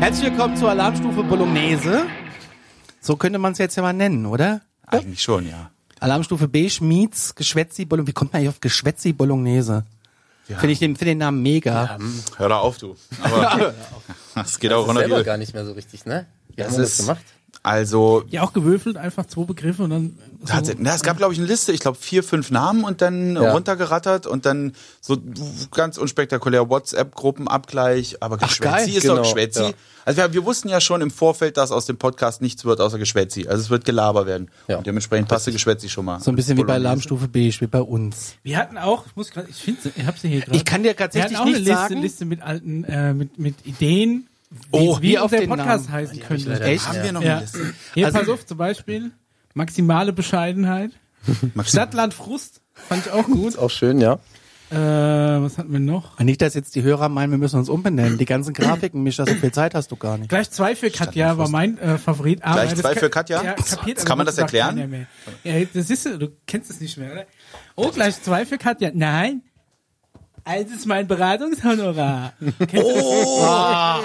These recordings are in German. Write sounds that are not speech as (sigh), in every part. Herzlich willkommen zur Alarmstufe Bolognese. So könnte man es jetzt ja mal nennen, oder? Eigentlich schon, ja. Alarmstufe B, Schmieds, Geschwätzi, Bolognese. Wie kommt man eigentlich auf Geschwätzi, Bolognese? Finde ich den, find den Namen mega. Hör da auf, du. Aber das geht auch Das ist ohne selber Bibel. gar nicht mehr so richtig, ne? Wie Das haben wir das ist- gemacht? Also, Ja, auch gewürfelt, einfach zwei Begriffe und dann. So. tatsächlich, na, es gab, glaube ich, eine Liste, ich glaube, vier, fünf Namen und dann äh, Ja. runtergerattert und dann so ganz unspektakulär WhatsApp-Gruppenabgleich. Aber geil, Geschwätzi ist genau, doch Geschwätzi. ja. Also wir, wir wussten ja schon im Vorfeld, dass aus dem Podcast nichts wird außer Geschwätzi. Also es wird Gelaber werden. Ja. Und dementsprechend passte Geschwätzi schon mal. So ein bisschen wie bei Bolognese. Alarmstufe B, wie bei uns. Wir hatten auch, ich muss grad, ich finde, ich habe sie hier gerade. Ich kann dir tatsächlich wir hatten auch eine nicht Liste, sagen. Liste mit alten, äh, mit, mit Ideen, wie, Oh, wie hier auf der den Podcast Namen. heißen könnte. Echt? Haben wir noch eine Ja. Liste? Hier, Also- pass auf, zum Beispiel maximale Bescheidenheit. Maxim- Stadtland Frust fand ich auch gut. Ist auch schön, ja. äh, was hatten wir noch? Und nicht, dass jetzt die Hörer meinen, wir müssen uns umbenennen. Die ganzen Grafiken, Mischa, so viel Zeit hast du gar nicht. Gleich zwei für Katja war mein äh, Favorit. Aber Gleich das zwei ka- für Katja? Ja, kapiert, Kann man das sagt erklären? keiner mehr. Ja, das ist, du kennst es nicht mehr, oder? Oh, gleich zwei für Katja. Nein. Es ist mein Beratungshonorar. (laughs) Oh,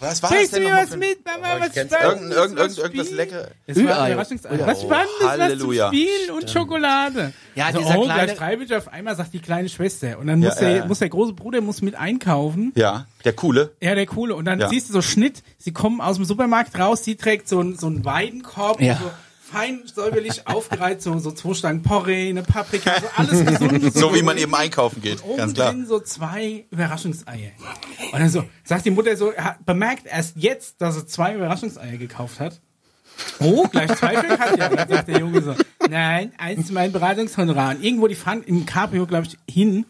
Was war das Bringst du denn mir nochmal was für ein- mit, Mama? Was kenn's. Irgend, Spannendes, irgend, was irgend, irgendwas Spiel? lecker. Es war Ü-Ei. ein Überraschungsei. Was Spannendes, was zum Halleluja. Spielen und Schokolade. Ja, also, dieser oh, kleine- gleich drei Bücher auf einmal, sagt die kleine Schwester. Und dann Ja, muss, der, ja, ja. muss der große Bruder muss mit einkaufen. Ja, der coole. Ja, der coole. Und dann Ja. siehst du so Schnitt, sie kommen aus dem Supermarkt raus, sie trägt so, ein- so einen Weidenkorb, Ja. so fein säuberlich aufgereiht, so, so zwei Stangen Porree, eine Paprika, so (laughs) alles gesund. So wie man eben einkaufen geht, Oben ganz klar. drin so zwei Überraschungseier. Und dann so, sagt die Mutter so, hat bemerkt erst jetzt, dass sie zwei Überraschungseier gekauft hat. Oh, gleich Zweifel hat ja, sagt der Junge so. Nein, eins ist mein Beratungshonorar. Und irgendwo, die fahren im Cabrio, glaube ich, hin.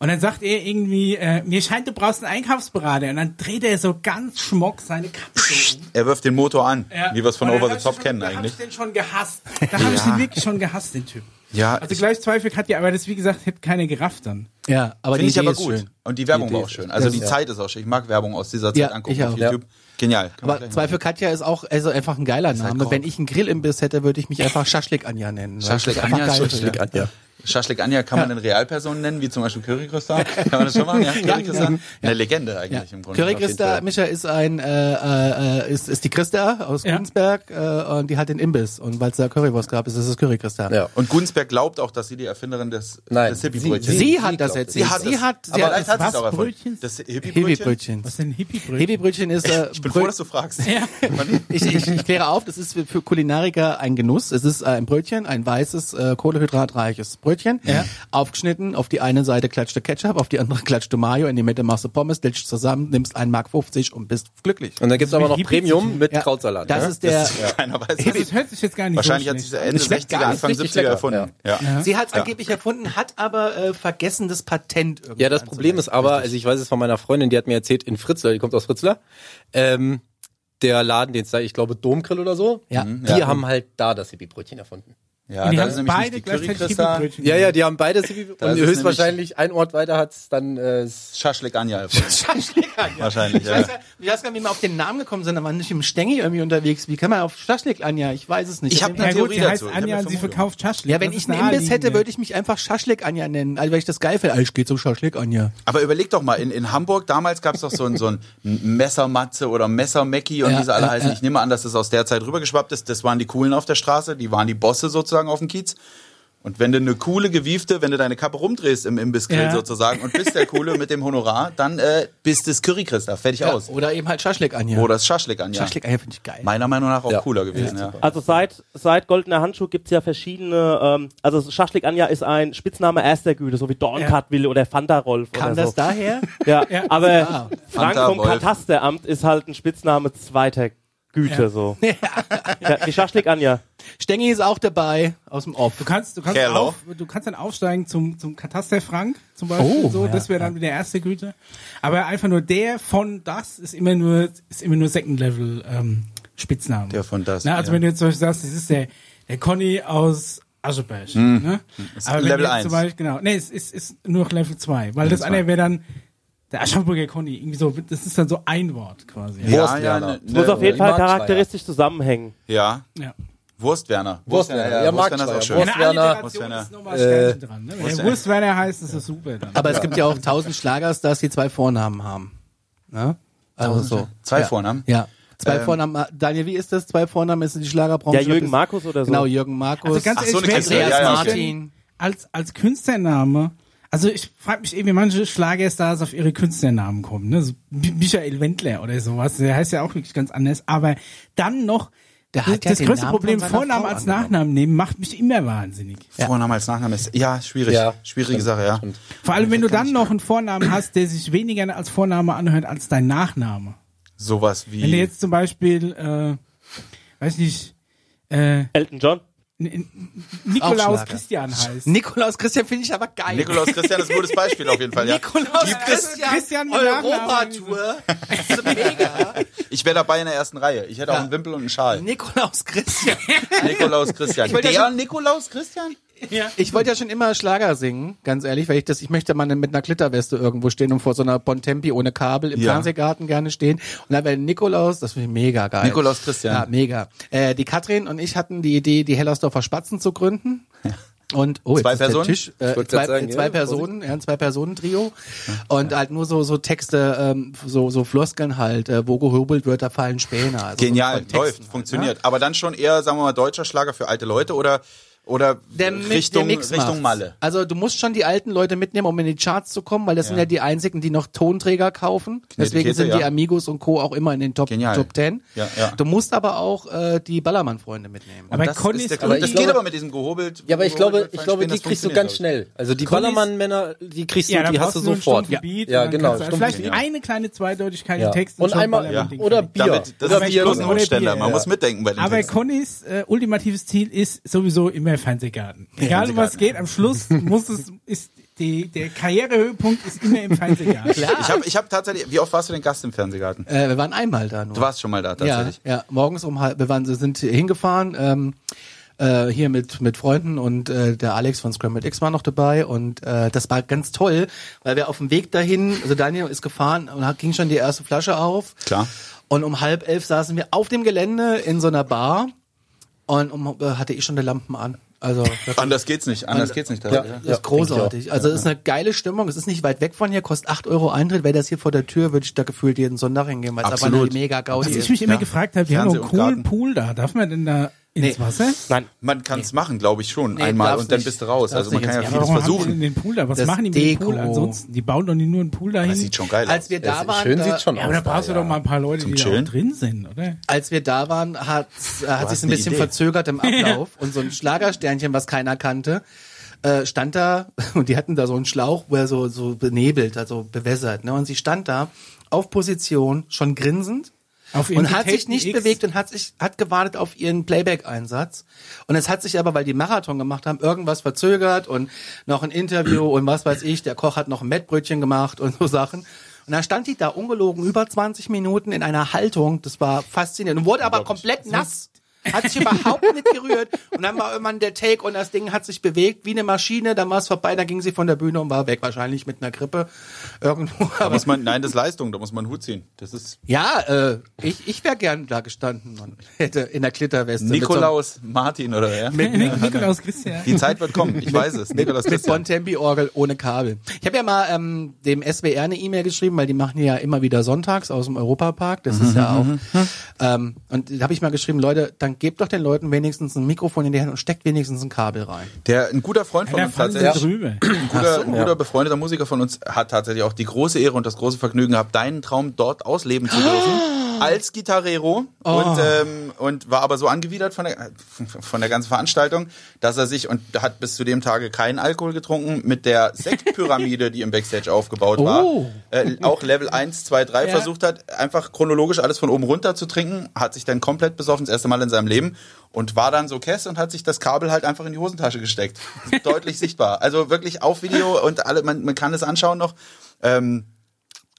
Und dann sagt er irgendwie, äh, mir scheint, du brauchst einen Einkaufsberater. Und dann dreht er so ganz schmock seine Kappe so um. Er wirft den Motor an, wie wir es von Und dann Over hab the ich Top schon- kennen Da habe ich eigentlich. den schon gehasst. Da habe ich den wirklich schon gehasst, den Typen. Ja, Also ich- gleich Zweifel hat ja, aber das, wie gesagt, hätte keine gerafft dann. Ja, aber die Finde ich Idee aber ist gut. schön. Und die Werbung Die war Idee auch ist- schön. Also das- die ja. Zeit ist auch schön. Ich mag Werbung aus dieser Zeit Ja, angucken ich auch. auf YouTube. Genial. Können wir Aber gleich zwei machen. für Katja ist auch also einfach ein geiler halt Name. Korb. Wenn ich einen Grillimbiss hätte, würde ich mich einfach Schaschlik Anja nennen. weil Schaschlik ich das einfach Anja ist geil schon finde. Klick an, ja. Schaschlik Anja kann man in Realpersonen nennen, wie zum Beispiel Curry Christa. (laughs) Kann man das schon machen? Ja, Curry Christa. Eine Legende eigentlich im Grunde. Curry auf jeden Christa, Fall. Micha ist ein äh, äh, äh, ist, ist die Christa aus Ja. Gunsberg äh, und die hat den Imbiss und weil es da Currywurst gab, ist es das Curry Christa. Ja. Und Gunsberg glaubt auch, dass sie die Erfinderin des, Nein, des Sie, Hippie-Brötchens Sie hat das glaubt erzählt. Sie das. hat, sie aber hat das hat sie es was? auch erfunden. Brötchens? Das Hebebrötchen. Hippie-Brötchen. Was denn Hippie-Brötchen? Hebebrötchen ist äh, Ich bin Brö- froh, dass du fragst. ich, ich, ich kläre auf, das ist für, für Kulinariker ein Genuss. Es ist äh, ein Brötchen, ein weißes, äh, kohlehydratreiches Brötchen. Aufgeschnitten, auf die eine Seite klatschte Ketchup, auf die andere (laughs) klatschte Mayo, in die Mitte machst du Pommes, ditchst zusammen, nimmst 1,50 Mark und bist glücklich. Und dann gibt's aber noch Premium mit Ja, Krautsalat. Das ne? ist der... Keiner weiß Also, das. das hört sich jetzt gar nicht Wahrscheinlich so hat schlecht sich der Ende Das schmeckt 60er, gar nicht Anfang richtig 70er lecker. erfunden. Ja. Sie hat es angeblich erfunden, hat aber äh, vergessen, das Patent irgendwie Ja, das Problem ist aber, also ich weiß es von meiner Freundin, die hat mir erzählt, in Fritzlar, die kommt aus Fritzlar, ähm, der Laden, den es da, ich glaube, Domgrill oder so, Ja. die haben halt da das Hippie-Brötchen erfunden. Ja, Und die da haben ist nämlich beide nicht die Curry gleichzeitig Christa, Hippie-Brötchen Ja, ja, die haben beides Hippie Da und ist es höchstwahrscheinlich ein Ort weiter hat's dann äh, Schaschlik Anja erfunden. Schaschlik Anja. Wahrscheinlich, Ich weiß, ja. ja, ich weiß gar nicht, wie wir auf den Namen gekommen sind, aber nicht im Stängel irgendwie unterwegs. Wie kann man auf Schaschlik Anja? Ich weiß es nicht. Ich hab Aber- eine Ja gut, Theorie sie heißt dazu. Ich hab Anja eine und sie Vermutung. verkauft Schaschlik. Ja, wenn Das ich ist einen Imbiss hätte, naheliegend. würde ich mich einfach Schaschlik Anja nennen, also weil ich das geil finde. Also ich gehe zum Schaschlik Anja. Aber überleg doch mal, in, in Hamburg damals gab es doch so ein, so ein Messermatze oder Messermecki und Ja, wie diese alle ja, heißen. ja. Ich nehme an, dass das aus der Zeit rübergeschwappt ist. Das waren die Coolen auf der Straße, die waren die Bosse sozusagen auf dem Kiez. Und wenn du eine coole gewiefte, wenn du deine Kappe rumdrehst im Imbissgrill Ja. sozusagen und bist der coole mit dem Honorar, dann äh, bist es Curry Christa, fertig aus. Oder eben halt Schaschlik Anja. Oder das Schaschlik Anja. Schaschlik Anja finde ich geil. Meiner Meinung nach auch Ja. Ah, cooler gewesen, ja. Also seit, seit Goldener Handschuh gibt's ja verschiedene, ähm, also Schaschlik Anja ist ein Spitzname erster Güte, so wie Dornkatwille oder Fanta Rolf Kam oder das so. daher? (laughs) Ja, Ja. aber Ah. Frank Fanta vom Wolf. Katasteramt ist halt ein Spitzname zweiter Güte, Ja. so. Ja, die Schaschlik Anja. Stengi ist auch dabei aus dem Off. Du kannst, du kannst, Hello. auf, du kannst dann aufsteigen zum, zum Kataster Frank zum Beispiel. Oh, so, ja, das wäre dann wieder erste Güte. Aber einfach nur der von das ist immer nur, ist immer nur Second Level ähm, Spitzname. Der von das, Na, also ja. wenn du jetzt zum Beispiel sagst, das ist der, der Conny aus Ascheberg. Ne? Aber wenn Mhm. Level du jetzt 1. Zum Beispiel, genau. Nee, es ist, ist nur noch Level 2, weil das Level andere wäre dann der Aschaffenburger Conny. Irgendwie so, das ist dann so ein Wort quasi. Ja, ja, ne, Muss Muss auf jeden die Fall Marktschreier. charakteristisch zusammenhängen. ja. Ja. Wurstwerner. Wurstwerner, ja, Wurstwerner ist auch Marktschreier, schön. Wurst- Eine Wurstwerner. Alliteration Wurstwerner. ist nochmal Äh, Sternchen dran. Ne? Wenn der Wurstwerner. Wurstwerner heißt, ist das super dann. Aber es gibt ja auch tausend Schlagerstars, die zwei Vornamen haben. Ne? Also so. Zwei ja. Vornamen? Ja. Zwei Ähm. Vornamen. äh, Daniel, wie ist das? Zwei Vornamen ist die Schlagerbranche. Ja, Jürgen Bis- Markus oder so. Genau, Jürgen Markus. Also ganz Ach so, eine ehrlich, wer- Kiste, Andreas ja, ja, okay. Martin. als, als Künstlername, also ich frage mich eben, wie manche Schlagerstars auf ihre Künstlernamen kommen. Ne? So Mi- Michael Wendler oder sowas, der heißt ja auch wirklich ganz anders. Aber dann noch Der das, hat ja das den größte Namen Problem, von seiner Vornamen Frau als angenommen. Nachnamen nehmen, macht mich immer wahnsinnig. Vorname als Nachname ist, ja, schwierig. Ja. Schwierige Sache, ja. Vor allem, wenn du dann noch einen Vornamen hast, der sich weniger als Vorname anhört als dein Nachname. Sowas Wenn du wie, jetzt zum Beispiel, äh, weiß nicht, äh, Elton John. N- N- Nikolaus Schlager. Christian heißt. Nikolaus Christian finde ich aber geil. Nikolaus (laughs) Christian ist ein gutes Beispiel auf jeden Fall, ja. Nikolaus Gibt es, Christian, Christian mit Europa-Tour. Das ist (laughs) mega. ich wäre dabei in der ersten Reihe. Ich hätte auch Ja. einen Wimpel und einen Schal. Nikolaus Christian. Nikolaus Christian. wollte ja Der schon- Nikolaus Christian? Ich wollte ja schon immer Schlager singen, ganz ehrlich, weil ich das, ich möchte mal mit einer Glitterweste irgendwo stehen und vor so einer Bontempi ohne Kabel im Ja. Fernsehgarten gerne stehen. Und dann wäre Nikolaus, das finde ich mega geil. Nikolaus Christian. Ja, mega. Äh, die Katrin und ich hatten die Idee, die Hellersdorfer Spatzen zu gründen. Und oh, jetzt Zwei ist der Personen? Tisch, äh, Ich wollte zwei, grad sagen, zwei ja, Personen, ja, ein zwei Personen Trio und halt nur so so Texte, ähm, so so Floskeln halt, äh, wo gehobelt wird, da fallen Späne. Also so Genial, von Texten läuft, halt, funktioniert. Aber dann schon eher, sagen wir mal, deutscher Schlager für alte Leute oder, oder der Mi- Richtung, der Mix macht's. Richtung Malle. Also du musst schon die alten Leute mitnehmen, um in die Charts zu kommen, weil das sind ja die einzigen, die noch Tonträger kaufen. Deswegen Käse, sind die ja. Amigos und Co. auch immer in den Top, Genial. Top Ten. Ja, ja. Du musst aber auch äh, die Ballermann-Freunde mitnehmen. Aber Das Conny ist ist der Grund. ich Das glaube- geht aber mit diesem gehobelt. Ja, aber ich gehobelt glaube, wird ich fallen glaube, spielen, die Oh, das kriegst du funktioniert, ganz glaub schnell. Also die Konnis- Ballermann-Männer, die kriegst du, Ja, die dann hast du brauchst nur einen sofort. stumpfen Beat ja, und dann genau. kannst du- stumpfen Vielleicht Beat. eine kleine Zweideutigkeit Ja. im Text. Und schon einmal, Ballermann Ding oder fertig. ich. Bier. Damit, das oder ist ich die glaube, großen ohne Umstände. Bier, Man ja. muss mitdenken bei den Aber Texten. Connys äh, ultimatives Ziel ist sowieso immer Fernsehgarten. Egal um was Fernsehgarten. geht, am (laughs) Schluss muss es, ist die, der Karrierehöhepunkt ist immer im Fernsehgarten. Ich habe ich hab tatsächlich, wie oft warst du denn Gast im Fernsehgarten? äh, wir waren einmal da nur. Du warst schon mal da ja, tatsächlich. ja, morgens um halb, wir waren, sind hingefahren, ähm, äh, hier mit, mit Freunden und äh, der Alex von Scrambled X war noch dabei und äh, das war ganz toll, weil wir auf dem Weg dahin, also Daniel ist gefahren und hat, ging schon die erste Flasche auf. Klar. Und um halb elf saßen wir auf dem Gelände in so einer Bar und um, äh, hatte ich schon die Lampen an. Also (laughs) das, Anders geht's nicht, anders An- geht's nicht. Ja. tatsächlich. das ist großartig. Also es ist eine geile Stimmung. Es ist nicht weit weg von hier, kostet 8 Euro Eintritt. Wäre das hier vor der Tür, würde ich da gefühlt jeden Sonntag hingehen, weil es einfach eine Absolut. mega Gaudi Was ich ist. mich immer Ja. gefragt habe, wir haben Fernseh einen und coolen Garten. Pool da. Darf man denn da ins Nee. Wasser? Nein. Man kann's machen, glaube ich schon, Nee, einmal darf's und dann nicht. bist du raus. Darf's Also man nicht kann ja jetzt. Ja, vieles warum haben die versuchen. denn den Pool da? Was Das machen die mit dem Pool Deko. ansonsten? Die bauen doch nicht nur einen Pool dahin. Das sieht schon geil Als aus. wir da Das- waren, schön da, sieht's schon ja, aus. aber da brauchst du doch mal ein paar Leute, die da Chillen? auch drin sind, oder? als wir da waren, hat, äh, hat hast sich ein eine bisschen Idee. verzögert im Ablauf und so ein Schlagersternchen, was keiner kannte, äh, stand da (laughs) und die hatten da so einen Schlauch, wo er so, so benebelt, also bewässert. Ne? Und sie stand da auf Position, schon grinsend Auf und hat sich Invitation nicht X. bewegt und hat sich hat gewartet auf ihren Playback-Einsatz. Und es hat sich aber, weil die Marathon gemacht haben, irgendwas verzögert und noch ein Interview und was weiß ich, der Koch hat noch ein Mettbrötchen gemacht und so Sachen. Und dann stand die da ungelogen über 20 Minuten in einer Haltung, das war faszinierend und wurde aber komplett nass. Hat sich überhaupt nicht gerührt. Und dann war irgendwann der Take und das Ding hat sich bewegt wie eine Maschine. Dann war es vorbei, dann ging sie von der Bühne und war weg. Wahrscheinlich mit einer Grippe irgendwo. Da Aber muss man, nein, das ist Leistung, da muss man einen Hut ziehen. Das ist ja, äh, ich, ich wäre gern da gestanden und (laughs) hätte in der Glitterweste Nikolaus Martin oder wer? mit, so einem- mit, (laughs) Nikolaus Christian. Die Zeit wird kommen, ich weiß es. Nikolaus mit Christian. Bontempi-Orgel ohne Kabel. Ich habe ja mal ähm, dem SWR eine E-Mail geschrieben, weil die machen ja immer wieder sonntags aus dem Europapark, das ist ja auch. Ähm, und da habe ich mal geschrieben, Leute, dann gebt doch den Leuten wenigstens ein Mikrofon in die Hand und steckt wenigstens ein Kabel rein. Der, ein guter Freund von Da uns fallen sie tatsächlich. drüber. Ein guter, ein guter befreundeter Musiker von uns hat tatsächlich auch die große Ehre und das große Vergnügen gehabt, deinen Traum dort ausleben zu dürfen. Als Gitarrero und, ähm, und war aber so angewidert von der, von der ganzen Veranstaltung, dass er sich und hat bis zu dem Tage keinen Alkohol getrunken, mit der Sektpyramide, die im Backstage aufgebaut war, Oh. äh, auch Level 1, 2, 3 Ja. versucht hat, einfach chronologisch alles von oben runter zu trinken, hat sich dann komplett besoffen, das erste Mal in seinem Leben und war dann so kess und hat sich das Kabel halt einfach in die Hosentasche gesteckt. Deutlich sichtbar. Also wirklich auf Video und alle, man, man kann es anschauen noch. Ähm,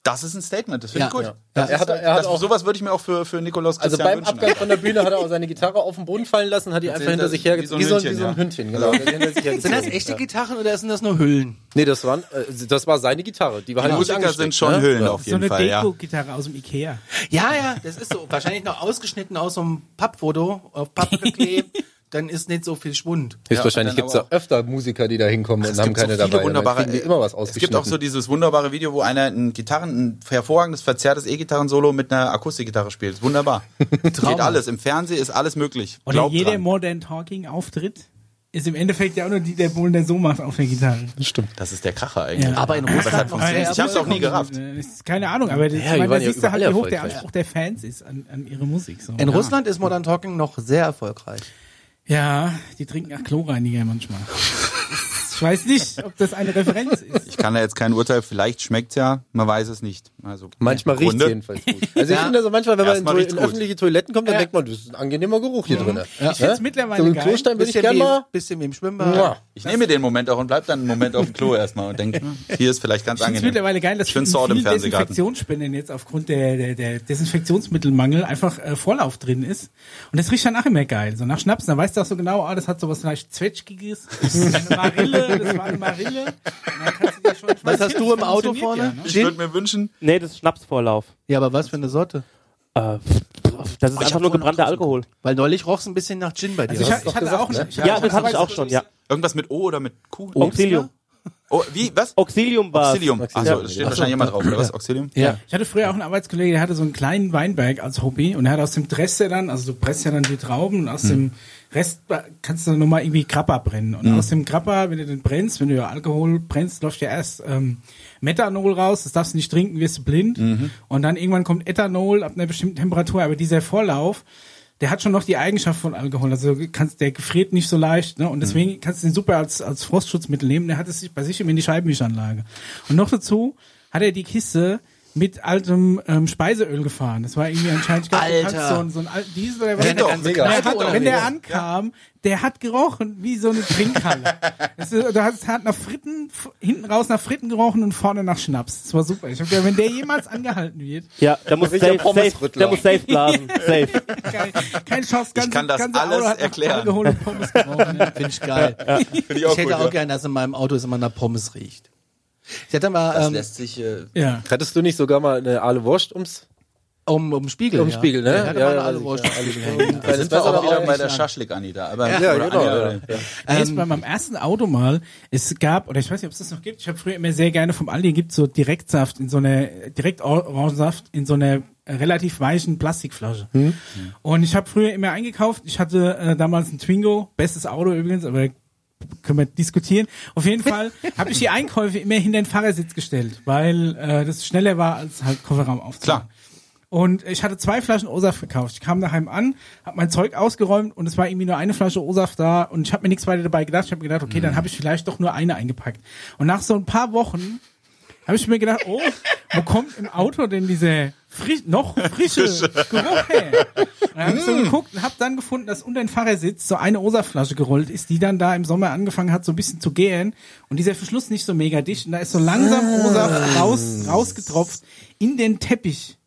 das ist ein Statement, das finde ich Ja. gut. Ja. Das Er ist- hat- er hat das, auch- sowas würde ich mir auch für, für Nikolaus Also Christian beim wünschen. Abgang von der Bühne hat er auch seine Gitarre auf den Boden fallen lassen, hat die einfach hinter hinter- sich her wie so ein wie so ein- Hündchen, wie so ein ja. Hündchen, genau. Hat er hinter sich hergezogen. Sind das echte Gitarren oder sind das nur Hüllen? Nee, das waren äh, das war seine Gitarre, die war Die halt nicht Musiker angesteckt, sind schon ne? Hüllen Ja. auf So jeden eine Fall, ja. Deko-Gitarre aus dem Ikea. (laughs) Ja, ja, das ist so. Wahrscheinlich noch ausgeschnitten aus so einem Pappfoto, auf Pappe geklebt. dann ist nicht so viel Schwund. Höchstwahrscheinlich Ja, gibt's dann da öfter Musiker, die da hinkommen und haben gibt so keine viele dabei. wunderbare- Dann kriegen die immer es was gibt ausgeschnitten. auch so dieses wunderbare Video, wo einer ein Gitarren, ein hervorragendes verzerrtes E-Gitarren-Solo mit einer Akustikgitarre spielt. (laughs) Wunderbar. Geht alles. Im Fernsehen ist alles möglich. Oder Glaubt jeder dran. Modern Talking Auftritt ist im Endeffekt ja auch nur die, der Bohlen, der so macht auf der Gitarre. Stimmt. Das ist der Kracher eigentlich. (laughs) Ja. Aber in Das hat Russland funktioniert. Ich hab's auch nie gerafft. äh, Keine Ahnung, aber Ja, das, ich die meine, da waren ja siehst du halt, wie überall hoch der erfolgreich. Anspruch der Fans ist an, an ihre Musik. So. Äh. In Russland ist Modern Talking noch sehr erfolgreich. Ja, die trinken nach (laughs) Chlorreiniger manchmal. ich weiß nicht, ob das eine Referenz ist. Ich kann da jetzt kein Urteil. Vielleicht schmeckt's ja. Man weiß es nicht. Also, Manchmal riecht's Grunde- jedenfalls gut. Also ich Ja. finde also manchmal, wenn man in, Erstmal Toi- riecht's in gut. öffentliche Toiletten kommt, dann denkt man, das ist ein angenehmer Geruch hier drin. Ich find's mittlerweile so ein geil. Klostein würde ich gerne wie, mal. bisschen wie im Schwimmbad. Ja. Ich nehme den Moment auch und bleib dann einen Moment auf dem Klo erstmal und denke, hier ist vielleicht ganz Ich finde es angenehm. mittlerweile geil, dass Ich find's Sort im Fernsehgarten. Desinfektionsspenden jetzt aufgrund der, der, der Desinfektionsmittelmangel einfach äh, Vorlauf drin ist. Und das riecht dann auch immer geil. So nach Schnaps, dann weißt du auch so genau, ah, das hat sowas (laughs) leicht Zwetschgiges. Das ist eine Marille, das war eine Marille. Und dann kannst du dir schon- Was hast du im Auto Funktioniert vorne? ja, ne? Ich Gin? würde mir wünschen, Nee, das ist Schnapsvorlauf. Ja, aber was für eine Sorte? Äh, das ist einfach nur gebrannter Alkohol. Weil neulich roch es ein bisschen nach Gin bei dir. Ich, oder? ha- ich hatte auch ne? ich Ja, das hatte ich auch schon, ja. irgendwas mit O oder mit Q. Auxilium. Oh, wie? Was? Auxilium war Auxilium. Achso, da Also, steht wahrscheinlich jemand drauf, oder was? Auxilium? ja. Ich hatte früher auch einen Arbeitskollege, der hatte so einen kleinen Weinberg als Hobby und er hat aus dem Dresse dann, also du presst ja dann die Trauben und aus dem Rest ba- kannst du dann nochmal irgendwie Grappa brennen. Und aus dem Grappa, wenn du den brennst, wenn du ja Alkohol brennst, läuft ja erst ähm, Methanol raus, das darfst du nicht trinken, wirst du blind. Und dann irgendwann kommt Ethanol ab einer bestimmten Temperatur, aber dieser Vorlauf, der hat schon noch die Eigenschaft von Alkohol. Also kannst, der gefriert nicht so leicht, ne? Und deswegen kannst du den super als, als Frostschutzmittel nehmen. Der hat es sich bei sich immer in die Scheibenwischanlage. Und noch dazu hat er die Kiste mit altem ähm, Speiseöl gefahren. Das war irgendwie anscheinend ich glaub, du kannst Alter. so ein, so ein alten Diesel oder was. Geht doch, mega. Der hat, Kneipe wenn der unterwegs. ankam, der hat gerochen wie so (laughs) eine Trinkhalle. das ist, du hast, hat nach Fritten, f- hinten raus nach Fritten gerochen und vorne nach Schnaps. Das war super. Ich hab gedacht, wenn der jemals (laughs) angehalten wird, Ja, der muss Richtiger safe, safe, Pommesrüttler. der muss safe blasen. safe. keine, keine Chance. Ganze, kann das ganze Auto alles hat nach erklären. Alkohol und (laughs) Pommes gerochen. ja. Finde ich geil. Finde Ich hätte gut, auch ja. gern, dass in meinem Auto es immer nach Pommes riecht. Ich hatte Das mal ähm, lässt sich. Äh, ja. Hattest du nicht sogar mal eine Aale Wurst ums um, um Spiegel. Um ja. Spiegel, ne? Ich hatte Ja, mal ja, alle weiß ich, Wurst- ja, Spiegel. da sind wir aber auch wieder bei auch nicht der an. Schachlik-Anita. Aber Ja, oder genau. Anita, ja. oder- Erst bei meinem ersten Auto mal, es gab, oder ich weiß nicht, ob es das noch gibt, ich habe früher immer sehr gerne vom Aldi gibt so Direktsaft in so einer, direkt Orangensaft in so einer relativ weichen Plastikflasche. Und ich habe früher immer eingekauft, ich hatte äh, damals ein Twingo, bestes Auto übrigens, aber können wir diskutieren. Auf jeden Fall habe ich die Einkäufe immer hinter den Fahrersitz gestellt, weil äh, das schneller war, als halt Kofferraum aufzumachen. Klar. Und ich hatte zwei Flaschen O-Saft gekauft. Ich kam daheim an, habe mein Zeug ausgeräumt und es war irgendwie nur eine Flasche O-Saft da und ich habe mir nichts weiter dabei gedacht. Ich habe mir gedacht, okay, dann habe ich vielleicht doch nur eine eingepackt. Und nach so ein paar Wochen habe ich mir gedacht, oh, wo kommt im Auto denn dieser frisch, noch frische Geruch her? Und dann habe ich so geguckt und habe dann gefunden, dass unter den Fahrersitz so eine Osaflasche gerollt ist, die dann da im Sommer angefangen hat, so ein bisschen zu gären und dieser Verschluss nicht so mega dicht und da ist so langsam Osaf raus, rausgetropft in den Teppich.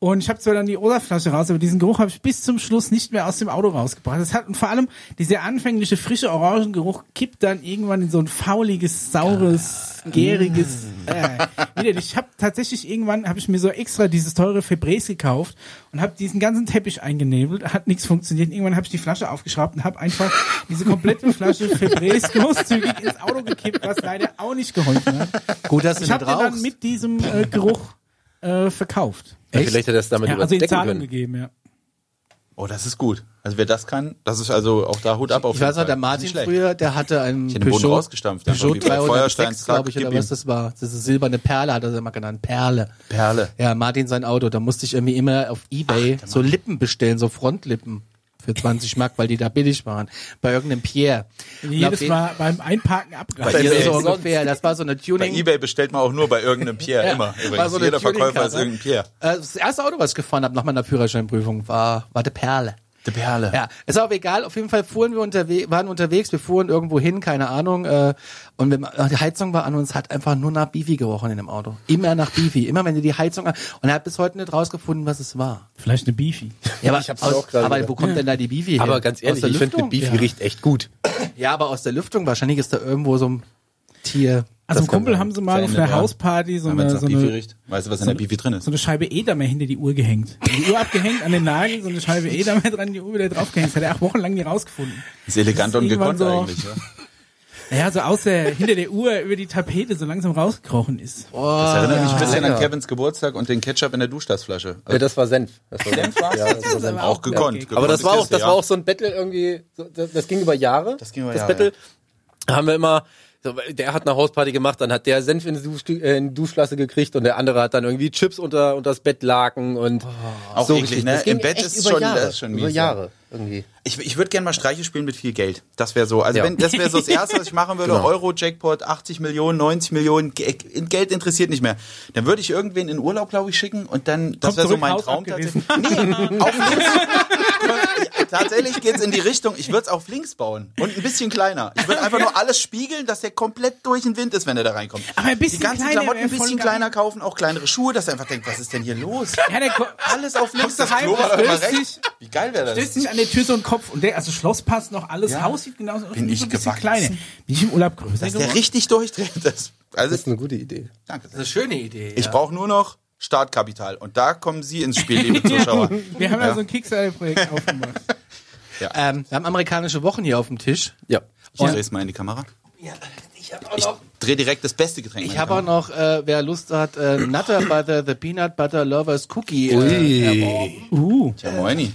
Und ich habe zwar dann die Olaflasche raus, aber diesen Geruch habe ich bis zum Schluss nicht mehr aus dem Auto rausgebracht. Das hat und vor allem dieser anfängliche frische Orangengeruch kippt dann irgendwann in so ein fauliges, saures, gäriges. Äh, widerlich. ich habe tatsächlich irgendwann habe ich mir so extra dieses teure Febreze gekauft und habe diesen ganzen Teppich eingenebelt. Hat nichts funktioniert. Irgendwann habe ich die Flasche aufgeschraubt und habe einfach diese komplette Flasche Febreze großzügig ins Auto gekippt, was leider auch nicht geholfen hat. Gut, dass du Ich nicht habe den dann rauchst. mit diesem äh, Geruch äh, verkauft. Echt? Vielleicht hätte er das damit Ja, also in überdecken Zahlung können. gegeben, ja. Oh, das ist gut. Also wer das kann, das ist also auch da Hut ab auf Ich jeden weiß noch, Fall. der Nicht Martin schlecht. früher, der hatte einen Ich hätte den Boden Peugeot, rausgestampft, einfach Peugeot wie bei Feuerstein, 306, zack, glaube ich, oder gib was ihm. das war. Das ist eine silberne Perle, hat er immer genannt. Perle. Perle. Ja, Martin sein Auto. Da musste ich irgendwie immer auf Ebay so Lippen bestellen, so Frontlippen für 20 Mark, weil die da billig waren. Bei irgendeinem Pierre. Und auf Jedes den- Mal beim Einparken Ja, abgreifen. Bei eBay. so ungefähr. Das war so eine Bei Tuning. Ebay bestellt man auch nur bei irgendeinem Pierre, Ja, immer. war Übrigens. so eine Jeder Verkäufer Tuning-Karte. ist irgendein Pierre. Äh, Das erste Auto, was ich gefahren habe nach meiner Führerscheinprüfung, war, war der Perle. Die Perle. (laughs) Ja, ist auch egal. Auf jeden Fall fuhren wir unterwegs, waren unterwegs, wir fuhren irgendwo hin, keine Ahnung. Äh, und wir, äh, die Heizung war an und es hat einfach nur nach Bifi gerochen in dem Auto. Immer nach Bifi. Immer wenn ihr die Heizung an. Und er hat bis heute nicht rausgefunden, was es war. Vielleicht eine Beefy. Ja, aber, Ich hab's aus, auch gerade aber gedacht. wo kommt denn da die Bifi her? Aber ganz aus ehrlich, der ich finde Lüftung? mit Beefy riecht echt gut. Ja, aber aus der Lüftung. Wahrscheinlich ist da irgendwo so ein Tier. Also Das im Kumpel kann haben sie mal sein. auf Verändert, einer ja. Hausparty so Wenn eine, man es so nach Pifi eine riecht. Weißt du, was in der Pifi drin ist? so eine Scheibe Edamer hinter die Uhr gehängt. Die Uhr abgehängt an den Nagel, so (laughs) eine Scheibe Edamer dran, die Uhr wieder draufgehängt. Das hat er acht Wochen lang nie rausgefunden. Ist elegant Das ist und gekonnt irgendwann so- eigentlich. Ja? Naja, so außer hinter der Uhr über die Tapete so langsam rausgekrochen ist. Das erinnert mich ein bisschen lecker. an Kevins Geburtstag und den Ketchup in der Duschtassflasche. Ja, das war Senf. Das war Senf war's? Ja, das war Senf. auch gekonnt. Okay. Aber das war auch, Gekonnte das Kiste, war ja. auch so ein Battle irgendwie, so, das, das ging über Jahre. Das ging über das Jahre, Battle. Da haben wir immer, so, weil der hat eine Hausparty gemacht, dann hat der Senf in die, Dusch, äh, in die Duschlasse gekriegt und der andere hat dann irgendwie Chips unter, unter das Bettlaken und Auch so eklig, richtig. ne? Das ging Im Bett echt ist über schon- Jahre, das ist schon über mies, Jahre irgendwie. Ich, ich würde gerne mal Streiche spielen mit viel Geld. Das wäre so. Also Ja. wenn das wäre so das Erste, was ich machen (laughs) würde. Genau. Euro Jackpot, 80 Millionen, 90 Millionen. Ge- in Geld interessiert nicht mehr. Dann würde ich irgendwen in Urlaub, glaube ich, schicken und dann. Das Kommt wäre so zurück, mein Haus Traum abgerissen. tatsächlich. Nee, auf links. (laughs) tatsächlich geht's in die Richtung. Ich würde es auf links bauen und ein bisschen kleiner. Ich würde einfach nur alles spiegeln, dass der komplett durch den Wind ist, wenn er da reinkommt. Aber ein bisschen die ganzen kleiner Klamotten ein wär voll bisschen geil. kleiner kaufen, auch kleinere Schuhe, dass er einfach denkt, was ist denn hier los? Ja, der ko- Alles auf links. Kommst du heim, Klo war doch immer stößt rechts. dich- Wie geil wäre das? stößt sich an der Tür so ein Kopf und der, also Schloss passt noch, alles Ja. Haus sieht genauso aus. Bin nur ich so ein bisschen gewachsen? kleiner. Bin ich im Urlaub größer Dass der geworden? richtig durchdreht. (laughs) Das, also, Das ist eine gute Idee. danke. Das ist eine schöne Idee. Ich brauche nur noch Startkapital. Und da kommen Sie ins Spiel, liebe Zuschauer. Wir haben ja, so (laughs) ein Kickstarter-Projekt aufgemacht. Ähm, wir haben amerikanische Wochen hier auf dem Tisch. Ja. Ich drehe es mal in die Kamera. Ich drehe direkt das beste Getränk. in Ich die habe auch Kamera. noch, äh, wer Lust hat, äh, Nutter Butter, The Peanut Butter Lovers Cookie äh, erworben. Tja, moini.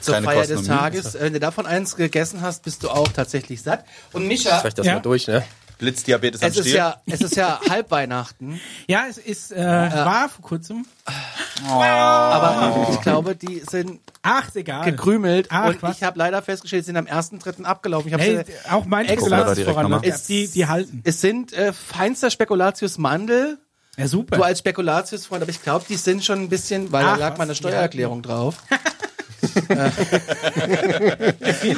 zur Keine Feier Kosten des um und Mühen. Tages. Äh, Wenn du davon eins gegessen hast, bist du auch tatsächlich satt. Und Micha, Vielleicht das Ja. mal durch, ne? Blitzdiabetes am es ist Stiel. ja, es ist (laughs) ja Halbweihnachten, Ja, es ist, äh, war vor kurzem. aber ich glaube, die sind Ach, egal. gekrümelt Ah. Ach, und was? ich habe leider festgestellt, sie sind am 1.3. abgelaufen. Ich habe Hey, sie auch mein Extra- Gucken wir da Spekulatius direkt voran. nochmal. Ist, die, die halten. Es sind äh, feinster Spekulatius Mandel. Ja, super. Du als Spekulatius-Freund, aber ich glaube, die sind schon ein bisschen, weil da Ach, lag was? meine Steuererklärung drauf. (laughs)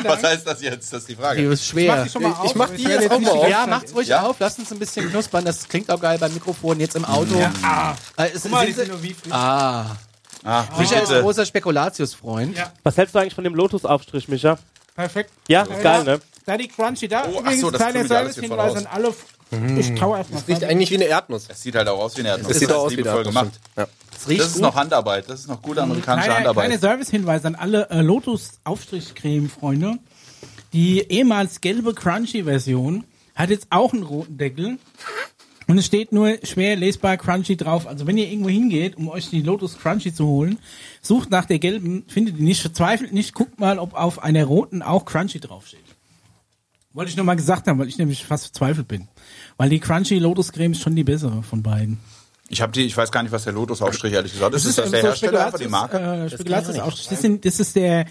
Was heißt das jetzt? Das ist die Die Frage. ist schwer. schon mal auf. mach aber die werde jetzt auch nicht mal auf. schlecht. Ja, macht's ruhig Ja. auf, lasst uns ein bisschen knuspern. Das klingt auch geil beim Mikrofon, jetzt im Auto. Ah, Äh, es, guck mal, die sind, sind nur wie frisch. ah, Ah, Michael ist ein bitte. großer Spekulatius-Freund. Ja. Was hältst du eigentlich von dem Lotus-Aufstrich, Micha? Perfekt. Ja, ist geil, ne? Da die Crunchy da. Oh, ach Übrigens, so, das kleiner krümelt ja alles hier voll Service-Hinweis an alle. Ich traue erstmal. Riecht eigentlich wie eine Erdnuss. Das sieht halt auch aus wie eine Erdnuss. Das sieht ist auch aus wie liebevoll eine gemacht. Erdnuss, ja. Es riecht Das ist gut. noch Handarbeit. Das ist noch gute amerikanische Kleiner, kleiner Handarbeit. Service-Hinweis an alle äh, Lotus-Aufstrichcreme-Freunde. Die ehemals gelbe Crunchy-Version hat jetzt auch einen roten Deckel. Und es steht nur schwer lesbar Crunchy drauf. Also wenn ihr irgendwo hingeht, um euch die Lotus Crunchy zu holen, sucht nach der gelben, findet die nicht, verzweifelt nicht, guckt mal, ob auf einer roten auch Crunchy draufsteht. Wollte ich nur mal gesagt haben, weil ich nämlich fast verzweifelt bin. Weil die Crunchy Lotus Creme ist schon die bessere von beiden. Ich habe die, ich weiß gar nicht, was der Lotus-Aufstrich ehrlich gesagt ist. Ist das ähm, der so Hersteller einfach die Marke? Spekulatius, Äh, Spekulatius auch. Das, sind, das ist der,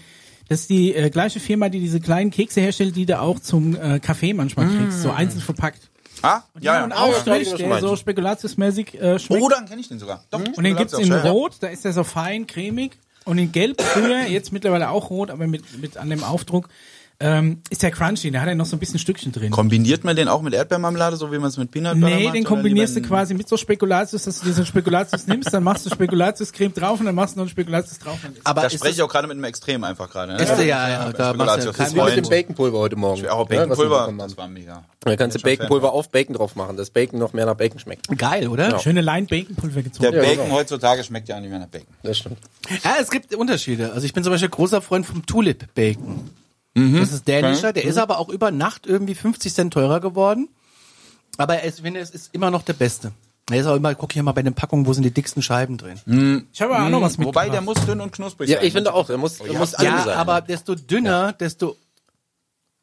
das ist die äh, gleiche Firma, die diese kleinen Kekse herstellt, die du auch zum äh, Kaffee manchmal kriegst, so einzeln verpackt. Ah, ja, und ja. ja, Aufstrich, ja, ja. der so spekulatiusmäßig äh, schmeckt. Oh, dann kenne ich den sogar. Doch, und den gibt's in Oh, Ja, ja. Rot, da ist der so fein, cremig. Und in Gelb früher, jetzt mittlerweile auch rot, aber mit, mit an dem Aufdruck, ähm, ist der crunchy, da hat er noch so ein bisschen Stückchen drin. Kombiniert man den auch mit Erdbeermarmelade, so wie man es mit Peanut Butter Nee, macht? den oder kombinierst du lieber quasi mit so Spekulatius, dass du dir so Spekulatius nimmst, dann machst du Spekulatius-Creme drauf und dann machst du noch einen Spekulatius drauf. Dann ist Aber Da ist spreche das- ich auch gerade mit einem Extrem einfach gerade. Ne? Ist der- ja, ja, da machst du ja Spekulatius keinen ist Wie Wie mit dem Freund. Baconpulver heute Morgen. Auch Ja, was wir Baconpulver, bekommen haben. das war mega. Dann kannst du Ich bin schon Baconpulver auf Bacon drauf machen, dass Bacon noch mehr nach Bacon schmeckt. Geil, oder? eine Schöne Line-Bacon-Pulver gezogen. Der Ja, Bacon genau. heutzutage schmeckt ja auch nicht mehr nach Bacon. Das stimmt. Ja, es gibt Unterschiede. Also ich bin zum Beispiel großer Freund vom Tulip Bacon. Mhm. Das ist dänischer, der ist aber auch über Nacht irgendwie 50 Cent teurer geworden. Aber ich finde, es ist immer noch der beste. Er ist auch immer, guck hier mal bei den Packungen, wo sind die dicksten Scheiben drin. Mhm. Ich habe auch noch was mit. Hm, Wobei, der muss dünn und knusprig Ja, sein. ich finde auch, er muss, er muss Ja, alle sein. Also, aber desto dünner, desto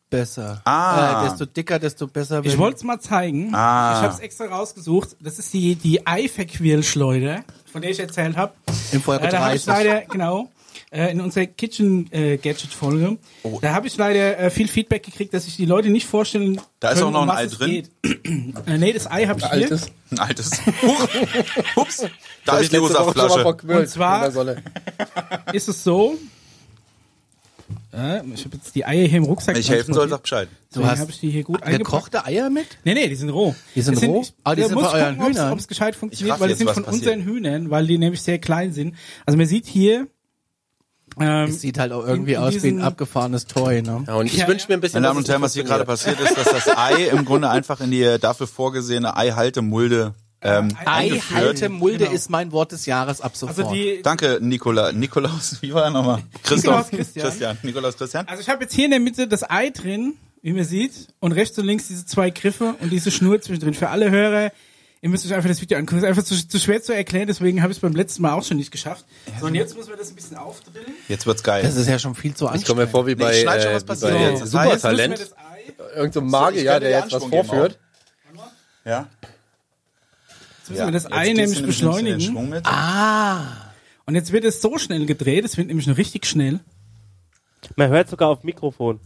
besser. Ah. Äh, desto dicker, desto besser. Ich wenn- wollte es mal zeigen. Ah. Ich habe es extra rausgesucht. Das ist die, die Eiferquirlschleuder, von der ich erzählt habe. in Folge Äh, da habe ich 30. leider, genau, äh, in unserer Kitchen-Gadget-Folge, Oh. da habe ich leider äh, viel Feedback gekriegt, dass ich die Leute nicht vorstellen Da ist können, auch noch um ein was Ei es drin. Geht. (clears throat) äh, nee, das Ei habe ich hier. Altes. Ein altes. (laughs) Huch. Ups. Da habe ich die letzte Woche schon mal Rosa-Flasche. verquirlt Und zwar- in der Sonne. Ist es so? Äh, ich habe jetzt die Eier hier im Rucksack. Wenn ich helfen soll, sag transportiert. Bescheid. Du Deswegen hast hab ich die hier gut eingepackt. gekochte Eier mit? Nee, nee, die sind roh. Die sind Das roh? Ah, die man sind muss von euren gucken, ob's- Hühnern. ob's gescheit Ich funktioniert, raff weil die jetzt, sind was von passiert. unseren Hühnern, weil die nämlich sehr klein sind. Also man sieht hier, Ähm, Es sieht halt auch irgendwie in aus wie ein diesen- abgefahrenes Toy, ne? Ja, und ich Ja, wünsche mir ein bisschen. Meine Damen dass und es Herren, so was hier gerade funktioniert. passiert ist, dass das Ei im Grunde einfach in die dafür vorgesehene Eihaltemulde ähm, Ei Ei eingeführt. halte Mulde Genau. ist mein Wort des Jahres ab sofort. also die, Danke, Nikola. Nikolaus, wie war er nochmal? Christoph. Nikolaus Christian. Christian. Nikolaus Christian. also ich habe jetzt hier in der Mitte das Ei drin, wie man sieht, und rechts und links diese zwei Griffe und diese Schnur zwischendrin. Für alle Hörer, ihr müsst euch einfach das Video angucken. Es ist einfach zu, zu schwer zu erklären, deswegen habe ich es beim letzten Mal auch schon nicht geschafft. So, und jetzt muss man das ein bisschen aufdrillen. Jetzt wird's geil. das ist ja schon viel zu Ich komme mir anstrengend. vor wie bei, ich schneid schon, äh, was wie passiert bei jetzt. Jetzt Supertalent. müssen wir das Ei Irgend so ein So, Magier, ich kann dir der die jetzt was Anschwung geben vorführt. ja. Jetzt müssen wir das Jetzt Ei gehst du nämlich ein bisschen in den beschleunigen. Schwung mit. Und jetzt wird es so schnell gedreht, es wird nämlich noch richtig schnell. Man hört sogar auf Mikrofon.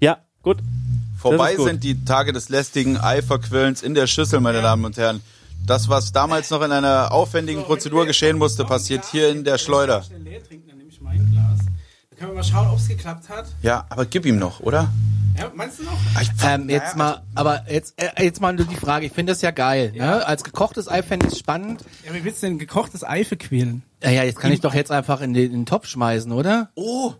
Ja, gut. Vorbei das ist gut. sind die Tage des lästigen Eiverquillens in der Schüssel, meine Damen und Herren. Das, was damals noch in einer aufwendigen Prozedur geschehen musste, passiert hier in der Schleuder. Schnell leer trinken, dann nehme ich mein Glas. Dann können wir mal schauen, ob es geklappt hat. Ja, aber gib ihm noch, oder? Ja, meinst du noch? Ähm, jetzt also- mal, aber jetzt, äh, jetzt mal nur die Frage. Ich finde das ja geil. Ne? Als gekochtes Ei fände ich es spannend. Ja, wie willst du denn gekochtes Ei verquälen? Naja, jetzt kann ich doch jetzt einfach in den, in den Topf schmeißen, oder? Oh,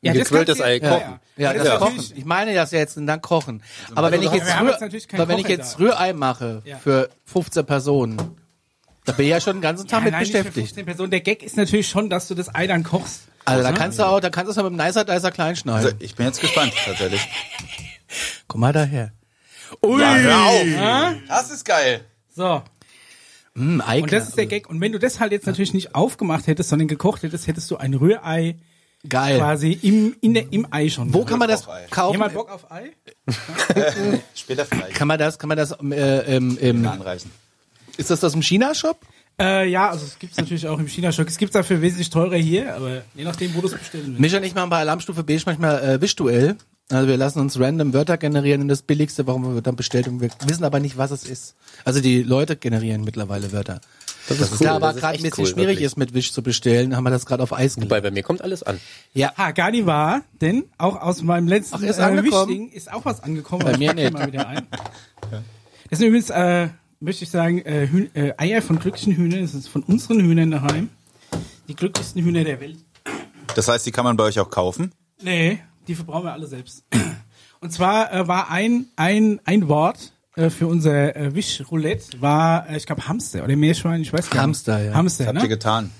Ja, das gequältes Ei ja. kochen. Ja, das das ist Kochen. natürlich- Ich meine das ja jetzt und dann Kochen. Aber wenn ich wir jetzt, haben Rühr, jetzt natürlich keinen aber wenn ich Kocher jetzt da. Rührei mache Ja. für 15 Personen, da bin ich ja schon den ganzen Tag Ja, mit nein, nicht für beschäftigt. 15 Personen. Der Gag ist natürlich schon, dass du das Ei dann kochst. Also da kannst du auch, da kannst du es aber mit dem Nicer Dicer klein schneiden. also ich bin jetzt gespannt, tatsächlich. Komm mal daher. Ui! Ja, hör auf. Das ist geil. So, Hm, Ei und das ist der Gag. Und wenn du das halt jetzt natürlich nicht aufgemacht hättest, sondern gekocht hättest, hättest du ein Rührei Äh. geil. quasi im, in der, im Ei schon. Wo kann man das Rührei. kaufen? Jemand Bock auf Ei? Später vielleicht. Kann man das, kann man das, äh, ähm, ähm, Anreißen. ist das das im China-Shop? Äh, ja, also es gibt's natürlich auch im China-Shop. Es gibt's dafür wesentlich teurer hier, aber je nachdem, wo du es bestellen willst. Mich und ich machen bei Alarmstufe B manchmal äh, Wischduell. Also wir lassen uns random Wörter generieren und das billigste, warum wir dann bestellt und wir wissen aber nicht, was es ist. Also die Leute generieren mittlerweile Wörter. Das ist, cool, da aber das ist gerade ein echt bisschen cool, schwierig wirklich. ist, mit Wisch zu bestellen, haben wir das gerade auf Eis Wobei gelegt. bei mir kommt alles an. Ja, Ha, gar nicht wahr, denn auch aus meinem letzten Ach, ist angekommen. Wichtigen ist auch was angekommen. Bei aber mir ich packe die nicht. (laughs) Mal wieder ein. Das sind übrigens, äh, möchte ich sagen, äh, Hühn, äh, Eier von glücklichen Hühnern. Das ist von unseren Hühnern daheim. Die glücklichsten Hühner der Welt. Das heißt, die kann man bei euch auch kaufen. Nee, die verbrauchen wir alle selbst. (clears throat) Und zwar äh, war ein, ein, ein Wort äh, für unser äh, Wischroulette war, äh, ich glaube, Hamster oder Meerschwein, ich weiß gar nicht. Hamster, ja. Hamster, Habt ihr ne? getan.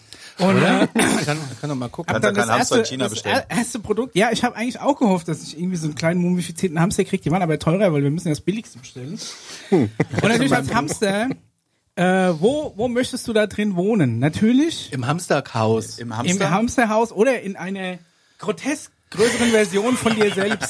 Und, äh, ich kann, kann doch mal gucken. hab Kannst ja keinen Hamster in China das bestellen. er- erste Produkt, ja, ich habe eigentlich auch gehofft, dass ich irgendwie so einen kleinen mumifizierten Hamster kriege. Die waren aber teurer, weil wir müssen ja das Billigste bestellen. Und natürlich als Hamster, äh, wo, wo möchtest du da drin wohnen? Natürlich Im Hamsterhaus. Im im Hamster? Hamsterhaus oder in einer grotesk größeren Version von dir selbst.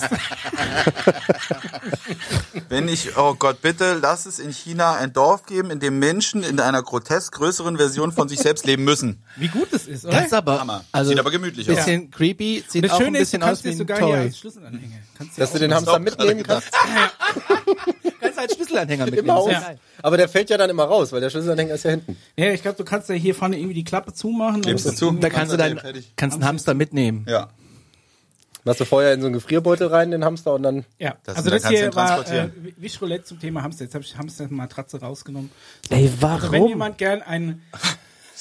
Wenn ich, oh Gott, bitte lass es in China ein Dorf geben, in dem Menschen in einer grotesk größeren Version von sich selbst leben müssen. Wie gut das ist, oder? Das ist aber, Hammer. also Sieht aber gemütlich aus. bisschen creepy, sieht das auch ein Schöne ist, du bisschen kannst aus wie dir ein sogar hier Toy. als Schlüsselanhänger. Kannst du Dass du den Hamster mitnehmen kannst. Ganz als Schlüsselanhänger mit Im Haus. Ja. Aber der fällt ja dann immer raus, weil der Schlüsselanhänger ist ja hinten. ja, ich glaube, du kannst ja hier vorne irgendwie die Klappe zumachen. Klebst du und- zu? Da kannst du dann, Fertig. kannst einen Hamster mitnehmen. Ja. Machst du vorher in so einen Gefrierbeutel rein, den Hamster, und dann. Ja, Das- also da das kannst du hier ihn war äh, transportieren. Wischroulette zum Thema Hamster. Jetzt habe ich Hamstermatratze rausgenommen. Ey, Also wenn warum? jemand gern ein,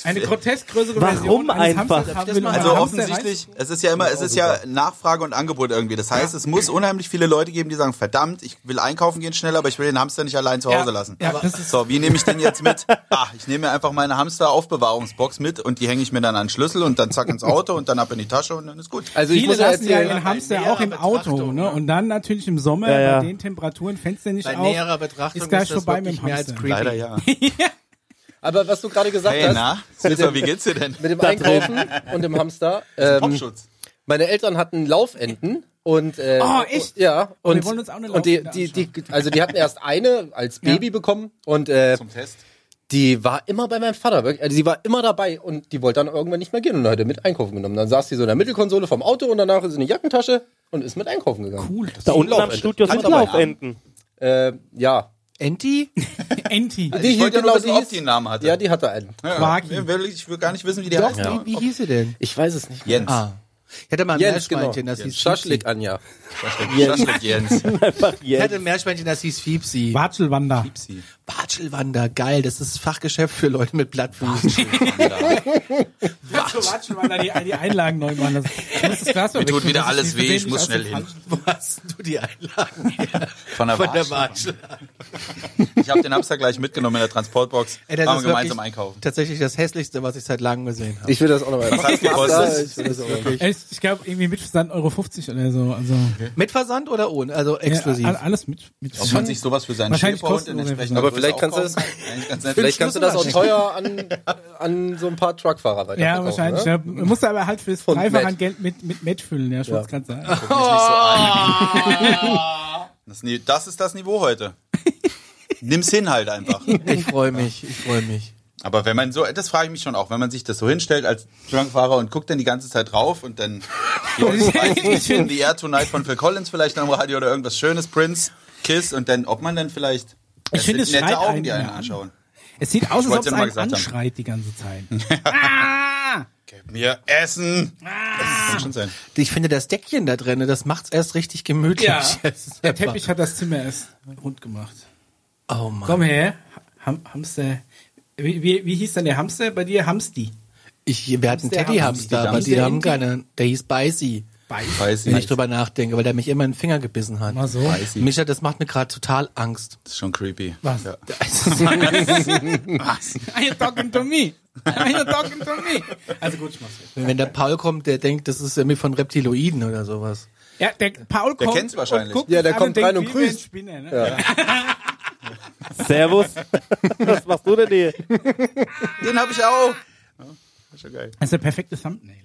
eine grotesk größere Warum Version eines einfach? Hamsters Darf haben ich das will, mal- und Also einen Hamster offensichtlich, es ist ja immer, es ist ja Nachfrage und Angebot irgendwie. Das heißt, es muss unheimlich viele Leute geben, die sagen, verdammt, ich will einkaufen gehen schnell, aber ich will den Hamster nicht allein zu Ja. Hause lassen. Ja, das ist- so, wie nehme ich den jetzt mit? Ah, ich nehme mir einfach meine Hamster-Aufbewahrungsbox mit und die hänge ich mir dann an den Schlüssel und dann zack ins Auto und dann ab in die Tasche und dann ist gut. Also ich Viele muss ja lassen ja erzählen. ihren Hamster näherer auch im Auto, Betrachtung, ne? ja. Und dann natürlich im Sommer Ja, ja. bei den Temperaturen Fenster nicht Bei auf. näherer Betrachtung ist gleich das vorbei mit wirklich dem mehr als Hamster. creepy. Leider ja. Aber was du gerade gesagt Hey, hast, na, Silver, wie geht's dir denn? mit dem Einkaufen und dem Hamster. Ähm, Popschutz. meine Eltern hatten Laufenten und äh, Oh, echt? ja Oh, wir und, wollen uns auch eine und die, die, Laufente die also die hatten erst eine als Baby bekommen und äh, Zum Test. die war immer bei meinem Vater wirklich also die war immer dabei und die wollte dann irgendwann nicht mehr gehen und dann hat er mit einkaufen genommen dann saß sie so in der Mittelkonsole vom Auto und danach ist sie in die Jackentasche und ist mit einkaufen gegangen cool Da unten am Studio sind Laufenden. äh, ja Enti? Enti. die Ich wollte ja genau, nur wissen, die ob die einen Namen hatte. ja die hatte einen Ja, Waki. ich will- ich will gar nicht wissen, wie die Doch, heißt. wie, wie hieß sie denn? ich weiß es nicht Jens. Ah. Ich hatte mal ein Jens genau Meerschweinchen, das hieß Fiepsi. Schaschlik Anja Schaschlik Jens. Einfach Ich (laughs) jetzt. hatte ein Meerschweinchen, das hieß Fiepsi. Watschelwander. Psi. Watschelwander, geil, das ist Fachgeschäft für Leute mit Blattfüßen. So watschen, weil da die, die Einlagen neu machen. Das, ich muss das Glas mal Mir tut wegtun, wieder dass alles nicht weh, ich versehentlich muss aus dem schnell hin. Fang- (laughs) Wo hast denn du die Einlagen her? Von der Watschel. Ich habe den Hamster gleich mitgenommen in der Transportbox. Ey, waren das wir ist gemeinsam wirklich einkaufen. tatsächlich das hässlichste, was ich seit langem gesehen habe. Ich will das auch nochmal. hat's gekostet? Ich will das auch noch mal. Ey, Ich, ich glaube, irgendwie mit Versand Euro 50 oder so. Also, Mit Versand oder ohne? Also exklusiv. Ja, a- alles mit. mit Ob man sich sowas für seinen Wahrscheinlich Schäferhund in kostenlos. entsprechender Aber Größe vielleicht kannst du aufkaufen kann. Eigentlich ganz nett. (laughs) Vielleicht kannst du das auch teuer an, an so ein paar Truckfahrer weiterverkaufen. ja, wahrscheinlich. Ne? Ja, man muss aber halt fürs Von Dreifach Matt. an Geld mit, mit Match füllen, ja, schon Ja. das kann sein. Guck mich nicht so an. Das, Ni- das ist das Niveau (laughs) heute. Nimm's hin halt einfach. Ich freue mich, ich freue mich. Aber wenn man so, das frage ich mich schon auch, wenn man sich das so hinstellt als Trunkfahrer und guckt dann die ganze Zeit drauf und (laughs) dann in die Air Tonight von Phil Collins vielleicht am Radio oder irgendwas Schönes, Prince, Kiss und dann, ob man dann vielleicht Ich Es finde, sind es schreit nette Augen, einen die ja einen an. anschauen. Es sieht aus, als ob wollt's es ja mal einen gesagt haben. anschreit die ganze (laughs) Zeit. Gib mir Essen! Das kann schon sein. Ich finde das Deckchen da drin, das macht's erst richtig gemütlich. (laughs) Ja. Das ist Der einfach- Teppich hat das Zimmer erst rund gemacht. Oh Mann. Komm her, Ham Hamster. Wie, wie, wie hieß dann der Hamster bei dir? Hamsti. Ich, wir hatten der Teddyhamster, Hamster? aber die Der haben Inti? keinen. Der hieß Beißy, Beiß. Weiß ich wenn ich nicht. drüber nachdenke, weil der mich immer in den Finger gebissen hat. Mal so. Weiß ich. Micha, das macht mir gerade total Angst. Das ist schon creepy. Was? Ja. Are you talking to me? Are you talking to me? Also gut, ich mach's jetzt. Wenn, wenn der Paul kommt, der denkt, das ist irgendwie von Reptiloiden oder sowas. Ja, der Paul kommt. kennt's wahrscheinlich. Und guckt Ja, der an kommt denkt, rein und wie wir ein grüßt. Spinner, ne? (laughs) Servus. Was machst du denn hier? Den habe ich auch. Ja, schon geil. Das ist der perfekte Thumbnail.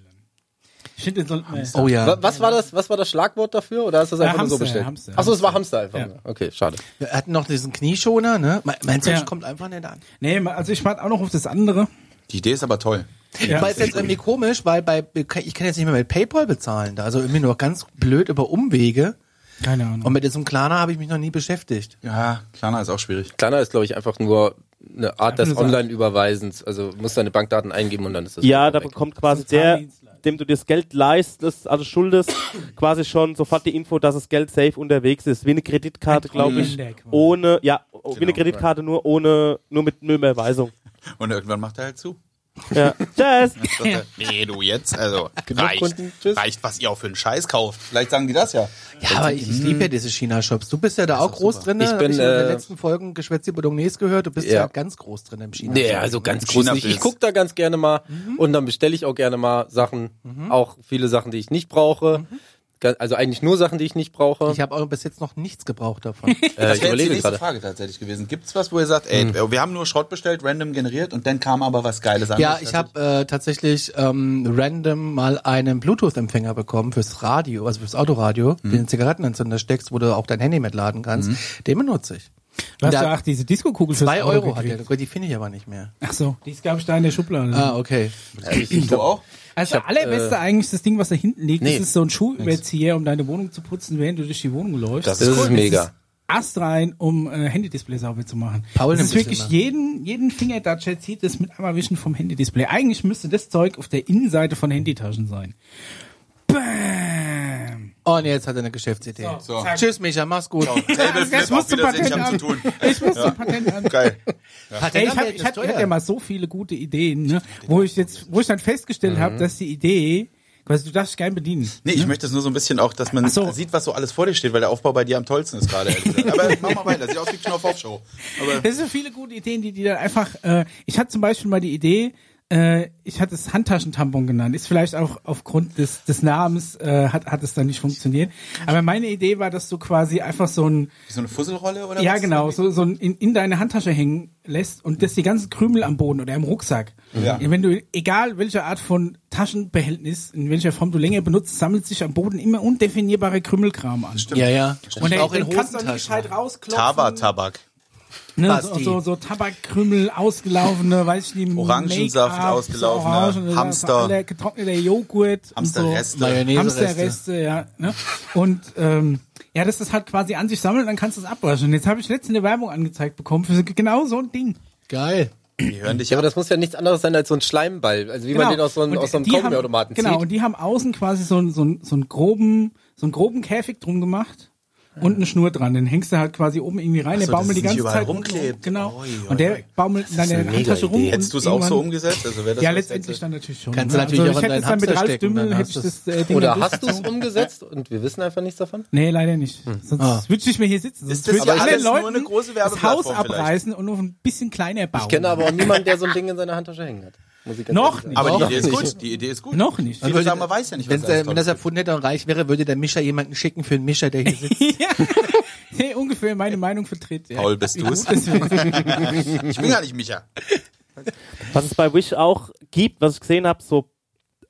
Ich finde, den sollten wir. Oh ja. Wa- Was war das, was war das Schlagwort dafür? Oder hast du das Ja, einfach nur so Hamster, bestellt? Hamster, Achso, es war Hamster einfach. Ja. nur. Okay, schade. Wir hatten noch diesen Knieschoner, ne? Me- Meinst du, Ja. das kommt einfach nicht an? Nee, also ich warte auch noch auf das andere. Die Idee ist aber toll. Ja. Weil es jetzt irgendwie komisch, weil bei ich kann jetzt nicht mehr mit PayPal bezahlen, da also irgendwie nur ganz blöd über Umwege. Keine Ahnung. Und mit diesem Klarna habe ich mich noch nie beschäftigt. Ja, Klarna ist auch schwierig. Kleiner ist, glaube ich, einfach nur eine Art des nur so. Online-Überweisens. Also musst deine Bankdaten eingeben und dann ist das. Ja, Geld da weg. bekommt quasi ein der, Zahldienstleister. dem du das Geld leistest, also schuldest, quasi schon sofort die Info, dass das Geld safe unterwegs ist. Wie eine Kreditkarte, Ein glaube ich. Treuhänder quasi. Ohne, ja, wie eine Kreditkarte, nur ohne, nur mit nur mit Überweisung. Und irgendwann macht er halt zu. Ja. Tschüss. Sagt er, nee, du jetzt, also Genug reicht, Kunden, tschüss. reicht, was ihr auch für einen Scheiß kauft. Äh, Vielleicht sagen die das ja. Ja, aber Also, mhm. ich, ich liebe ja diese China-Shops. Du bist ja da auch groß drin. ne? Ich Hab bin, ich in den äh, letzten Folgen Geschwätz über Dongnes gehört. Du bist ja. Ja. ganz groß drin im China. Nee, also ganz groß China nicht. Ich Pilz. guck da ganz gerne mal Mhm. und dann bestelle ich auch gerne mal Sachen, auch viele Sachen, die ich nicht brauche. Mhm. Ga- Also eigentlich nur Sachen, die ich nicht brauche. Ich habe auch bis jetzt noch nichts gebraucht (laughs) davon. äh, Das ich wäre jetzt die überlege nächste gerade. Frage tatsächlich gewesen. Gibt's was, wo ihr sagt, ey, wir haben nur Schrott bestellt, random generiert und dann kam aber was Geiles an? ja, ich habe äh, tatsächlich ähm, random mal einen Bluetooth-Empfänger bekommen fürs Radio, also fürs Autoradio, Mhm. den du in den Zigarettenanzünder steckst, wo du auch dein Handy mitladen kannst. Den benutze ich. Du hast Da- ja auch diese Disco-Kugel für Zwei Euro hat er. Die finde ich aber nicht mehr. Ach so, die ist, glaube ich, da in der Schublade. Ah, okay. Du auch? Also allerbeste eigentlich das Ding, was da hinten liegt, nee. das ist so ein Schuhüberzieher, um deine Wohnung zu putzen, während du durch die Wohnung läufst. Das ist mega. Ast rein, um äh, Handy-Display sauber zu machen. Paul das nimmt ist das wirklich immer. jeden, jeden Fingerdutch jetzt sieht es mit einmal Wischen vom Handy-Display. Eigentlich müsste das Zeug auf der Innenseite von Handytaschen sein. Bam! Und jetzt hat er eine Geschäftsidee. So. Zack. Tschüss, Micha, mach's gut. Table Jetzt Flip, auf musst du Wiedersehen, ich Patent hab zu tun. Ich muss ein Patent an. Geil. Ey, ich hab- ich hatte hatte ja mal so viele gute Ideen, ne? wo ich jetzt, wo ich dann festgestellt habe, dass die Idee, quasi du darfst dich gern bedienen. Nee, ich möchte es nur so ein bisschen auch, dass man Hm. Ach so. sieht, was so alles vor dir steht, weil der Aufbau bei dir am tollsten ist gerade. ehrlich gesagt. Aber mach mal weiter, sieht aus wie Knopf-Auf-Show. (laughs) Aber Das sind viele gute Ideen, die die dann einfach. Äh, ich hatte zum Beispiel mal die Idee, äh, ich hatte es Handtaschentampon genannt. Ist vielleicht auch aufgrund des, des Namens äh, hat hat es dann nicht funktioniert. Aber meine Idee war, dass du quasi einfach so ein so eine Fusselrolle oder ja was? genau so so ein, in, in deine Handtasche hängen lässt und das die ganzen Krümel am Boden oder im Rucksack. Ja. Wenn du egal welche Art von Taschenbehältnis in welcher Form du länger benutzt, sammelt sich am Boden immer undefinierbare Krümelkram an. Ja, ja. Und auch den in kannst du auch nicht Hosentaschen. gescheit rausklopfen. Tabatabak. Ne, so, Basti. so, so Tabakkrümmel, ausgelaufene, weiß ich nicht, Orangensaft, Make-up, ausgelaufene, Orangen, Hamster. alle getrockneter Joghurt, und Hamsterreste. Mayonnaise- so. Hamsterreste, ja. Ne? Und ähm, ja, das ist halt quasi an sich sammeln, dann kannst du es abwaschen. Und Jetzt habe ich letztens eine Werbung angezeigt bekommen für so- genau so ein Ding. Geil. Die hören dich Ja, ja. aber das muss ja nichts anderes sein als so ein Schleimball. Also wie Genau. man den aus so einem, Und aus so einem die haben- Kaugummiautomaten Genau, zieht. und die haben außen quasi so, einen- so, einen- so einen groben, so einen groben Käfig drum gemacht. und eine Schnur dran. Den hängst du halt quasi oben irgendwie rein, der so, baumelt dass die es nicht ganze überall Zeit rumklebt. unten. Genau. Oi, oi, und der oi. baumelt dann in der Handtasche rum. Hättest du und es auch so irgendwann- umgesetzt? Also wäre das Ja, was, letztendlich dann natürlich schon. Kannst ne? du natürlich auch also ich in hätte es deinen dann mit Hamster Ralf stecken, Dümmel, dann hätte ich hast das äh, Ding Oder dann hast du es durchgezogen. umgesetzt und wir wissen einfach nichts davon? Nee, leider nicht. Sonst Ah. würde ich nicht mehr hier sitzen. Sonst Ist das würde ich ja allen alles nur Leuten eine große das Haus Werbeplattform abreißen und nur ein bisschen kleiner bauen. Ich kenne aber auch niemanden, der so ein Ding in seiner Handtasche hängen hat. Muss ich ganz Noch ehrlich sagen. nicht. Aber die Doch. Idee ist gut. Die Idee ist gut. Noch nicht. Viele Also, Würde- sagen, man weiß ja nicht, Wenn's, was alles äh, wenn das toll ist. erfunden hätte und reich wäre, würde der Mischer jemanden schicken für einen Mischer, (laughs) der hier sitzt. Ja. Nee, ungefähr meine Meinung vertritt. Ja. Paul, bist Wie du's? gut das wäre. Ich bin gar nicht Micha. Was es bei Wish auch gibt, was ich gesehen habe, so,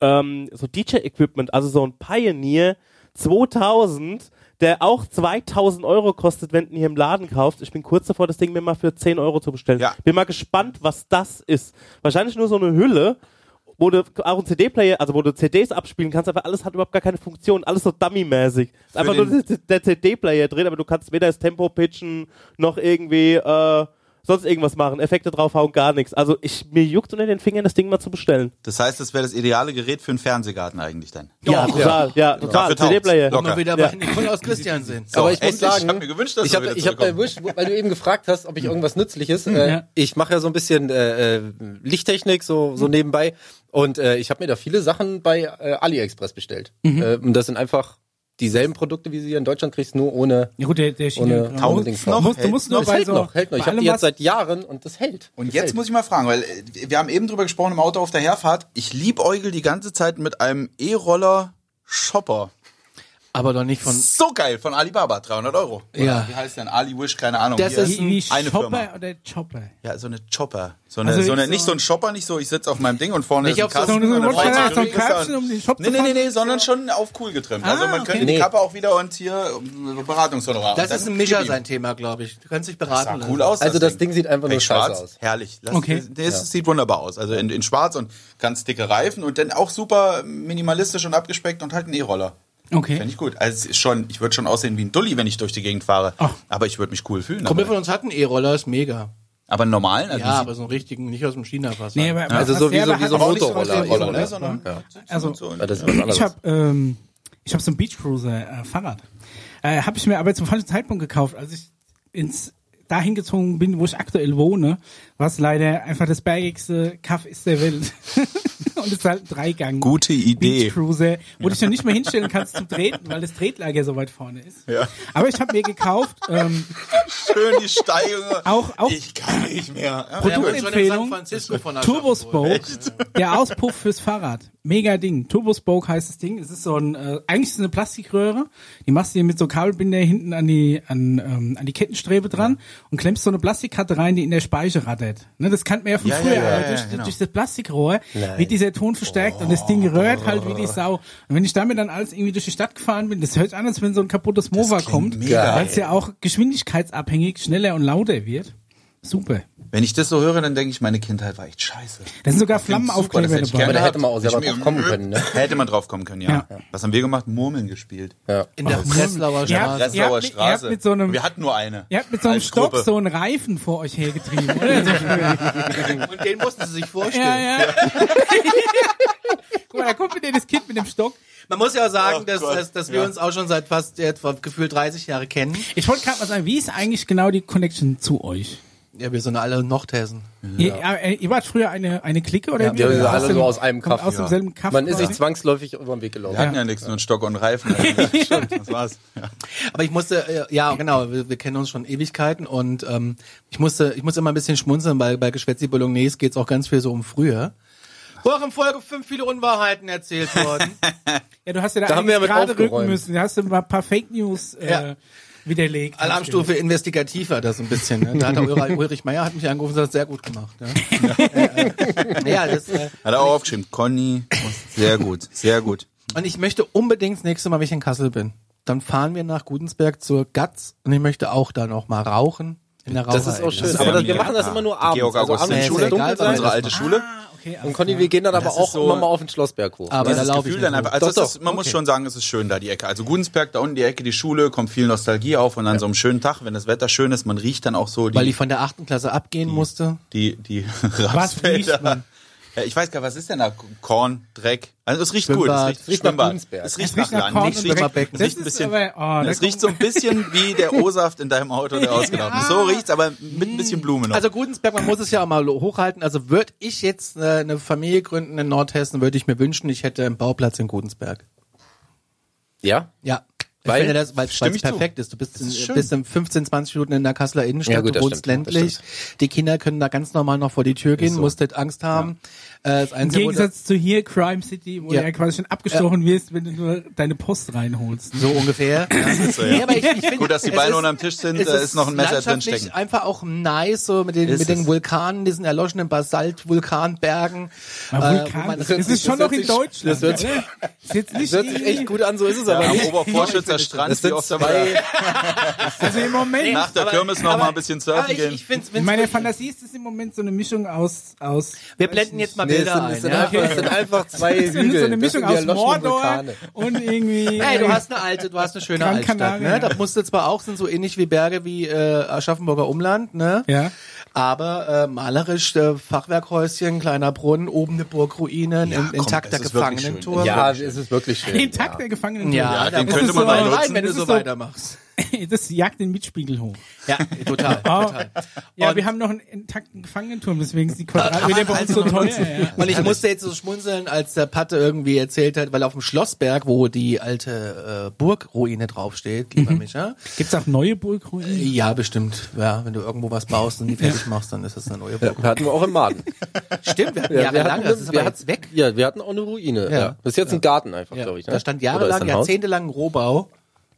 ähm, so DJ-Equipment, also so ein Pioneer 2000, der auch 2000 Euro kostet, wenn du ihn hier im Laden kaufst. Ich bin kurz davor, das Ding mir mal für 10 Euro zu bestellen. Ja. Bin mal gespannt, was das ist. Wahrscheinlich nur so eine Hülle, wo du auch einen CD-Player, also wo du CDs abspielen kannst, aber alles hat überhaupt gar keine Funktion, alles so dummy-mäßig. Ist einfach nur den- der, der CD-Player drin, aber du kannst weder das Tempo pitchen, noch irgendwie äh, sonst irgendwas machen, Effekte draufhauen, gar nichts. Also ich mir juckt unter den Fingern, das Ding mal zu bestellen. Das heißt, das wäre das ideale Gerät für einen Fernsehgarten eigentlich dann. Ja, total, ja, total, Dafür taugt's. CD-Player. Locker. Mal wieder Ja. bei Nicole aus Christian sind. Aber ich muss endlich. sagen, Ich hab mir gewünscht, dass ich du hab, wieder ich hab bei Wish, zurückkommst. weil du eben gefragt hast, ob ich irgendwas Nützliches. Äh, Mhm. Ja. Ich mache ja so ein bisschen äh, äh, Lichttechnik so Mhm. so nebenbei und äh, ich habe mir da viele Sachen bei äh, AliExpress bestellt. Mhm. Äh, und das sind einfach dieselben Produkte, wie sie hier in Deutschland kriegst, nur ohne (laughs) Ja genau. gut, der, der ohne China. Tausend- Dings noch drauf. Du musst, du musst nur Es bei hält so noch, hält noch. Ich bei habe die jetzt allem, was- seit Jahren und das hält. Und Das jetzt hält. muss ich mal fragen, weil äh, wir haben eben drüber gesprochen im Auto auf der Herfahrt. Ich liebäugel die ganze Zeit mit einem E-Roller Shopper. Aber doch nicht von. So geil von Alibaba, 300 Euro. Oder Ja. Wie heißt denn? Ali Wish, keine Ahnung. Das Hier. ist wie, wie eine Chopper Firma. oder Chopper. Ja, so eine Chopper. So eine, Also so eine, so- nicht so ein Shopper, nicht so, ich sitze auf meinem Ding und vorne Nicht ist ein auf so- So, so, Kasten. so, und dann Rotsteller, vorne Rollstuhl ist so, so ein ein Küsser Kalbchen, und- um den Shop Nee, zu nee, nee, fassen. nee, sondern schon auf cool getrimmt. also Ah, man könnte okay. die Nee. Kappe auch wieder und hier äh, Beratungshonorar. Das Und dann ist ein gib Mischer ihm. sein Thema, glaube ich. Du kannst dich Sah beraten. cool lassen. aus. Also das Ding sieht einfach nur Echt scheiße schwarz, aus. Herrlich. Lass, Okay. okay. Das das sieht wunderbar aus. Also in, in schwarz und ganz dicke Reifen und dann auch super minimalistisch und abgespeckt und halt ein E-Roller. Finde Okay. ich gut. Also es ist schon, ich würde schon aussehen wie ein Dulli, wenn ich durch die Gegend fahre. Ach. Aber ich würde mich cool fühlen. Kumpel dabei. von uns hat einen E-Roller, ist mega. aber einen normalen, also Ja, die aber so einen richtigen, nicht aus dem China-Fass. Nee, aber- Also was so wie der so- aber wie hat- so ein aber auch nicht Motorroller, aus dem Roller, sieht- E-Roller, ne? sondern- sondern- Also, so- Ja, das ist was anderes. Ich habe ähm, ich habe so ein Beach Cruiser äh, Fahrrad. Äh, habe ich mir aber zum falschen Zeitpunkt gekauft, als ich ins dahin gezogen bin, wo ich aktuell wohne, was leider einfach das bergigste Kaff ist der Welt. (laughs) Und es ist halt ein Dreigang. Gute Idee. Beach Cruiser, wo du dich noch nicht mehr hinstellen kannst zum Treten, weil das Tretlager so weit vorne ist. Ja. Aber ich habe mir gekauft, ähm, schön die Steigung. Auch- auch- ich kann nicht mehr. Ja, Produkt- ja, Schon im Empfehlung. San Francisco von Turbospoke, der Auspuff fürs Fahrrad. Mega Ding. Turbospoke heißt das Ding. Es ist so ein, äh, eigentlich ist es eine Plastikröhre. Die machst du dir mit so Kabelbinder hinten an die, an, ähm, an die Kettenstrebe dran und klemmst so eine Plastikkarte rein, die in der Speiche rattert. Ne, das kannte man ja von Ja, ja, früher. ja, aber ja, durch, ja, genau. durch das Plastikrohr wird dieser Ton verstärkt und das Ding röhrt halt wie die Sau. Und wenn ich damit dann alles irgendwie durch die Stadt gefahren bin, das hört sich an, als wenn so ein kaputtes Mofa kommt, mega. weil es ja auch geschwindigkeitsabhängig schneller und lauter wird. Super. Wenn ich das so höre, dann denke ich, meine Kindheit war echt scheiße. Da sind sogar Klingt super, Flammenaufkleber das hätte dabei. ich gerne. Aber da hätte man auch Hätte selber ich drauf mir- kommen können, ne? (laughs) Hätte man drauf kommen können, ja. Was haben wir gemacht? Murmeln gespielt. Ja. In der Breslauer Ja, Straße. Oh, Ihr habt Breslauer mit- ihr Straße. habt mit so einem- wir hatten nur eine. Ihr habt mit so einem Als Stock Gruppe. (laughs) so einen Reifen vor euch hergetrieben, oder? So früher. Und den mussten sie sich vorstellen. ja, ja. Guck mal, da kommt wieder das Kind mit dem Stock. Man muss ja auch sagen, Oh dass, Gott, dass, dass wir ja. uns auch schon seit fast jetzt, gefühlt 30 Jahre kennen. Ich wollte gerade mal sagen, wie ist eigentlich genau die Connection zu euch? Ja, wir sind alle Nordhessen. Ihr, äh, ihr wart früher eine, eine Clique oder wie? Ja, wir sind Oder alle dem- nur aus einem kommt Kaff, Aus ja. demselben Kaff. Man ist quasi? sich zwangsläufig über den Weg gelaufen. Wir hatten ja, nichts, nur einen Stock und einen (laughs) Reifen. Ja, stimmt, das war's. Ja. Aber ich musste, äh, ja genau, wir, wir kennen uns schon Ewigkeiten und ähm, ich musste, ich muss immer ein bisschen schmunzeln, weil bei Geschwätzi Bolognese geht's auch ganz viel so um früher. Wo auch in Folge 5 viele Unwahrheiten erzählt wurden. Ja, du hast ja da, Da haben wir einiges ja mit gerade rücken aufgeräumt. müssen. Da hast du mal ein paar Fake News äh, Ja. widerlegt. Alarmstufe investigativer das ein bisschen. Ne? Da hat auch (laughs) Ulrich- Ulrich Meier hat mich angerufen und hat sehr gut gemacht. (laughs) Ja, äh, äh, ja das, äh, Hat er auch aufgeschrieben. Conny, sehr gut, sehr gut. Und ich möchte unbedingt das nächste Mal, wenn ich in Kassel bin, dann fahren wir nach Gudensberg zur Gatz und ich möchte auch da noch mal rauchen. In der Das ist auch schön. Das Aber wär das, wir mega. machen das immer nur abends. Georg also Augustin abends Schule, Schule, dunkel egal, sein. Unsere alte Schule. Okay, Und also, Conny, wir gehen dann aber Das ist auch so- immer mal auf den Schlossberg hoch. Aber da Dieses laufe ich Gefühl nicht dann mehr. einfach. Also Doch, es ist, doch. man muss schon sagen, es ist schön da die Ecke. Also Gudensberg da unten die Ecke, die Schule, kommt viel Nostalgie auf und an so einem schönen Tag, wenn das Wetter schön ist, man riecht dann auch so die Mhm. Weil ich von der achten Klasse abgehen musste. die die (laughs) was riecht Rapsfelder. man? Ja, ich weiß gar nicht, was ist denn da? Korn, Dreck. Also es riecht gut, es Schwimmbad. riecht, Riecht nach Schwimmbad. Dunsberg. es riecht Es riecht nach nach Land, Korn nicht und riecht Dreck. Es riecht ein Das ist bisschen, (laughs) aber- oh, es da riecht so ein bisschen wie der O-Saft in deinem Auto, der ausgelaufen ist. So riecht's, aber mit ein bisschen Blumen noch. Also Gudensberg, man muss es ja auch mal hochhalten. Also würde ich jetzt äh, eine Familie gründen in Nordhessen, würde ich mir wünschen, ich hätte einen Bauplatz in Gudensberg. Ja? Ja. Weil? ich finde das, weil Stimme es ich zu. perfekt ist. Du bist in, schön. bist in 15, 20 Minuten in der Kasseler Innenstadt, Ja, gut, du das wohnst stimmt, das ländlich. Die Kinder können da ganz normal noch vor die Tür gehen, so. musst nicht Angst haben. Äh, das Im Einzige, wo du, Gegensatz zu hier, Crime City, wo Ja. du ja quasi schon abgestochen wirst, wenn du nur deine Post reinholst. so ungefähr. (laughs) ist so, ja. Nee, aber (laughs) ich, ich find, Gut, dass die es Beine ist- unterm Tisch sind, es da ist noch ein Messer landschaftlich drinstecken. einfach auch nice, so mit den, Ist mit den es. Vulkanen, diesen erloschenen Basalt-Vulkanbergen. Aber äh, wo Vulkan, man- das ist schon das noch hört in sich- Deutschland. das hört sich- oder? ist jetzt nicht Das hört sich echt irgendwie- gut an, so ist es aber am nicht. Obervorschützer Strand, Das wie sind oft dabei. zwei, Also im Moment. Nach der Kirmes noch mal ein bisschen surfen Aber Ah, ich, gehen. ich find's, In find's meiner Fantasie ist es im Moment so eine Mischung aus. aus wir blenden jetzt mal nee, es Bilder sind, es ein. sind, Ja? einfach, es sind einfach zwei so Hügel. eine Das Mischung sind die aus erloschenen Mordor Vulkane. und (laughs) irgendwie. Hey, du hast eine alte, du hast eine schöne Gran Altstadt, Canaria. ne? Da musst du zwar auch, sind so ähnlich wie Berge wie äh, Aschaffenburger Umland, ne? Ja. Aber äh, malerisch äh, Fachwerkhäuschen, kleiner Brunnen, oben eine Burgruine, Ja, ein komm, intakter es ist wirklich Gefangenenturm. Ja, es ist wirklich schön. Intakt der Gefangenen. ja, Ja, da den musst könnte du man mal mal rein, nutzen. wenn du Das so ist so- weitermachst. (laughs) Das jagt den Mitspiegel hoch. Ah. Ja, total, Ah. total. Ja, Und- wir haben noch einen intakten Gefangenenturm, deswegen ist die Quadratmeter Mann, bei uns also so noch teuer. nutzen. Ja. Und ich musste jetzt so schmunzeln, als der Patte irgendwie erzählt hat, weil auf dem Schlossberg, wo die alte äh, Burgruine draufsteht, Mhm. lieber Micha. (laughs) Gibt's auch neue Burgruinen? Ja, bestimmt. Ja, wenn du irgendwo was baust und die fertig machst, dann ist das eine neue Ja, Burgruine. wir hatten wir auch im Maden. Stimmt, wir hatten Ja, wir jahrelang, hatten, das ist wir aber hatten- jetzt weg. Ja, wir hatten auch eine Ruine. Ja. Ja. Das ist jetzt ein Garten einfach, glaube ich. Ne? Da stand Oder ist jahrelang, da ein Haus? jahrzehntelang Rohbau,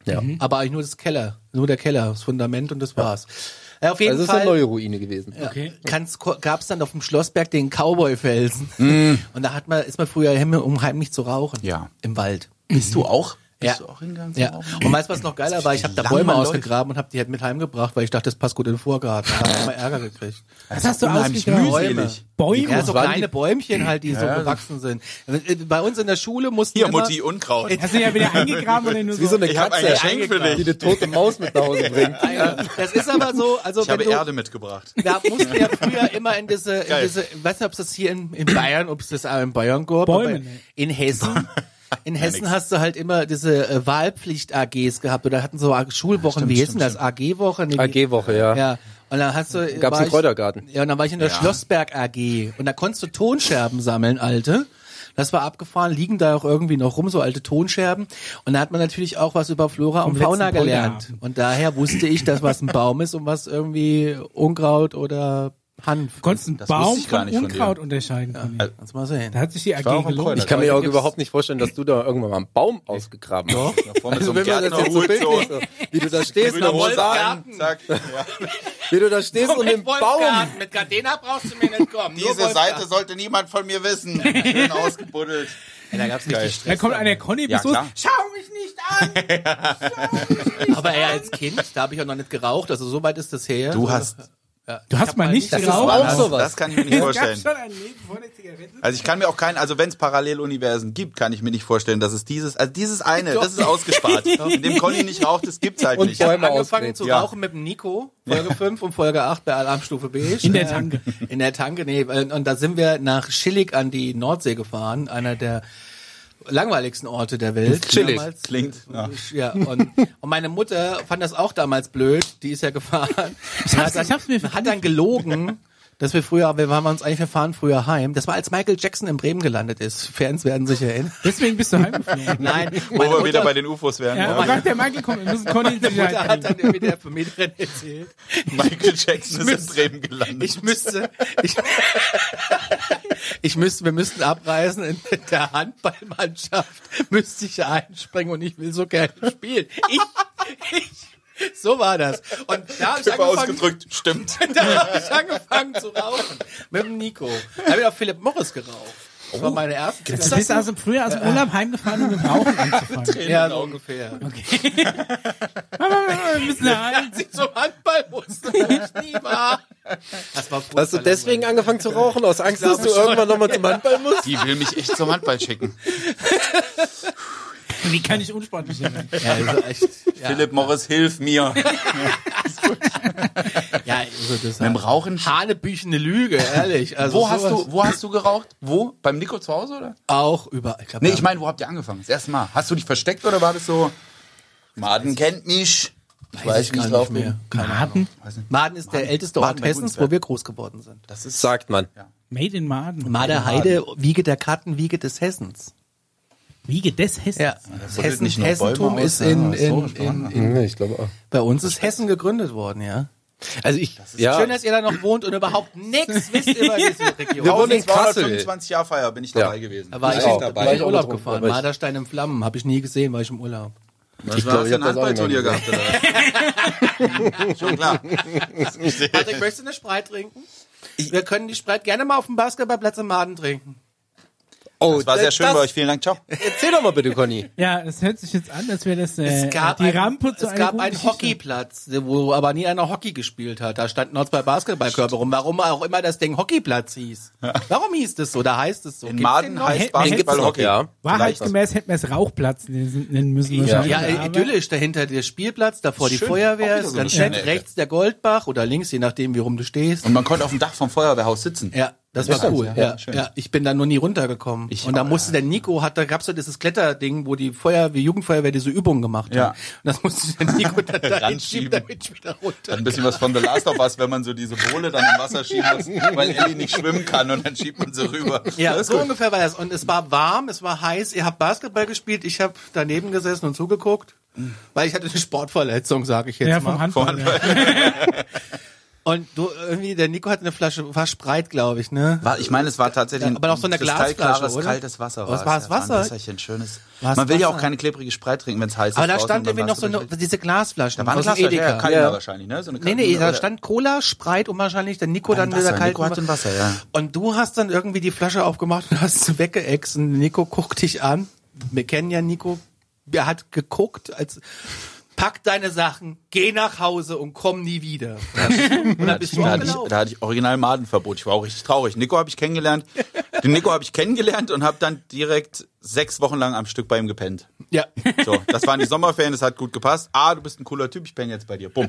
Ja. aber eigentlich nur das Keller, nur der Keller, das Fundament und das war's. Ja, auf jeden Also es ist Fall. eine neue Ruine gewesen. Okay. Kann's, gab's dann auf dem Schlossberg den Cowboy-Felsen. (laughs) Und da hat man, ist man früher Hemme, um heimlich zu rauchen. Ja. Im Wald. Bist du auch? Bist Ja. du auch hingegangen? zum Ja. Rauchen? Und weißt du, was noch geiler war? Ich habe da Wie Bäume lange man ausgegraben und habe die halt mit heimgebracht, weil ich dachte, das passt gut in den Vorgarten. Da habe ich immer Ärger gekriegt. Was hast du Unheimlich ausgegraben? mühselig. Bäume. Ja, so waren kleine die? Bäumchen halt, die so Ja. gewachsen sind. Äh, Bei uns in der Schule mussten Hier, immer, Mutti, Unkraut. Hast du ja wieder eingegraben oder nur Wie so eine Ich habe ein Katze, Geschenk für die dich. eine tote Maus mit nach Hause bringt. (laughs) Das ist aber so, also Ich wenn habe du, Erde mitgebracht. Da musste ja früher immer in diese, in Geil. diese ich weiß nicht, ob es das hier in, in Bayern, ob es das auch in Bayern gab, Bäume, aber ne? in Hessen. In Hessen nix. hast du halt immer diese äh, Wahlpflicht-AGs gehabt oder hatten so A- Schulwochen, wie hießen das? AG-Woche? Nee, wie- AG-Woche, ja. Ja. Und dann hast du. Gab's war einen ich- Kräutergarten. Ja, und dann war ich in der Ja. Schlossberg AG und da konntest du Tonscherben sammeln, alte. Das war abgefahren, liegen da auch irgendwie noch rum, so alte Tonscherben. Und da hat man natürlich auch was über Flora und letzten Fauna gelernt. Polterabend. Und daher wusste ich, dass was ein Baum ist und was irgendwie Unkraut oder Hanf. Du konntest einen Das Baum wusste ich gar von nicht von dir. Unkraut unterscheiden. Conny. Kannst mal sehen. Da hat sich die AG war auch am gelohnt. Kräuter. Ich kann mir Leute, auch gibt's- überhaupt nicht vorstellen, dass du da irgendwann mal einen Baum ausgegraben hast. Vor mit so einem wenn man das Gärtner jetzt so Hut so. bildlich so, wie du da stehst, mit Grüne dem Hose Baum, an, zack. Ja. wie du da stehst und den Baum. Mit Gardena brauchst du mir nicht kommen. Diese Seite sollte niemand von mir wissen. Schön ausgebuddelt. da gab's Geil. richtig Da kommt einer Conny Ja, bis los. klar. Schau mich nicht an! (laughs) Aber ey, als Kind, da habe ich auch noch nicht geraucht, also so weit ist das her. Du So- hast- Ja. Du hast mal nicht Das ist geraucht. auch das, sowas. das kann ich mir nicht Es gab vorstellen. schon ein Leben vor der Zigarette. Also ich kann mir auch keinen, also wenn es Paralleluniversen gibt, kann ich mir nicht vorstellen, dass es dieses, also dieses eine, das ist ausgespart. In dem Conny nicht raucht, das gibt's halt Und nicht. Ich habe Bäume angefangen ausgräbt, zu ja. rauchen mit dem Nico, Folge 5 und Folge 8 bei Alarmstufe B. Ähm, In der Tanke. In der Tanke, nee. weil- Und da sind wir nach Schillig an die Nordsee gefahren, einer der langweiligsten Orte der Welt. Schillig Damals. Klingt. Ja. Ja, und, und meine Mutter fand das auch damals blöd, die ist ja gefahren. Ich hab's- hat dann, ich hab's mir hat dann gelogen, dass wir früher, wir waren uns eigentlich, wir fahren früher heim. Das war als Michael Jackson in Bremen gelandet ist. Fans werden sich erinnern. Deswegen bist du (laughs) heimgeflogen. Nein, Wo meine wir wieder (laughs) Mutter- bei den UFOs wären. Ja, Ja, aber sagt der Michael, komm, wir müssen Conny in meine Mutter Sicherheit hat bringen. dann irgendwie der Vermieterin erzählt, (laughs) Michael Jackson ist in müsste- Bremen gelandet. ich müsste, ich, ich müsste, wir müssten abreisen in der Handballmannschaft, müsste ich einspringen und ich will so gerne spielen. Ich, ich, so war das. Und da habe ich Tippe angefangen, ausgedrückt, stimmt. (laughs) da habe ich angefangen zu rauchen. Mit dem Nico. Da habe ich auch Philipp Morris geraucht. Das Oh. war meine erste. Du bist also früher aus dem Urlaub heimgefahren, um mit dem Rauchen (laughs) anzufangen. Ja, so ungefähr. Mama, wir müssen heim. Sie zum Handball mussten, ich nie war. Das war Hast du furchtbar deswegen angefangen zu rauchen, aus Angst, dass du irgendwann nochmal zum Handball musst? Die will mich echt zum Handball (laughs) schicken. Wie kann ich unsportlich werden? langweilig. Ja, also echt, ja. Philipp Morris, hilf mir. Ja, also das Mit dem Rauchen. Hanebüchene Lüge, ehrlich. Also wo, hast sowas- du, wo hast du geraucht? Wo? Beim Nico zu Hause, oder? Auch überall. Ich glaub, Nee, ja. ich meine, wo habt ihr angefangen? Das erste Mal. Hast du dich versteckt oder war das so? Maden kennt mich. Ich weiß ich gar nicht lauf mehr. mit- Keine Maden? Ahnung. Weiß nicht. Maden ist der Maden. älteste Maden Ort bei Hessens, Gutenberg. wo wir groß geworden sind. Das ist Sagt man. Made in Maden. Maderheide, Wiege der Karten, Wiege des Hessens. Wiege des Hessens. Ja, das bildet Hessen, nicht nur Hessentum Bäume aus, ist in, ja, in, historisch in, in, Nee, ich glaube auch. bei uns ist Hessen gegründet worden, ja. Also ich, ja. Schön, dass ihr da noch wohnt und überhaupt (laughs) nichts wisst über diese Region. Wir wohnen in 1225 Jahr Feier bin ich dabei Ja. gewesen. Da war Ich ich, auch, auch, dabei. Genau. war ich Ich auch Urlaub getrunken, gefahren. aber ich- Marderstein im Flammen, habe ich nie gesehen, war ich im Urlaub. Was glaub, war ich das ein hab das auch Handballturnier immer gehabt? Oder? was? Schon klar. Patrick, möchtest du eine Spreit trinken? Wir können die Spreit gerne mal auf dem Basketballplatz im Maden trinken. Oh, Das war sehr schön bei euch. Vielen Dank. Ciao. Erzähl doch mal bitte, Conny. Ja, das hört sich jetzt an, als wäre das äh, Es gab, die ein- Rampe zu es einer gab guten einen Geschichte. Hockeyplatz, wo aber nie einer Hockey gespielt hat. Da standen noch zwei Basketballkörper rum. Warum auch immer das Ding Hockeyplatz hieß. Warum hieß das so? Da heißt es so. In Gibt's den Maden noch? heißt Basketball Hockey. ja. Wahrheitsgemäß hätten wir es Rauchplatz nennen müssen. wahrscheinlich. Ja, Aber- idyllisch. Dahinter der Spielplatz, davor die Schön. Auch Feuerwehr, wieder ist so ganz eine nett. schöne Rechts der Goldbach oder links, je nachdem, wie rum du stehst. Und man konnte auf dem Dach vom Feuerwehrhaus sitzen. Ja, das Hm. Ja, war cool. stimmt, ja, Ja, ja, schön. ich bin da nur nie runtergekommen. Ich und da auch, musste der Nico, hat, da gab's so dieses Kletterding, wo die Feuerwehr, Jugendfeuerwehr diese Übungen gemacht Ja. hat. Und das musste der Nico da, da Ranschieben. hinschieben, damit ich wieder runter. Hat ein bisschen was von The Last of Us, wenn man so diese Bohle dann im Wasser schieben muss, weil Ellie nicht schwimmen kann und dann schiebt man sie rüber. Ja, Das ist so gut. ungefähr war das. Und es war warm, es war heiß. Ihr habt Basketball gespielt, ich habe daneben gesessen und zugeguckt, weil ich hatte eine Sportverletzung, sage ich jetzt ja, vom mal. Handball. ja. Und du irgendwie, der Nico hatte eine Flasche, war Spreit, glaube ich, ne? War, ich meine, es war tatsächlich Ja, aber noch so eine kristallklares, Glasflasche, oder? kaltes Wasser. Was es. war es, Ja, Wasser? Ein Wässerchen, schönes. War man es will ja auch Wasser? keine klebrige Spreit trinken, wenn es heiß ist. Aber da draußen, stand dann irgendwie noch warst so du eine, durch. diese Glasflaschen Da war ein aus dem Glasflasche, ja, Edeka. Kalina Ja. wahrscheinlich, ne? So eine Nee, nee, da oder- stand Cola, Spreit und wahrscheinlich der Nico dann Ein Wasser. mit der kalten Nico hat ein Wasser, ja. Und du hast dann irgendwie die Flasche aufgemacht und hast sie weggeext und Nico guckt dich an. Wir kennen ja Nico. Er hat geguckt, als pack deine Sachen, geh nach Hause und komm nie wieder. und dann bist du Da hatte, ich, abgelaufen. da hatte ich original Madenverbot. Ich war auch richtig traurig. Nico habe ich kennengelernt. Den Nico habe ich kennengelernt und habe dann direkt sechs Wochen lang am Stück bei ihm gepennt. Ja. So, das waren die Sommerferien, das hat gut gepasst. Ah, du bist ein cooler Typ, ich penne jetzt bei dir. Bumm.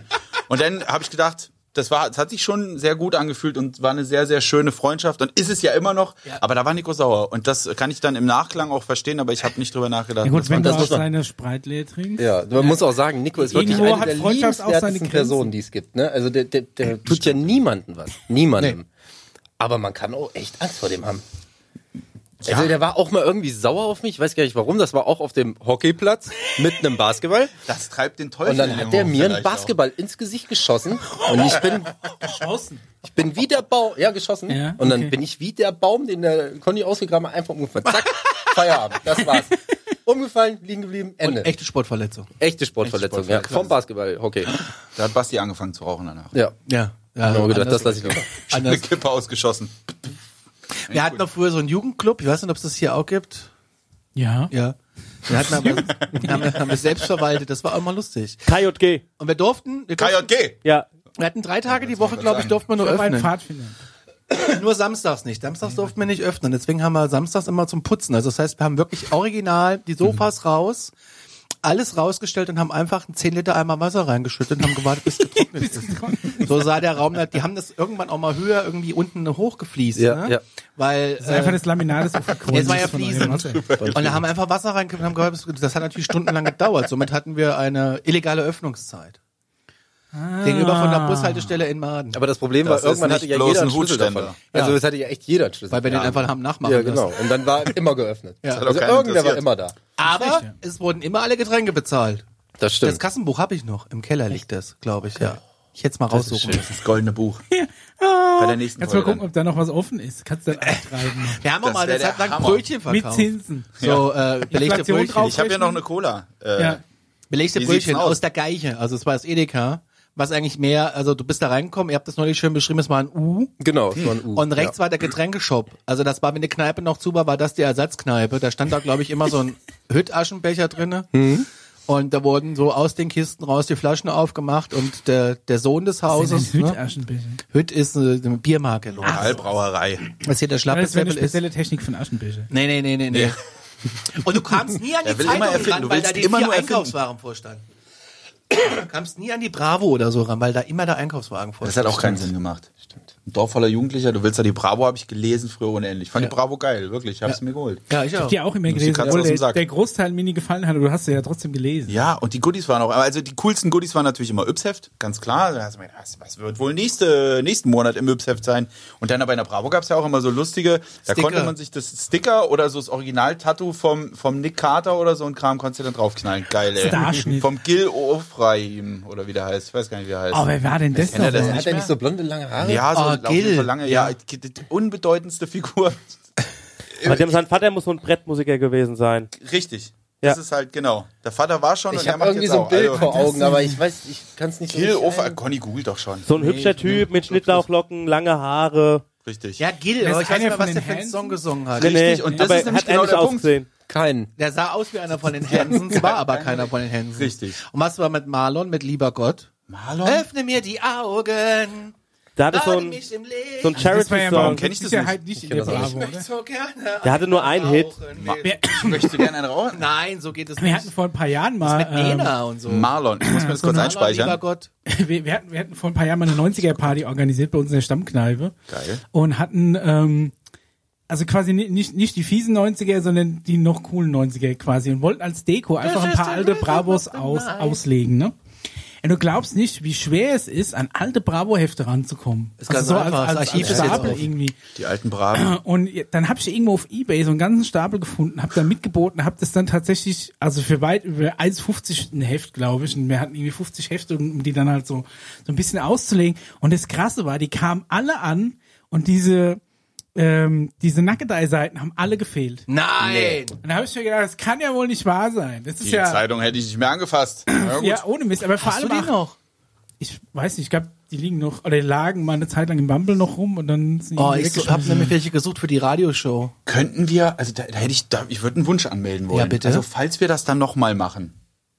Und dann habe ich gedacht, das war, das hat sich schon sehr gut angefühlt und war eine sehr, sehr schöne Freundschaft und ist es ja immer noch. Aber da war Nico sauer und das kann ich dann im Nachklang auch verstehen, aber ich habe nicht drüber nachgedacht. Ja, (laughs) gut, wenn das du war, aus das muss man, seiner Spreitleer trinkst. Ja, man muss auch sagen, Nico ist wirklich Irgendwo eine hat der Freundschaft auch seine liebenswertesten Grenzen. Personen, die es gibt. Ne? Also der, der, der tut ja niemandem was. Niemandem. Aber man kann auch echt Angst vor dem haben. Also der war auch mal irgendwie sauer auf mich, ich weiß gar nicht warum, das war auch auf dem Hockeyplatz mit einem Basketball. das treibt den Teufel. Und dann in den hat der Hof mir einen vielleicht auch. Basketball ins Gesicht geschossen und ich bin, Geschossen. ich bin wie der Baum, ja geschossen, Ja, und dann okay. bin ich wie der Baum, den der Conny ausgegraben hat, einfach umgefallen. Zack, Feierabend, das (laughs) war's. Umgefallen, liegen geblieben, (laughs) Ende. Echte Sportverletzung. Echte Sportverletzung, Echte Sportverletzung. ja. Vom Basketball, Hockey. Da hat Basti angefangen zu rauchen danach. Ja. Ja. ja Genau gedacht, anders- das lasse ich lieber. Eine anders. Kippe ausgeschossen. Wir hatten noch früher so einen Jugendclub, ich weiß nicht, ob es das hier auch gibt. Ja. Ja. Wir hatten aber, haben, wir- haben wir selbst verwaltet, das war auch mal lustig. KJG. Und wir durften, wir, durften, KJG! Ja. wir hatten drei Tage die Woche, glaube ich, sagen. durften wir nur Ich mein öffnen. Pfadfinder. Nur samstags nicht. Samstags durften wir nicht öffnen. Deswegen haben wir samstags immer zum Putzen. Also das heißt, wir haben wirklich original die Sofas raus, alles rausgestellt und haben einfach einen 10 Liter Eimer Wasser reingeschüttet und haben gewartet, bis es getrocknet ist. So sah der Raum, da- die haben das irgendwann auch mal höher irgendwie unten hochgefließt. Ja, ne? ja. Weil, Das ist einfach das Laminat, das aufgekreuzt Es war ja ist von eurem fließend. Wasser. und da haben wir einfach Wasser reingekippt und haben gewartet, bis- das hat natürlich stundenlang gedauert. Somit hatten wir eine illegale Öffnungszeit. Gegenüber von der Bushaltestelle in Maden. Aber das Problem Das war, irgendwann ist hatte nicht ja bloß jeder einen ein Schlüssel Hutständer. davon. Also es hatte ja echt jeder einen Schlüssel. Weil wir den Ja. einfach haben nachmachen ja, lassen. genau. Und dann war immer geöffnet. Ja. Hat auch Also keinen irgendwer war interessiert. immer da. Aber es wurden immer alle Getränke bezahlt. Das Das Kassenbuch habe ich noch. Im Keller liegt das, glaube ich, ja. Ich hätte es mal raussuchen müssen. Das goldene Buch. Bei der nächsten Kannst du mal Folge gucken, dann. ob da noch was offen ist. Kannst du dann abschreiben. Wir haben auch Das mal eine wär der Zeit lang Hammer. Brötchen Mit verkauft. Zinsen. So, äh, belegte Inflation Brötchen. drauf. Ich habe ja noch eine Cola. Äh, Ja. Belegte Wie sieht's Brötchen aus? aus der Geiche. Also es war das Edeka. Was eigentlich mehr, also du bist da reingekommen, ihr habt das neulich schön beschrieben, es war ein U. Genau, es war ein U. Und rechts war der Getränkeshop. Also das war, wenn die Kneipe noch zu war, war das die Ersatzkneipe. Da stand da, glaube ich, immer so ein Hüttaschenbecher drinne. Und da wurden so aus den Kisten raus die Flaschen aufgemacht und der, der Sohn des Hauses, ne? Hütaschenbüchel. Hütt ist eine, eine Biermarke, Leute. Ah. Albrauerei. Was hier der Das wäre eine Schlappeslevel ist. spezielle Technik von Aschenbüchel. Nee, nee, nee, nee, nee. (laughs) Und du kamst nie an die Er will immer Zeitung erfinden. ran, Du weil willst da die immer vier nur erfinden. Einkaufswaren vorstanden. Du kamst nie an die Bravo oder so ran, weil da immer der Einkaufswagen vor Das hat auch keinen Sinn gemacht. Stimmt. Ein Dorf voller Jugendlicher, du willst ja die Bravo, habe ich gelesen früher unendlich. Fand die Bravo geil, wirklich, hab's mir geholt. Ja, ich auch. Dir auch immer gelesen, Katze obwohl aus dem der, Sack. der Großteil mir nie gefallen hat, aber du hast sie ja trotzdem gelesen. Ja, und die Goodies waren auch, also die coolsten Goodies waren natürlich immer Yps-Heft, ganz klar. Da hast du mir gedacht, Was, was wird wohl nächste, nächsten Monat im Yps-Heft sein? Und dann bei der Bravo gab's ja auch immer so lustige, da Sticker. konnte man sich das Sticker oder so das Original-Tattoo vom, vom Nick Carter oder so ein Kram konntest du dann draufknallen. Geil, ey. Starschnitt. vom Gil Ofraim oder wie der heißt, ich weiß gar nicht, wie er heißt. Aber wer war denn das ändert noch? das ey? nicht. Hat er nicht so blonde, lange Haare? ja, so, Ah, laufen Gil. so lange, ja, die, die unbedeutendste Figur. Bei dem sein Vater muss so ein Brettmusiker gewesen sein. Richtig. Ja. Das ist halt, genau. Der Vater war schon und Ich er habe macht irgendwie jetzt so ein auch. Bild also, vor Augen, aber ich weiß, ich kann es nicht so Gil richtig Ofraim, ein- Conny googelt doch schon. So ein hübscher Typ mit Schnittlauchlocken, lange Haare. Richtig. Ja, Gil, Das aber ich ist weiß einer nicht mehr, von was den der für einen Hansen? Song gesungen hat. Nee, nee, Richtig, und das aber ist nämlich hat genau ähnlich der Punkt. ausgesehen. Keinen. Der sah aus wie einer von den Hansons, war aber keiner von den Hansons. Richtig. Und was war mit Marlon, mit Lieber Gott? Marlon? Öffne mir die Augen, Da hatte so lade ein, mich im Licht. so ein Das war ja mal Charity-Song. kenn ich das Sicherheit nicht, in der das auch Bravo. Ich Oder? so gerne Der hatte nur einen Hit. rauchen. Wir, möchte gerne einen rauchen. Nein, so geht es wir nicht. hatten vor ein paar Jahren mal. mit ähm, Nena und so. Marlon, ich muss mir das kurz Marlon, Lieber einspeichern. Gott. (laughs) wir, wir, hatten, wir hatten vor ein paar Jahren mal eine 90er-Party organisiert bei uns in der Stammkneipe. Geil. Und hatten, ähm, also quasi ni- nicht, nicht die fiesen 90er, sondern die noch coolen 90er quasi. Und wollten als Deko einfach ein ist paar the alte rhythm Bravos of the aus, night. auslegen, ne? Und du glaubst nicht, wie schwer es ist, an alte Bravo-Hefte ranzukommen. Also Ist ganz einfach, das Archiv ist jetzt Stapel offen. irgendwie. Die alten (clears throat) Braven. Und ja, dann habe ich irgendwo auf Ebay so einen ganzen Stapel gefunden, habe dann mitgeboten, habe das dann tatsächlich, also für weit über 1,50 ein Heft, glaube ich, und wir hatten irgendwie 50 Hefte, um um die dann halt so, so ein bisschen auszulegen. Und das Krasse war, die kamen alle an und diese, ähm, diese Naked Eye Seiten haben alle gefehlt. Nein! Und da habe ich mir gedacht, das kann ja wohl nicht wahr sein. Das ist Die ja, Zeitung hätte ich nicht mehr angefasst. Na gut. ja ohne Mist, aber vor Hast du allem die auch, noch? ich weiß nicht, ich glaube, die liegen noch, oder die lagen mal eine Zeit lang im Bumble noch rum und dann sind die Oh, ich weggeschmissen. so, hab nämlich welche gesucht für die Radioshow. Könnten wir, also da, da hätte ich, da, ich würde einen Wunsch anmelden wollen. Ja, bitte. Also falls wir das dann nochmal machen,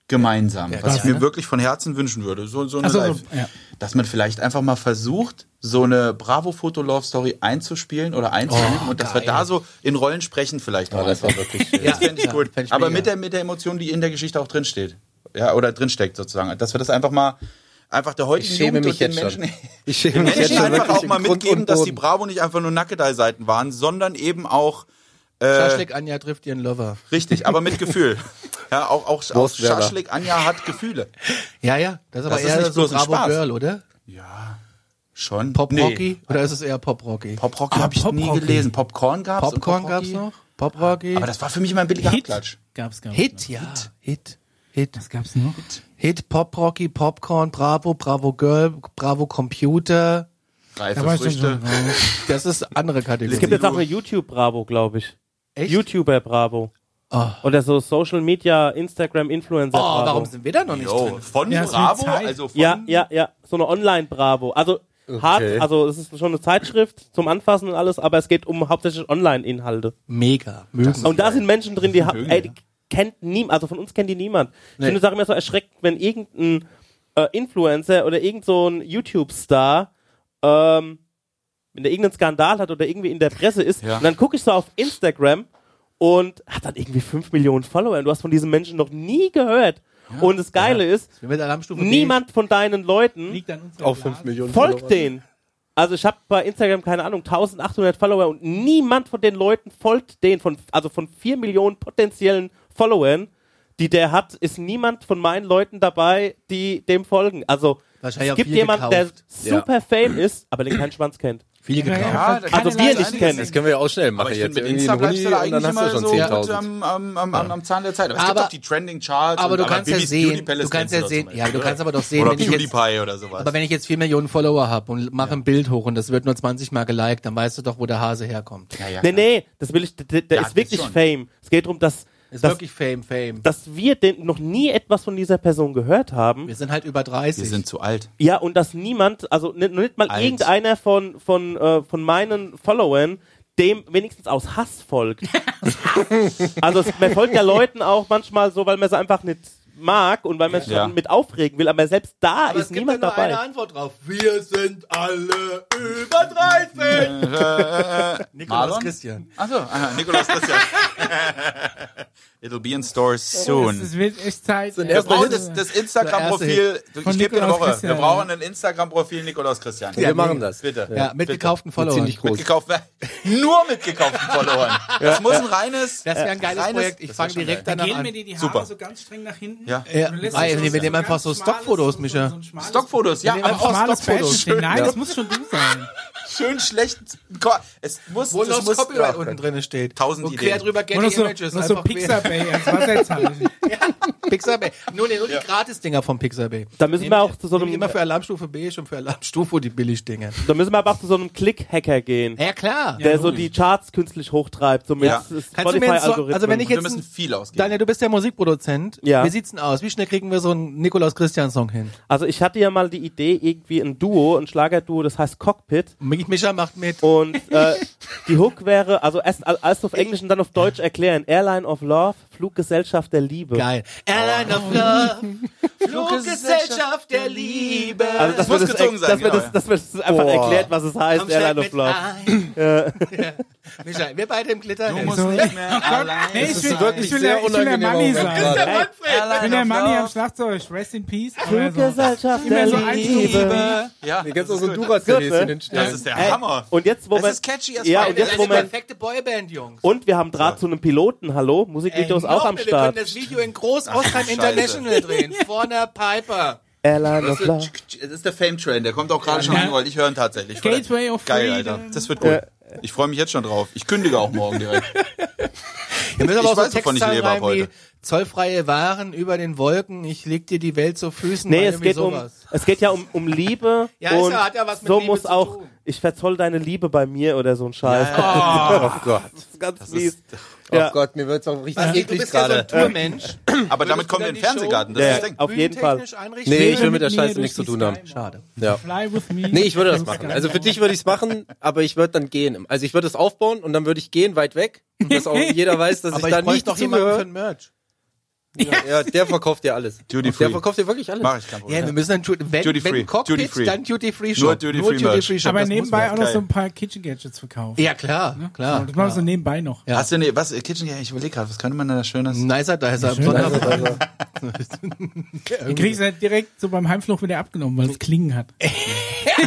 gemeinsam, was ich gerne. mir wirklich von Herzen wünschen würde, so, so eine Ach so, so, Live, ja. dass man vielleicht einfach mal versucht, so eine Bravo-Foto-Love-Story einzuspielen oder einzuüben und dass wir da so in Rollen sprechen vielleicht Oh, auch das einfach. war wirklich schön. Das fände ich Ja, gut. fänd ich Aber mega. mit der, mit der Emotion, die in der Geschichte auch drinsteht. Ja, oder drinsteckt sozusagen. Dass wir das einfach mal, einfach der heutigen Ich schäme Jugend mich und den jetzt schon. Menschen, (laughs) Ich schäme den mich jetzt Menschen schon einfach wirklich auch mal im Grund mitgeben, und dass die Boden. Bravo nicht einfach nur Nackedei-Seiten waren, sondern eben auch, Schaschlik Anja trifft ihren Lover. richtig, aber mit (laughs) Gefühl. Ja, auch, auch, auch Prost, Werder. Schaschlik Anja hat Gefühle. Ja, ja. Das ist aber Das ist eher nicht so bloß ein Bravo Spaß. Girl, oder? Ja, schon. Pop-Rocky? Oder ist es eher Pop-Rocky? Pop-Rocky Ah, habe ich nie Pop-Rocky. gelesen. Popcorn gab's und Popcorn Pop-Rocky. gab's noch? Pop-Rocky? Aber das war für mich immer ein billiger Abklatsch. Gab's gar nicht. Hit, ja. Hit. Hit. Was gab's noch? Hit, Pop-Rocky, Popcorn, Bravo, Bravo Girl, Bravo Computer. Reife Da war ich dann Früchte. schon raus. Das ist andere Es Kategorie. gibt jetzt auch eine YouTube-Bravo, glaube ich. Echt? Ah. YouTuber-Bravo. Oder so Social-Media, Instagram-Influencer. Oh, bravo warum sind wir da noch nicht Jo, drin? von Ja, es wird Bravo, Zeit. also von Ja, ja, ja. So eine Online-Bravo. Also hart, also es ist schon eine Zeitschrift zum Anfassen und alles, aber es geht um hauptsächlich Online-Inhalte. Mega. Mögen. Und da sind Menschen drin, die, ha- mögen, ey, ja. die kennt niemand, also von uns kennt die niemand. Ich finde es auch immer so erschreckend, wenn irgendein äh, Influencer oder irgend so ein YouTube-Star ähm, wenn der irgendeinen Skandal hat oder irgendwie in der Presse ist, Ja. und dann gucke ich so auf Instagram und hat dann irgendwie 5 Millionen Follower und du hast von diesen Menschen noch nie gehört. und das Geile ist, Mit Alarmstufe D. niemand von deinen Leuten Liegt an unserer Auf Blase. 5 Millionen folgt denen. Also ich habe bei Instagram, keine Ahnung, 1800 Follower und niemand von den Leuten folgt denen. Von, also von 4 Millionen potenziellen Followern, die der hat, ist niemand von meinen Leuten dabei, die dem folgen. Also Wahrscheinlich es auch gibt viel jemanden, der gekauft. super fame ist, aber den kein Schwanz kennt. Viel gekauft. Ja, da- Also wir nicht kennen. Das können wir ja auch schnell machen Aber ich jetzt. finde, mit Irgendwie Insta einen bleibst du da Huni und eigentlich dann immer hast du so schon mit 10.000. am, am, am, am, am Zahn der Zeit. Aber, es gibt Aber- doch die Trending Charts. Aber und- du kannst ja Bibis Beauty sehen, Palace du kannst kennst ja doch sehen, zum ja, du Beispiel. kannst aber doch sehen, Oder wenn ich Beauty jetzt, Pie oder sowas. aber wenn ich jetzt 4 Millionen Follower habe und mache ein Bild hoch und das wird nur 20 Mal geliked, dann weißt du doch, wo der Hase herkommt. ja, ja, Nee, nee, das will ich, der, der Ja, das ist wirklich schon. fame. Es geht darum, dass, Ist dass, wirklich Fame, Fame. dass wir den, noch nie etwas von dieser Person gehört haben. Wir sind halt über 30. Wir sind zu alt. Ja, und dass niemand, also nicht, nicht mal Alt. irgendeiner von, von, äh, von meinen Followern dem wenigstens aus Hass (laughs) folgt. also es, man folgt ja Leuten auch manchmal so, weil man sie einfach nicht mag und weil man sich Ja. dann mit aufregen will, aber selbst da aber es ist gibt ja niemand nur eine dabei. Antwort drauf. Wir sind alle über 30. Marlon? Ah, Christian. Achso, Nikolaus Christian. (laughs) It'll be in stores soon. Das ist wird echt Zeit. So, ey. Wir erst mal brauchen Hit. das, das Instagram-Profil. Von Ich gebe dir eine Nikolaus Woche. Christian, wir brauchen ein Instagram-Profil Nikolaus Christian. Wir machen das. Bitte. Ja, mit gekauften Followern. Ziemlich groß. Mitgekauft, (laughs) nur mit gekauften Followern. Das muss ein reines. Äh, Das wäre ein geiles Projekt. Ich das fange wär schon direkt geil. danach Gehen an. mir dir die Haare Super. so ganz streng nach hinten. Ja. Ja. Und du lässt Ah, es wir so- nehmen so einfach ganz so schmales- Stockfotos, so- Micha. so ein schmales- Stockfotos, ja, Wir nehmen aber einfach auch Schmales Stockfotos. Fashion. Nein, Ja. das muss schon du sein. schön schlecht. Ko- Es muss, Wo es noch muss Copyright ja. unten drin steht. Tausend Und Ideen. quer drüber Und Getty noch so, Images. noch so also einfach quer. (laughs) Pixabay als Wasserzeichen. Pixabay. Nur, die- nur die Gratis-Dinger vom Pixabay. Da müssen Nehm wir ich- auch zu so nehm ich einem- immer für Alarmstufe B schon für Alarmstufe die Billigdinger. Da müssen wir aber auch zu so einem Click-Hacker gehen, Ja, klar. der so die Charts künstlich hochtreibt, so mit Ja. Kannst du mir jetzt so- Spotify-Algorithmen. also wenn ich Und wir jetzt müssen ein- viel ausgeben. Daniel, du bist ja Musikproduzent. Ja. Wie sieht's denn aus? Wie schnell kriegen wir so einen Nikolaus-Christian-Song hin? Also ich hatte ja mal die Idee, irgendwie ein Duo, ein Schlagerduo, das heißt Cockpit. Micha macht mit. Und äh, die Hook wäre, also erst, erst auf Englisch und dann auf Deutsch erklären. Airline of Love, Fluggesellschaft der Liebe. Geil. Airline of (laughs) Love, Oh. Fluggesellschaft der Liebe. Also das muss wird das, gezogen ex- sein, dass, wir genau, das, dass wir das einfach erklärt, was es heißt, Airline of Love. Love. (laughs) Micha, wir beide im Glitter. Du Ey, musst so- nicht mehr allein. Nee, ich sein. will, ich will, der- ich will der Manni sein. Gerade. Ich bin der Manni am Schlagzeug. Rest in peace. Aber so- halt Fluggesellschaft Immer der so einstufen. Liebe. Ja, Du kannst auch so ein Gut, Duracell-Häschen ne? das hinstellen. ist der Ey, Hammer. Und jetzt, wo Das man- ist catchy as ja, fuck. und jetzt, das wo ist die man, perfekte Boyband, Jungs. und wir haben Draht zu einem Piloten, hallo, Musikvideos Ey, auch noch am mehr, Wir können Start. das Video in groß Ostheim Scheiße. International drehen. Vor der Piper. Airline Das of Love. ist, das ist der Fame Train, der kommt auch gerade schon Ja. angerollt. Ich höre ihn tatsächlich. Gateway of Geil, Freedom. Alter. Das wird gut. Ich freue mich jetzt schon drauf. Ich kündige auch morgen (laughs) direkt. Wir müssen aber Ich auch so weiß, wovon ich Textzeilen lebe rein ab wie heute. zollfreie Waren über den Wolken, ich leg dir die Welt zu Füßen. Nee, oder es irgendwie geht, um, es geht ja um, um Liebe. Ja, ist und ja- hat ja was mit so Liebe muss zu auch, tun. ich verzoll deine Liebe bei mir oder so ein Scheiß. Oh Gott. (laughs) Das ist ganz ist- fies. Oh Ja. Gott, mir wird's auch richtig Also, du eklig bist ja so gerade. Äh, ein Tourmensch. Aber damit kommen wir in den wieder die Fernsehgarten. Das Ja, ist das Ding. auf jeden Fall. Bühnentechnisch einrichten. Nee, ich Wäre will mit der mir Scheiße durch nichts zu die tun haben. Sky Schade. Ja. Fly with me. Nee, ich würde das machen. Also für dich würde ich es machen, aber ich würde dann gehen. Also ich würde es aufbauen und dann würde ich gehen, weit weg, dass auch jeder weiß, dass Aber ich ich da bräuchte nicht noch jemanden für dazugehöre. ein Merch. Ja, der verkauft dir alles. Duty free. Der verkauft dir wirklich alles. Mach ich kein Problem. Ja, wir müssen dann, Ju- wenn, Duty wenn free. Cockpit, Duty free. dann Duty Free Shop. Nur Duty free Merch. Shop. Aber das muss nebenbei man. auch noch Geil. so ein paar Kitchen Gadgets verkaufen. Ja, klar, klar. Das machen wir so nebenbei noch. Ja. Hast du ne, was, äh, Kitchen, ja, ich überlege gerade, was könnte man da Schönes? Nicer Dicer. am Sonntag. Ihr kriegt es halt direkt so beim Heimflug wieder abgenommen, weil es Klingen hat.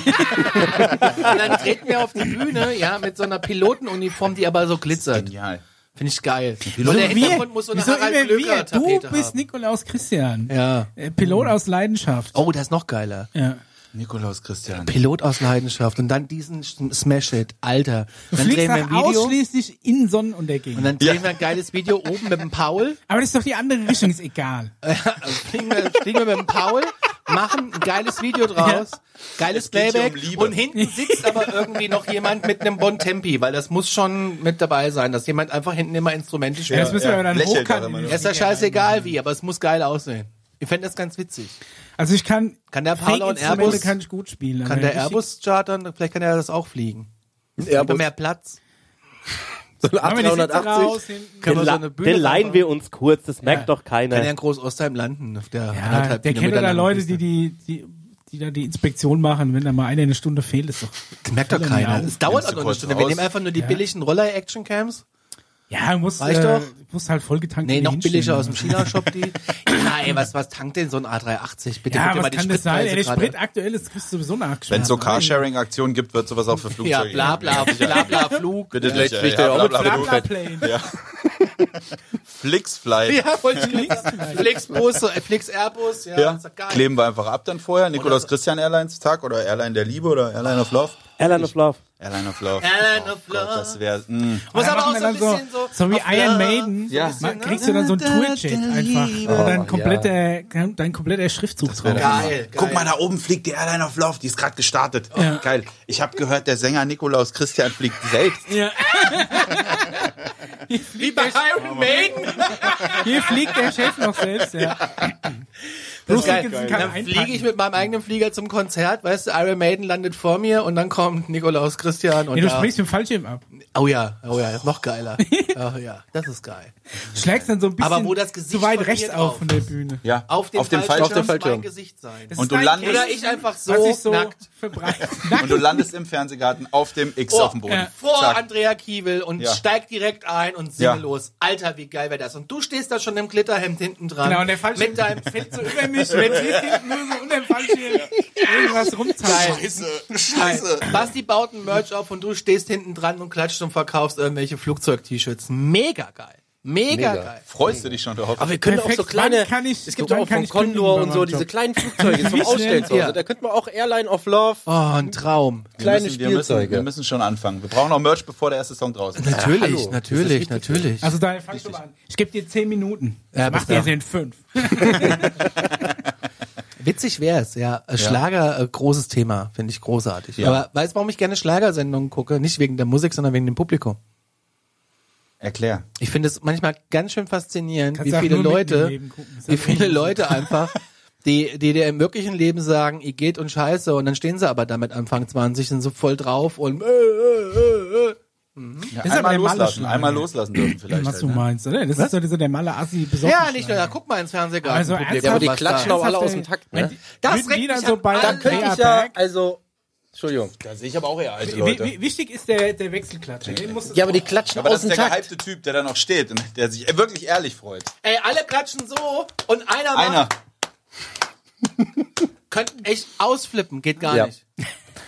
Und dann treten wir auf die Bühne, ja, mit so einer Pilotenuniform, die aber so glitzert. Genial. Finde ich geil. Und der Hintergrund muss so eine Wieso Harald immer wir? Du Glöckler-Tapete bist haben. Nikolaus Christian. Ja. Mhm. Äh, Pilot aus Leidenschaft. Oh, das ist noch geiler. Ja. Nikolaus Christian. Pilot aus Leidenschaft und dann diesen Sch- Smash-It, Alter. Dann Fliegst drehen wir nach ein Video ausschließlich in und Sonnenuntergehen. dann drehen wir ein geiles Video oben mit dem (laughs) Paul. Aber das ist doch die andere Richtung, (laughs) ist egal. Fliegen wir, fliegen wir mit dem Paul, machen ein geiles Video draus, geiles Es geht hier Playback um Liebe. und hinten sitzt aber irgendwie noch jemand mit einem Bon Tempi, weil das muss schon mit dabei sein, dass jemand einfach hinten immer Instrumente Ja, spielt. das müssen ja. wir dann Lächelt doch immer hochkanten. nur. ist ja scheißegal wie, aber es muss geil aussehen. Ich fände das ganz witzig. Also ich kann. Kann der Paula und Fake-Instrumente Airbus- kann ich gut spielen. Kann aber der richtig- Airbus chartern, vielleicht kann er das auch fliegen. Mit Airbus. mehr Platz. So ein Machen wir die Sitze raus, 380. hinten. Können Den, wir so la eine Bühne den leihen wir uns kurz, das merkt doch Kann er keiner. in Groß-Ostheim landen, auf der Ja, anderthalb der kennt Kilometer ja da langen Leute, Piste. die, die, die, die da die Inspektion machen, wenn da mal eine, eine Stunde fehlt, ist doch. Das merkt doch Fällt keiner. mir auf. Es dauert Nimmst auch du noch eine kurz Stunde. raus. Wir nehmen einfach nur die billigen Roller-Action-Cams. Ja, muss, Reicht äh, doch. muss halt vollgetankt Nee, in die ne? noch hinstellen, billiger aber- aus dem China-Shop (laughs) die. Ja, ey, was, was tankt denn so ein A380? Bitte, Ja, bitte was die kann das sein? Ey, der Spritpreise Sprit gerade. aktuell ist kriegst du sowieso nachgeschmissen. Wenn es so Carsharing-Aktionen gibt, wird sowas auch für Ja, Genau. Flugzeuge bla geben. bla, bla bla, Flug. Bitte nicht, fliegt er auch mit Blabla-Plane. (laughs) Flixfly. Ja. Ja, wollte ich sagen. Flixbus, äh, Flix Airbus, ja, Ja. ist doch geil. Kleben wir einfach ab dann vorher. Nikolaus Christian Airlines Tag oder Airline der Liebe oder Airline of Love. Airline of Love. Airline of Love. Airline of Oh Gott, Love. das hm. wäre. Muss Da aber auch machen so wir ein dann so, bisschen so. so wie auf Iron Love. Maiden. Ja. Ja. Man, kriegst du dann so ein Tourjet einfach. Oh, dein, kompletter, dein kompletter Schriftzug drauf. Geil, geil. Guck mal, da oben fliegt die Airline of Love. Die ist gerade gestartet. Geil. Ich habe gehört, der Sänger Nikolaus Christian fliegt selbst. (laughs) Ja. Wie bei Oh, Iron Maiden. (laughs) Hier fliegt der Chef noch selbst. (laughs) Ja. Das ist geil. Dickinson kann Dann einpacken. fliege ich mit meinem eigenen Flieger zum Konzert, weißt du, Iron Maiden landet vor mir und dann kommt Nikolaus Christian und Nee, du da, springst mit dem Fallschirm ab. Oh ja, oh ja, das ist noch (laughs) geiler. Oh ja, das ist geil. Schlägst dann so ein bisschen Aber wo das Gesicht zu weit von rechts ihr auf drauf von der ist. Bühne. Ja, (laughs) Auf dem, Fallschirm. Fallschirm, Auf dem muss mein Fallschirm. Gesicht sein. Das Und ist du mein landest- Oder ich einfach so was ich so nackt. (laughs) verbreitet. Und du landest im Fernsehgarten auf dem X Oh, auf dem Boden. ja. vor Zack. Andrea Kiewel und Ja. steigt direkt ein und singe Ja. los. Alter, wie geil wäre das. Und du stehst da schon im Glitterhemd hinten dran. Genau, und der Fallschirm- Mit (laughs) deinem Fett so über mich. Wenn sie hinten nur so unempfindlich irgendwas rumzahlt. Scheiße, scheiße. Basti baut ein Merch auf und du stehst hinten dran und klatscht und verkaufst irgendwelche Flugzeug-T-Shirts. Mega geil. Mega, Mega. geil. Freust du dich schon drauf? Aber wir können Perfekt. auch so kleine, Wann kann ich- es gibt wann auch kann von ich kündigen Condor bei und meinem so diese Job? kleinen Flugzeuge Wie zum Ausstellen zu schnell? Hause. Da könnte man auch Airline of Love, Oh, ein Traum. kleine wir, müssen, wir, müssen, Spielzeuge. wir müssen schon anfangen. Wir brauchen auch Merch, bevor der erste Song draußen Äh, ist. Natürlich, natürlich, natürlich. Also Daniel, fang schon mal an. Ich gebe dir 10 Minuten. Ja, Mach bis dir dann. sind 5. Witzig wäre es, ja. Äh, Schlager, äh, großes Thema, finde ich großartig. Ja. Aber weißt du, warum ich gerne Schlagersendungen gucke? Nicht wegen der Musik, sondern wegen dem Publikum. Erklär. Ich finde es manchmal ganz schön faszinierend, Kannst wie auch viele nur mitten im Leute, Leben gucken. Ist ja wie viele so. Leute einfach, die, die dir im wirklichen Leben sagen, ihr geht und scheiße, und dann stehen sie aber damit Anfang 20 sind so voll drauf und äh, äh, äh, äh. Ja, ist aber einmal der loslassen, Malle-Schlager. einmal loslassen dürfen vielleicht. Was Halt, du ne? meinst, oder? Das ist so dieser- der malle assi besoffen. Ja, nicht nur, da guck mal ins Fernsehgarten. Also ernsthaft? Ja, aber die klatschen auch alle aus dem Takt, ne? Das Das regt wieder mich so an. bei Da da könnte ich ja, Berg. also, Entschuldigung. Da sehe ich aber auch eher alte Wie, wie, wichtig ist der, der Wechselklatscher. Den musst du- Ja, aber die klatschen Aber aus das dem ist der Takt. gehypte Typ, der da noch steht und der sich wirklich ehrlich freut. Ey, alle klatschen so und einer, macht- Einer. könnten echt ausflippen, geht gar Ja. nicht.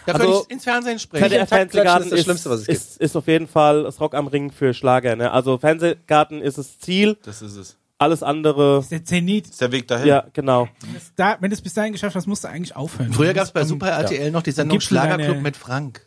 Da Also, könnte ich ins Fernsehen springen. Takt klatschen Fernsehgarten ist das Schlimmste, was es gibt. ist, ist auf jeden Fall das Rock am Ring für Schlager. Ne? Also Fernsehgarten ist das Ziel, Das ist es. alles andere. der Zenit. Ist der Weg dahin. Ja, genau. Das- Da, wenn du es bis dahin geschafft hast, musst du eigentlich aufhören. Früher gab es bei Ähm, Super RTL noch die Sendung Gibt's denn Schlagerclub eine- mit Frank.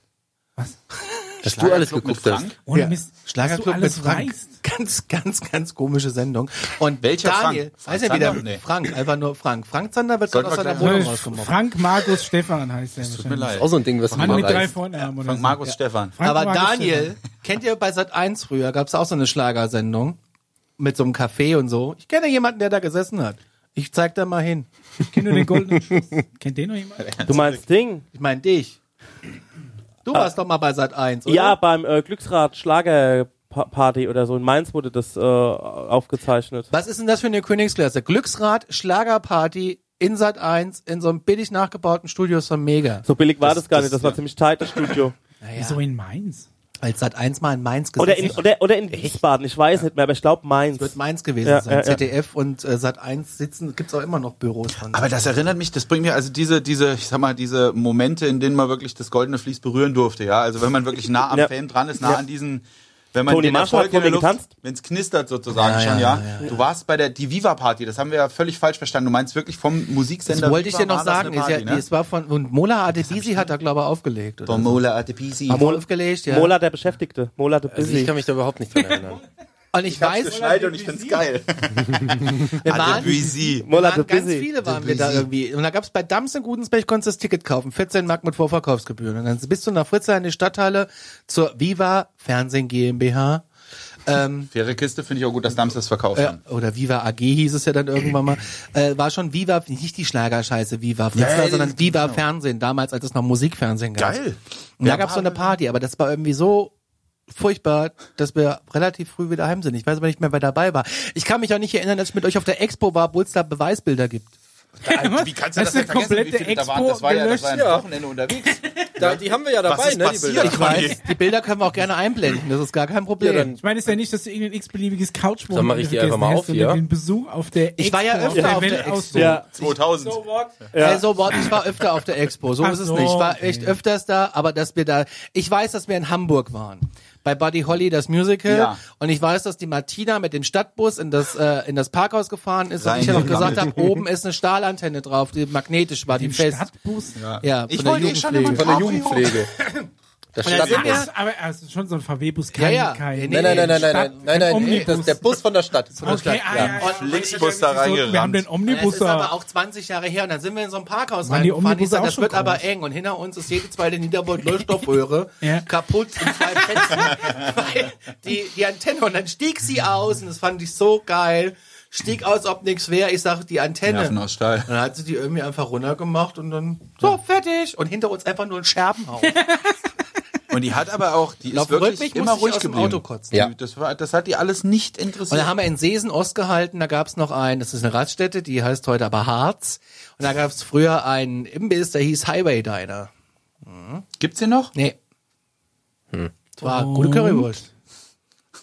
Dass du alles Club mit geguckt hast. Frank? Ohne Ja. Mist, dass du Schlagerclub mit alles Frank. weißt. (laughs) Ganz, ganz, ganz komische Sendung. Und Welcher Daniel, Frank? weiß ja wieder, Zander? Nee. Frank, einfach nur Frank. Frank Zander wird gerade Sollten aus wir seiner gleich- Wohnung Äh, rausgemobbt. Frank Markus Stefan heißt der. Tut mir wahrscheinlich. leid. Auch so ein Ding, was du Mann mal mit drei reißt. Vornamen oder Frank so. Markus Stefan. Frank Aber Markus also, Daniel, kennt ihr bei Sat 1 früher, gab es auch so eine Schlagersendung mit so einem Café und so. Ich kenne jemanden, der da gesessen hat. Ich zeig da mal hin. Kennt nur den goldenen Schuss. (laughs) Kennt den noch jemand? Du meinst Ding? Ich meine dich. Du warst doch mal bei Sat 1, oder? Ja, beim äh, Glücksrad Schlagerparty oder so in Mainz wurde das äh, aufgezeichnet. Was ist denn das für eine Königsklasse? Glücksrad, Schlagerparty, in Sat 1, in so einem billig nachgebauten Studio ist so mega. So billig war das, Das- gar das- nicht. Das war ja. ziemlich tight das Studio. Wieso in Mainz? Als Sat 1 mal in Mainz gesessen Oder in, hat. oder, oder in Wiesbaden, ich weiß nicht mehr, aber ich glaube wird Mainz. Mainz gewesen Ja, sein. ja, ja. ZDF und äh, Sat 1 sitzen, gibt's auch immer noch Büros von. Aber das erinnert mich, das bringt mir also diese, diese, ich sag mal, diese Momente, in denen man wirklich das goldene Vlies berühren durfte, ja. Also wenn man wirklich nah am Ja. Fame dran ist, nah an diesen, wenn man Toni den Marshall Erfolg hat in der vor mir Luft, getanzt. wenn es knistert sozusagen schon, ja, Du warst bei der die Viva Party, das haben wir ja völlig falsch verstanden. Du meinst wirklich vom Musiksender. das wollte ich Viva dir noch war das sagen. eine Ist ja, Party, ne? Es war von und Mola Adebisi hat da glaube ich aufgelegt. Oder? Von Mola Adebisi. Hat aufgelegt, ja. Mola der Beschäftigte, Mola der Also ich Busy. kann mich da überhaupt nicht dran erinnern. und ich, weiß, geschneit und ich find's geil. (laughs) wir waren, wir Adebisi. Mola der waren ganz Busy. viele waren wir da Adebisi. irgendwie. Und da gab's bei Dams in Gudensberg konntest du das Ticket kaufen, 14 Mark mit Vorverkaufsgebühren. Und dann bist du nach Fritzer in die Stadthalle zur Viva Fernsehen GmbH. Faire Kiste finde ich auch gut, dass Dams das verkauft Ja, haben. oder Viva AG hieß es ja dann irgendwann mal. Äh, war schon Viva, nicht die Schlagerscheiße Viva Fritzler, ja, sondern das- Viva Fernsehen, damals, als es noch Musikfernsehen gab. Geil. Und da gab's so eine Party, aber das war irgendwie so furchtbar, dass wir relativ früh wieder heim sind. Ich weiß aber nicht mehr, wer dabei war. Ich kann mich auch nicht erinnern, dass ich mit euch auf der Expo war, obwohl es da Beweisbilder gibt. Äh, Wie kannst du Das das, ist eine denn vergessen, komplette wie viele da waren? Expo Das war ja, das war ja gelöscht, ja. ein Wochenende unterwegs. Da, die haben wir ja dabei, Was ist ne? Die passiert? Bilder. Ich weiß, die Bilder können wir auch gerne einblenden, das ist gar kein Ja, Problem. dann- Ich meine, es ist ja nicht, dass du irgendein x-beliebiges Couchwohn Dann mach ich die einfach mal auf hier. den Besuch auf der Ich war ja öfter auf der Expo. Ja. 2000. So what? Also, what? ich war öfter auf der Expo, so Ach ist es so, nicht. Ich war okay. echt öfters da, aber dass wir da, ich weiß, dass wir in Hamburg waren. Bei Buddy Holly das Musical Ja. und ich weiß, dass die Martina mit dem Stadtbus in das äh, in das Parkhaus gefahren ist und Sein ich ja noch gesagt gesammelt. habe, oben ist eine Stahlantenne drauf, die magnetisch war, die Im fest. Stadtbus? Ja, Ich von der wollte eh schon Jugendpflege. immer- Von der Jugendpflege. Das da sind wir- Stadtbus. Aber also schon so ein VW-Bus, kein, Ja, ja. kein... Nee, Nein, nein, nein, nein, nein, nein, nein, nein, Omnibus. nein, das ist der Bus von der Stadt. Okay, ah, ja, ja. Flixbus da reingerannt. Wir haben den Das Omnibus ist aber da. auch 20 Jahre her und dann sind wir in so einem Parkhaus Waren die reingefahren. Ich Omnibusse sag, auch das schon wird aber groß? eng und hinter uns ist jede zweite Niederbolt-Leuchtstoffröhre (laughs) Ja. kaputt in zwei (laughs) Fetzen, weil die, die Antenne und dann stieg sie aus und das fand ich so geil. Stieg aus, ob nichts wäre. Ich sag, die Antenne. Nerven aus Stahl. Und dann hat sie die irgendwie (laughs) einfach runtergemacht und dann so, fertig. Und hinter uns einfach nur ein Scherbenhaufen. Und die hat aber auch, die ist Lauf wirklich Röttwig immer muss ich ruhig aus dem geblieben. Auto kotzen. Ja. Die- Das, war, das hat die alles nicht Und interessiert. da haben wir in Sesen Ost gehalten, da gab's noch ein, das ist eine Raststätte, die heißt heute aber Harz. Und da gab's früher einen Imbiss, der hieß Highway Diner. Gibt's den noch? Nee. Hm. Das war gute Currywurst.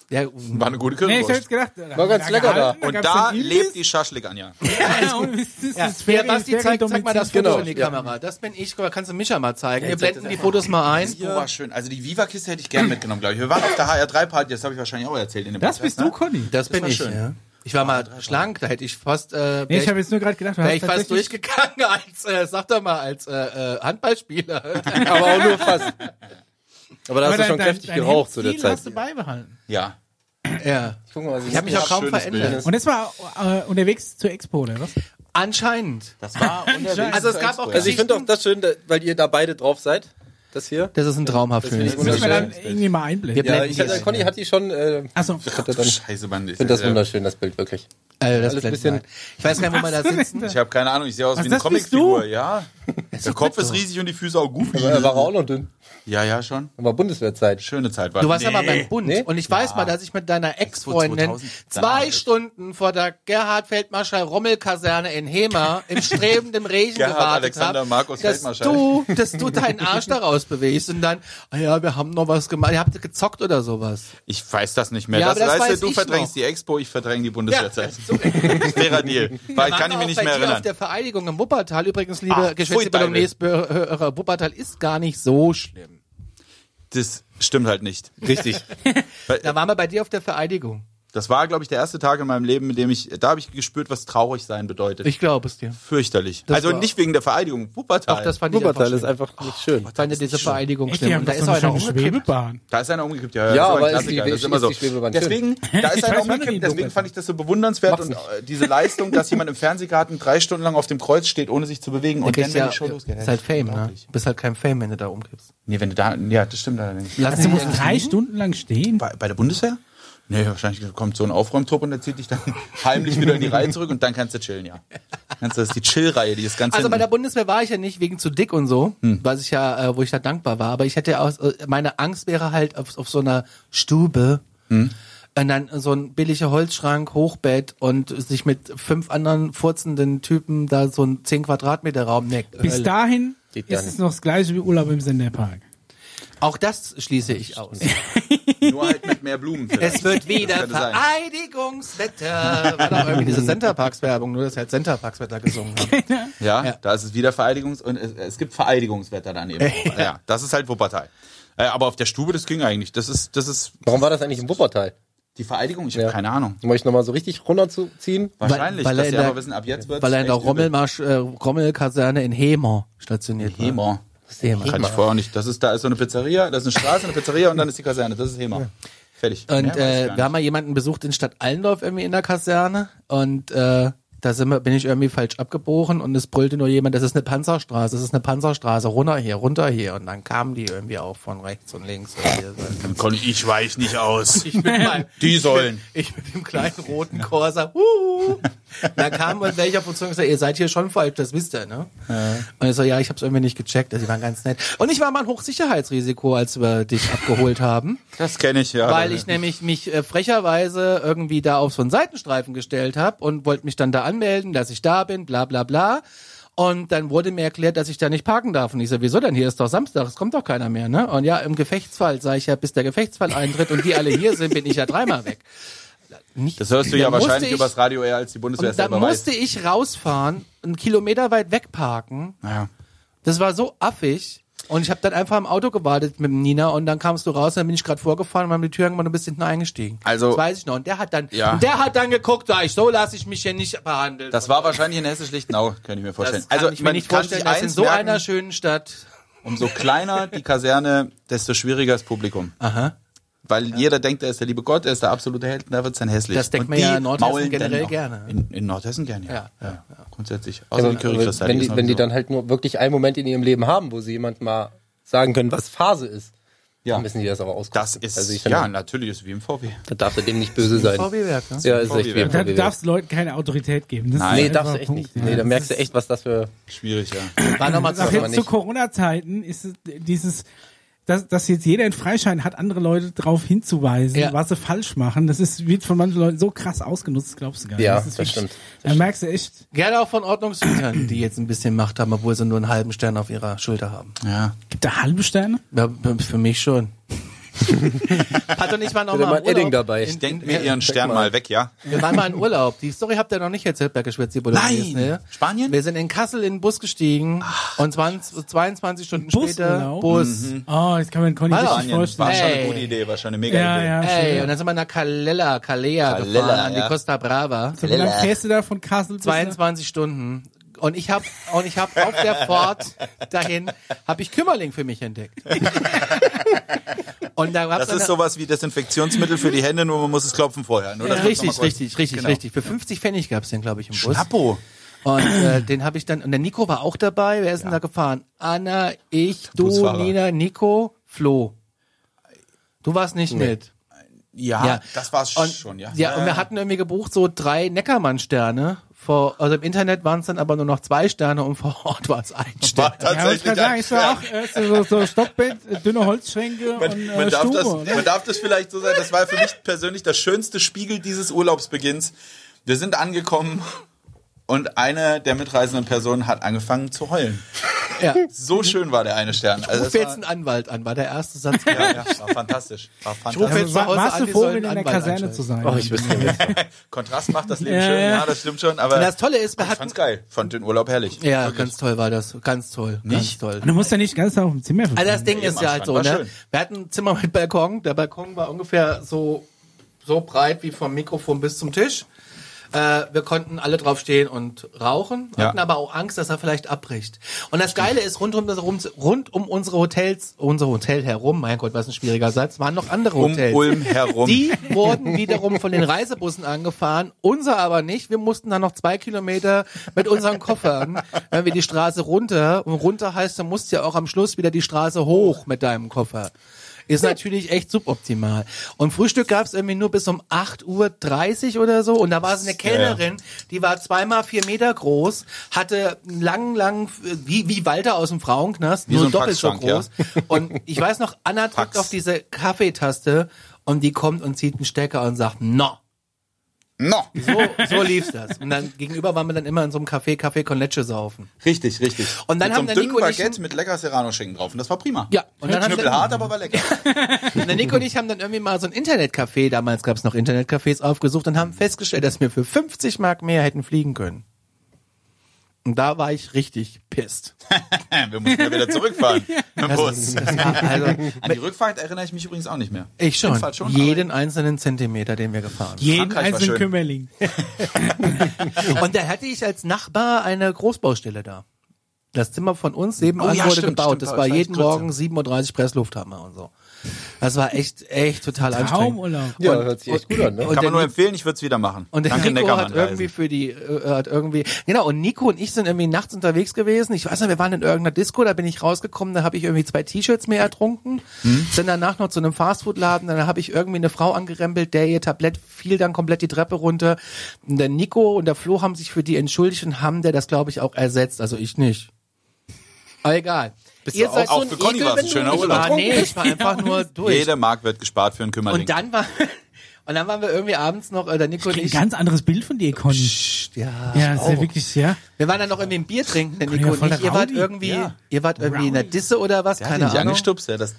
Ja, War eine gute Nee, ich hab Currywurst. jetzt gedacht. War ganz lecker da. und da lebt die Schaschlik, Anja. Ja, und es ist- es ja. ist Ferien- Basti, zeig, zeig mal das Foto Genau, in die ja. Kamera. Das bin ich, Guck mal, kannst du Micha mal zeigen. Wir jetzt zeig blenden die Fotos mal ein. Oh, war schön. Also die Viva-Kiste hätte ich gerne mitgenommen, glaube ich. Wir waren auf der HR3-Party, das habe ich wahrscheinlich auch erzählt in dem ne? Das bist du, Conny. Das bin war ich, schön. ja. Ich war mal schlank, da hätte ich fast, äh, Nee, wär ich habe jetzt nur gerade gedacht, du wär ich fast tatsächlich- durchgegangen als, äh, sag doch mal, als äh, äh, (laughs) Handballspieler. Aber auch nur fast. Aber da hast du schon kräftig geraucht zu der Hemdstiel Zeit. hast du beibehalten. Ja. ja. Guck mal, was Ich habe mich auch kaum Schönes verändert. Und das war äh, unterwegs zur Expo, oder was? Anscheinend. Das war unterwegs. Also es gab auch Also ich finde auch das schön, da- weil ihr da beide drauf seid. Das hier. Das ist ein traumhaft finde ich schönes. Müssen wir wunderschön. dann irgendwie mal einblenden. Wir Also, Ja, blenden ich die hatte, ein. Conny hat die schon. Äh, Achso. hatte dann, ich Scheiße, Mann. Äh, Ich finde das wunderschön, das Bild wirklich. Also das Alles blenden bisschen- wir ein. Ich weiß gar nicht, wo wir (laughs) da sitzen. Ich habe keine Ahnung, ich sehe aus Ach, wie eine das bist Comicfigur, du? ja. Der Kopf ist riesig und die Füße auch goofy. Aber er Äh, war auch noch dünn. Ja, ja, schon. Aber Bundeswehrzeit. Schöne Zeit war Du warst Nee. aber beim Bund. Nee. Und ich weiß mal, dass ich mit deiner Ex-Freundin 2000. zwei Damals. Stunden vor der Gerhard-Feldmarschall-Rommel-Kaserne in Hema (laughs) im strebenden Regen Gerhard gewartet Alexander hab, Markus dass Feldmarschall. du, dass du deinen Arsch daraus bewegst und dann, ah ja, wir haben noch was gemacht. Ihr habt gezockt oder sowas. Ich weiß das nicht mehr. Ja, das aber das weißt weiß du, du ich verdrängst noch. die Expo, ich verdränge die Bundeswehrzeit. so. (laughs) Fairer Deal. Weil Da kann ich waren wir mich nicht auch bei dir mehr auf erinnern. der Vereidigung im Wuppertal. Übrigens, liebe Ach, pfui, geschätzte Ballonese-Hörer, Wuppertal ist gar nicht so schlimm. Das stimmt halt nicht. Richtig. (laughs) Da waren wir bei dir auf der Vereidigung. Das war, glaube ich, der erste Tag in meinem Leben, in dem ich, da habe ich gespürt, was traurig sein bedeutet. Ich glaube es dir. Fürchterlich. Das also war- nicht wegen der Vereidigung. Wuppertal. Doch, das fand ich einfach Wuppertal schlimm. ist einfach nicht schön. Ich fand diese Vereidigung Echt, schlimm. die haben Und da doch ist so auch einer eine schöne umgekippt. Schwebebahn. Da ist einer umgekippt, ja. Ja, das war ein aber ist die- Klassiker, das ist ist immer so. die (laughs) Schwebebahn Deswegen, da ist Ich einer weiß, umgekippt, nicht, deswegen Lukas. fand ich das so bewundernswert Mach's und äh, diese Leistung, dass jemand im Fernsehgarten drei Stunden lang auf dem Kreuz steht, ohne sich zu bewegen und Du dann kriegst wenn ja, die Show losgeht. ist halt Fame, ne? Du bist halt kein Fame, wenn du da umkippst. Nee, wenn du da, ja, das stimmt allerdings. Lass Also, du musst drei Stunden lang stehen. Bei, bei der Bundeswehr? Nee, wahrscheinlich kommt so ein Aufräumtrupp und der zieht dich dann (laughs) heimlich wieder in die Reihe zurück und dann kannst du chillen, ja. Kannst du, das ist die Chill-Reihe, die ist ganz Hm. Also bei der hinten. Bundeswehr war ich ja nicht wegen zu dick und so, was ich ja, äh, wo ich da dankbar war. Aber ich hätte ja aus, äh, meine Angst wäre halt auf, auf so einer Stube Hm. und dann so ein billiger Holzschrank, Hochbett und sich mit fünf anderen furzenden Typen da so ein 10 Quadratmeter Raum neckt. Bis dahin Geht gar ist nicht. es noch das gleiche wie Urlaub im Senderpark. Auch das schließe ich aus. Nur halt mit (laughs) mehr Blumen. vielleicht. Es wird wieder Das könnte sein. Vereidigungswetter. War doch irgendwie diese Centerparks-Werbung, nur dass sie halt Centerparks-Wetter (laughs) gesungen haben. Ja, da ist es wieder Vereidigungs- und es, es gibt Vereidigungswetter daneben. ja, das ist halt Wuppertal. Äh, aber auf der Stube, das ging eigentlich. Das ist, das ist Warum war das eigentlich im Wuppertal? die Vereidigung, ich habe Ja. keine Ahnung. Um euch nochmal so richtig runterzuziehen. Wahrscheinlich, weil er dass in sie der- aber wissen, ab jetzt wird Weil er in der Rommelmarsch, äh, Rommelkaserne in Hemer stationiert war. Hema. Hemer. Kann ich vorher auch nicht. Das ist, da ist so eine Pizzeria, das ist eine Straße, eine Pizzeria und dann ist die Kaserne. Das ist Hema. Fertig. Mehr Und weiß ich äh, gar wir haben nicht. mal jemanden besucht in Stadt Allendorf irgendwie in der Kaserne und äh, da sind wir, bin ich irgendwie falsch abgebogen und es brüllte nur jemand, das ist eine Panzerstraße, das ist eine Panzerstraße, runter hier, runter hier. Und dann kamen die irgendwie auch von rechts und links. (laughs) Und Conny, ich weich nicht aus. ich bin mal, Die sollen. Ich mit dem kleinen roten Corsa. Huhu. Da kam und welcher auf uns zu und gesagt, ihr seid hier schon falsch, das wisst ihr, ne? Und ich so, ja, ich hab's irgendwie nicht gecheckt. Also die waren ganz nett. Und ich war mal ein Hochsicherheitsrisiko, als wir dich abgeholt haben, Das kenne ich, ja. weil ich nämlich mich äh, frecherweise irgendwie da auf so einen Seitenstreifen gestellt habe und wollte mich dann da anmelden, dass ich da bin, bla bla bla. Und dann wurde mir erklärt, dass ich da nicht parken darf. Und ich so, wieso denn? Hier ist doch Samstag, es kommt doch keiner mehr, ne? Und ja, im Gefechtsfall sage ich ja, bis der Gefechtsfall eintritt und die alle hier sind, bin ich ja dreimal weg. Nicht, Das hörst du ja Dann musste wahrscheinlich ich- übers Radio eher als die Bundeswehr und dann selber weiß. musste ich rausfahren, einen Kilometer weit wegparken. Naja. Das war so affig. Und ich habe dann einfach im Auto gewartet mit dem Nina und dann kamst du raus und dann bin ich gerade vorgefahren und haben die Tür angemacht und bist hinten eingestiegen. Also- das weiß ich noch. Und der hat dann, Ja. und der hat dann geguckt, da ich so lasse ich mich hier nicht behandeln. Das war wahrscheinlich in Hessisch-Lichtenau, könnte ich mir Das vorstellen. kann also ich mir nicht vorstellen, dass in so merken, einer schönen Stadt. umso kleiner die Kaserne, desto schwieriger das Publikum. Aha. Weil jeder denkt, er ist der liebe Gott, er ist der absolute Held, und da wird's dann hässlich. Das denkt Und man ja die in Nordhessen maulen dann generell auch. gerne. ne? In, in Nordhessen gerne, ja. Ja, ja, Grundsätzlich. Außer die Curry Christa, wenn ist die, noch wenn die so. dann halt nur wirklich einen Moment in ihrem Leben haben, wo sie jemand mal sagen können, was Phase ist, Ja. dann müssen die das aber auskosten. Das ist, also ich finde, ja, natürlich ist wie im VW. da darf er dem nicht böse sein. VW-Werk, ne? Ja, ist echt wie im Da, du VW. darfst Leuten keine Autorität geben. Das Nein. ist Nee, einfach darfst du ein echt nicht. Punkt, ja. Nee, da Das merkst du ist- echt, was das für. (laughs) Schwierig, ja. War nochmal Auch darf zu man jetzt zu nicht. Corona-Zeiten ist es dieses dass, dass jetzt jeder einen Freischein hat, andere Leute darauf hinzuweisen, Ja. was sie falsch machen. Das ist, wird von manchen Leuten so krass ausgenutzt, das glaubst du gar nicht. Ja, ist das wirklich- stimmt. Da merkst du echt, Gerne auch von Ordnungshütern, die jetzt ein bisschen Macht haben, obwohl sie nur einen halben Stern auf ihrer Schulter haben. Ja. gibt da halbe Sterne? Ja, b- für mich schon. Hatte Also nicht mal noch Bitte mal mal im ein Edding Urlaub. dabei. In- Denkt in- mir ihren Stern mal weg, ja? Wir waren mal in Urlaub. Die Story habt ihr noch nicht erzählt, Bergeschwätz, die Bolognese. ne? Nein! Spanien? Wir sind in Kassel in den Bus gestiegen und 20, 22 Stunden Bus später Urlaub? Bus. Mhm. Oh, jetzt kann man Conny Mal richtig Spanien, Spanien Ah, war schon vorstellen. eine Ey. gute Idee, war schon eine mega Ja, Idee. ja, Ey, schön. und dann sind wir nach Calella, Calea Calella, gefahren, an die ja. Costa Brava. So, wie lange fährst du da von Kassel bis nach- 22 Stunden. Und ich habe und ich habe auf der Fahrt dahin habe ich Kümmerling für mich (laughs) entdeckt. und da Das ist sowas wie Desinfektionsmittel für die Hände, nur man muss es klopfen vorher. Nur das richtig, muss man mal kurz- richtig, richtig, Genau. richtig. Für 50 Pfennig gab's den, glaube ich, im Bus. Schnappo. Und äh, den habe ich dann, und der Nico war auch dabei. Wer ist denn da gefahren? Anna, ich, du, Busfahrer. Nina, Nico, Flo. Du warst nicht mit. Ja, Ja. Ah, das war's Und, schon, ja. ja, und wir hatten irgendwie gebucht so drei Neckermann-Sterne. Vor, also im Internet waren es dann aber nur noch zwei Sterne und vor Ort war es ein Stern. war Ja, wollte ich tatsächlich gerade sagen, ein ist doch auch äh, so, so, so Stockbett, äh, dünne Holzschränke und man, äh, man, darf Stube. das, oder? man darf das vielleicht so sein. Das war für mich persönlich das schönste Spiegel dieses Urlaubsbeginns. Wir sind angekommen und eine der mitreisenden Personen hat angefangen zu heulen. Ja. So schön war der eine Stern. Also Ruf das jetzt einen war, Anwalt an, war der erste Satz. (laughs) ja, ja, war fantastisch. War rufe jetzt- fantastisch. also, zu Hause war, warst an, du die froh, sollen mit in der Anwalt Kaserne einschalten. zu sein? Oh, ich wüsste nicht. Kontrast macht das Leben Ja, schön. ja. Ja, das stimmt schon. Aber Und das Tolle ist, wir ich hatten. fand's geil. Fand den Urlaub herrlich. Ja, ganz toll war das. Ganz toll. Ganz toll. du musst ja nicht ganz auf dem (laughs) Zimmer Also verbringen. das Ding Eben ist ja am halt so, Strand, war ne? schön. Wir hatten ein Zimmer mit Balkon. Der Balkon war ungefähr so, so breit wie vom Mikrofon bis zum Tisch. Äh, wir konnten alle draufstehen und rauchen, Ja. hatten aber auch Angst, dass er vielleicht abbricht. Und das Geile ist, rund um, das, rund, rund um unsere Hotels, unser Hotel herum, mein Gott, was ein schwieriger Satz, waren noch andere Um Hotels. Ulm herum. Die wurden wiederum von den Reisebussen angefahren, unser aber nicht. Wir mussten dann noch zwei Kilometer mit unseren Koffern, wenn wir die Straße runter, und runter heißt, dann musst du ja auch am Schluss wieder die Straße hoch mit deinem Koffer. Ist natürlich echt suboptimal. Und Frühstück gab's irgendwie nur bis um 8.30 Uhr oder so. Und da war es eine Kellnerin, die war zweimal vier Meter groß, hatte einen langen, langen, wie, wie Walter aus dem Frauenknast, so nur ein doppelt so Packschrank, ja. groß. Und ich weiß noch, Anna drückt Fax. auf diese Kaffeetaste und die kommt und zieht einen Stecker und sagt, no. No. So, so lief das. Und dann gegenüber waren wir dann immer in so einem Café, Café con leche saufen. Richtig, richtig. Und dann mit haben so der einem dünnen Nico und ich Baguette ein- mit lecker Serrano-Schinken drauf. Und das war prima. Ja, und dann haben wir- Knüppelhart, aber (laughs) war lecker. Und der Nico und ich haben dann irgendwie mal so ein Internetcafé, damals gab es noch Internetcafés, aufgesucht und haben festgestellt, dass wir für 50 Mark mehr hätten fliegen können. Und da war ich richtig (laughs) pisst. Äh, wir mussten ja wieder zurückfahren. Mit dem Bus. Das, das war, also, (laughs) An die Rückfahrt erinnere ich mich übrigens auch nicht mehr. ich schon. Hinfahrt schon, jeden einzelnen Zentimeter, den wir gefahren sind. Jeden Frankreich war einzelnen schön. Kümmerling. Und da hatte ich als Nachbar eine Großbaustelle da. Das Zimmer von uns nebenan Oh ja, wurde stimmt, gebaut. stimmt, das das war war jeden echt Grütze. Morgen 7.30 Uhr Presslufthammer und so. Das war echt, echt total anstrengend. Traumurlaub. Ja, hört sich echt gut an, ne? Und der Kann man nur Ni- empfehlen, ich würde es wieder machen. Und der Danke, Also, Nico hat Neckermann-Reisen. irgendwie für die, äh, hat irgendwie, genau, und Nico und ich sind irgendwie nachts unterwegs gewesen. Ich weiß nicht, wir waren in irgendeiner Disco, da bin ich rausgekommen, da habe ich irgendwie zwei T-Shirts mehr ertrunken, Hm. sind danach noch zu einem Fastfood-Laden, dann habe ich irgendwie eine Frau angerempelt, der ihr Tablett fiel dann komplett die Treppe runter. Und der Nico und der Flo haben sich für die entschuldigt und haben der das, glaube ich, auch ersetzt, also ich nicht. Aber egal. Bist du auch- auch für Conny war's ein schöner Urlaub. Ah, nee, ich (laughs) war einfach nur durch. Jede Mark wird gespart für einen Kümmerling. Und dann war, (laughs) und dann waren wir irgendwie abends noch, äh, der Nico und Ein ich, ganz anderes Bild von dir, Conny. ja, Ja, das ist ja wirklich, ja. wir waren dann noch irgendwie ein Bier trinken, der ja, Nico und voll ich. der Ihr wart Rowdy. irgendwie, Ja. ihr wart irgendwie in der Disse oder was, der hat ihn keine nicht Ahnung. angestupst, ja, das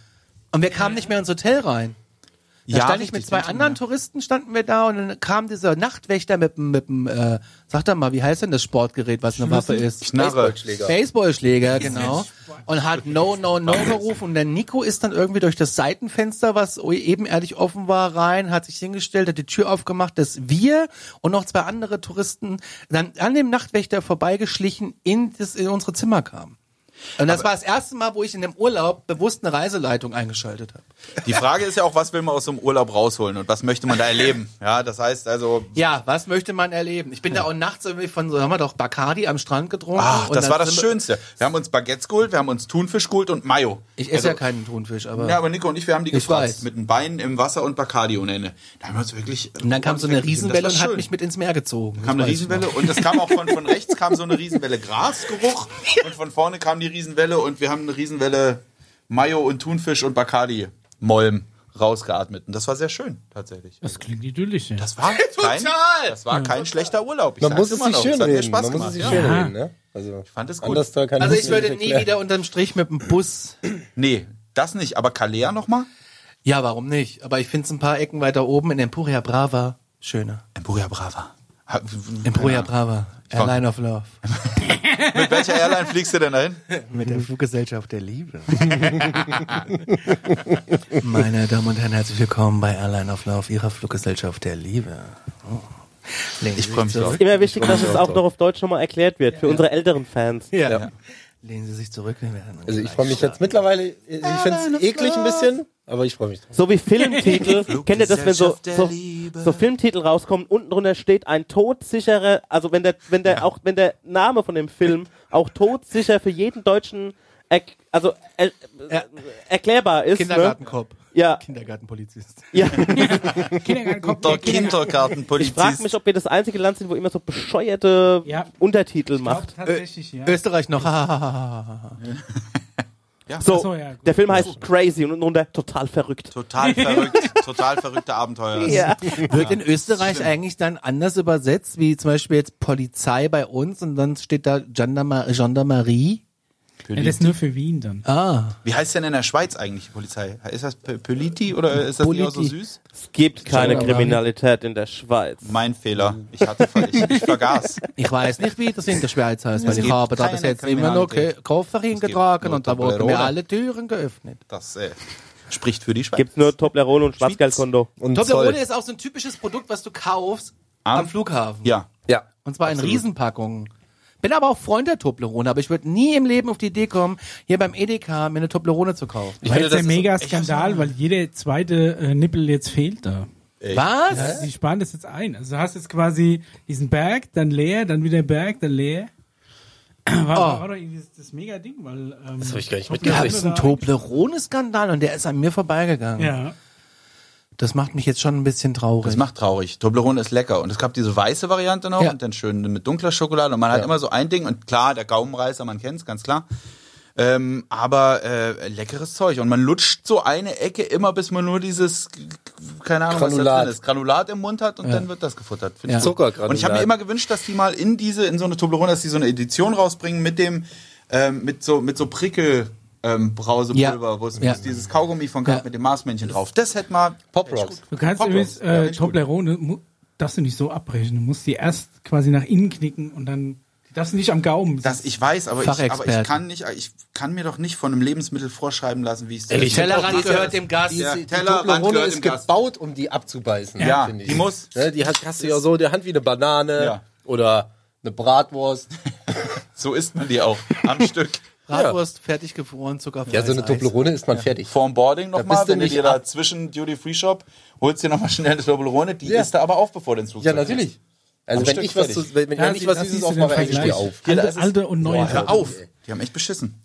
Und wir kamen nicht mehr ins Hotel rein. Da Ja, stand ich richtig, mit zwei den schon, anderen Touristen, standen wir da und dann kam dieser Nachtwächter mit dem, mit dem, äh, sag doch mal, wie heißt denn das Sportgerät, was eine Waffe ist? Knarre. Baseballschläger, genau. Und hat No, No, No gerufen. Und der Nico ist dann irgendwie durch das Seitenfenster, was ebenerdig offen war, rein, hat sich hingestellt, hat die Tür aufgemacht, dass wir und noch zwei andere Touristen dann an dem Nachtwächter vorbeigeschlichen in, das, in unsere Zimmer kamen. Und das war das erste Mal, wo ich in einem Urlaub bewusst eine Reiseleitung eingeschaltet habe. Die Frage ist ja auch, was will man aus so einem Urlaub rausholen und was möchte man da erleben? Ja, das heißt also, Ja, was möchte man erleben? Ich bin da auch nachts irgendwie von so, haben wir doch Bacardi am Strand getrunken. ach, und Ah, das dann war das sind wir- Schönste. Wir haben uns Baguettes geholt, wir haben uns Thunfisch geholt und Mayo. Ich esse Also- ja keinen Thunfisch, aber. Ja, aber Nico und ich, wir haben die Ich gefragt. weiß. Mit den Beinen im Wasser und Bacardi ohne Ende. Da haben wir uns wirklich. äh, und dann kam so eine Riesenwelle und hat mich mit. mit ins Meer gezogen. Kam Das eine weiß ich noch. Riesenwelle und das kam auch von, von rechts kam so eine Riesenwelle Grasgeruch und von vorne kam die Riesenwelle und wir haben eine Riesenwelle Mayo und Thunfisch und Bacardi Molm rausgeatmet. Und das war sehr schön, tatsächlich. Das klingt idyllisch. Ja. Das war (laughs) kein, das war kein schlechter Urlaub. Ich Man sag's muss es immer sich noch. schön hat mir reden. Spaß Man muss gemacht. es sich ja. schön Ja. reden, ne? Also, ich fand es gut. Anders da (laughs) kann Also (laughs) ich's ich mir würde nicht nie erklären. wieder unterm Strich mit dem Bus. Nee, das nicht. Aber Kalea nochmal? Ja, warum nicht? Aber ich finde es ein paar Ecken weiter oben in Emporia Brava schöner. Emporia Brava. Ha- Emporia Ja. Brava, frag- Airline of Love. Mit welcher Airline fliegst du denn (laughs) dahin? Mit der Fluggesellschaft der Liebe. (laughs) Meine Damen und Herren, herzlich willkommen bei Airline of Love, Ihrer Fluggesellschaft der Liebe. Oh. Lehnen Ich Sie sich freue mich zurück. drauf. Immer wichtig, Ich dass freue es mich auch noch auf Deutsch nochmal erklärt wird, für unsere älteren Fans. Ja. Lehnen Sie sich zurück. wir werden Also ich gleich freue mich jetzt mittlerweile, ich finde es eklig ein bisschen, aber ich freue mich drauf. (laughs) So wie Filmtitel. Kennt ihr das, wenn so, Fluggesellschaft der so, Liebe. so Filmtitel rauskommen, unten drunter steht ein todsicherer, also wenn der, wenn der, auch wenn der Name von dem Film auch todsicher für jeden Deutschen erk also er, Ja. erklärbar ist. Ne? Kindergartenkopf. Ja, Kindergartenpolizist. (laughs) ja. (laughs) Kindergartenkopf, Der Kindergarten- Genau. Ich frage mich, Kindergartenpolizist. ob wir das einzige Land sind, wo immer so bescheuerte Ja. Untertitel Ja, macht. Tatsächlich, ja. Österreich noch. hahaha. So, Ach so, ja, gut. der Film heißt Crazy und unten drunter total verrückt. Total verrückt, total verrückte Abenteuer. (laughs) Ja. Wird in Österreich eigentlich dann anders übersetzt, wie zum Beispiel jetzt Polizei bei uns und dann steht da Gendarmer Gendarmerie? Ja, das ist nur für Wien dann. Ah, Wie heißt denn in der Schweiz eigentlich die Polizei? Ist das P- Politi oder ist das nicht auch so Politi. süß? Es gibt keine Gendarmerie. Kriminalität in der Schweiz. Mein Fehler. Ich hatte ver- ich, ich vergaß. ich weiß nicht, wie das in der Schweiz heißt, weil Es ich gibt habe da das keine jetzt immer noch Ke- Kriminalität. Koffer hingetragen nur und da wurden mir Toblerone. alle Türen geöffnet. Das äh, spricht für die Schweiz. Gibt's nur Toblerone und Schwarzgeldkonto. Und Toblerone Zoll. ist auch so ein typisches Produkt, was du kaufst am, Am- Flughafen. Ja. Ja. Und zwar in Riesenpackungen. Bin aber auch Freund der Toblerone, aber ich würde nie im Leben auf die Idee kommen, hier beim Edeka mir eine Toblerone zu kaufen. Weil finde, jetzt ein das ist- Mega-Skandal, weil jeder zweite äh, Nippel jetzt fehlt da. Was? Sie sparen das jetzt ein. Also du hast jetzt quasi diesen Berg, dann leer, dann wieder Berg, dann leer. War, war doch irgendwie das, das Mega-Ding, weil... Ähm, das hab ich gar nicht Gab mitgekriegt. es einen Toblerone-Skandal und der ist an mir vorbeigegangen. Ja. Das macht mich jetzt schon ein bisschen traurig. Das macht traurig. Toblerone ist lecker. Und es gab diese weiße Variante noch Ja. und dann schön mit dunkler Schokolade. Und man hat immer so ein Ding. Und klar, der Gaumenreißer, man kennt's, ganz klar. Ähm, aber äh, leckeres Zeug. Und man lutscht so eine Ecke immer, bis man nur dieses, k- k- keine Ahnung, was da Granulat. drin ist, Granulat im Mund hat und dann wird das gefuttert. Find ich Ja. gut. Zuckergranulat. Und ich habe mir immer gewünscht, dass die mal in diese, in so eine Toblerone, dass die so eine Edition rausbringen mit dem, ähm, mit so, mit so Prickel. Ähm, Brausepulver, Ja. wo es wo Ja. es dieses Kaugummi von gab Ja. mit dem Marsmännchen drauf. Das hätte mal Pop Rocks. Du kannst Pop übrigens Rocks. Ja, äh, richtig gut. Toblerone, mu- darfst du nicht so abbrechen. Du musst die erst quasi nach innen knicken und dann... Die darfst du nicht am Gaumen. Das ich weiß, aber ich, aber Fachexperten. ich kann nicht, ich kann mir doch nicht von einem Lebensmittel vorschreiben lassen, wie es zu Ey, essen ich- Tellerrand Diese- gehört dem Gast. Ja. Die Tellerrand Toblerone gehört ist dem Gast. gebaut, um die abzubeißen. Ja, finde ich. die muss. Ne, die hast, hast du ja so, die Hand wie eine Banane Ja. oder eine Bratwurst. (laughs) So isst man die (laughs) auch am Stück. Bratwurst, fertig gefroren, Zuckerfrei. Ja, so eine Eis. Toblerone ist man fertig. Vorm Boarding Da nochmal, bist du wenn du nicht dir da ab- zwischen Duty Free Shop holst dir nochmal schnell eine Toblerone, die Ja. isst du aber auf, bevor du ins Flugzeug Ja, natürlich. Also Am wenn Stück ich was, fertig. zu, wenn, wenn Da ich sie- was da Süßes siehst du auf den mache, ich Vergleich. stehe auf. Ja, da Alte, ist es- alte und neue. Boah, hör auf. Die haben echt beschissen.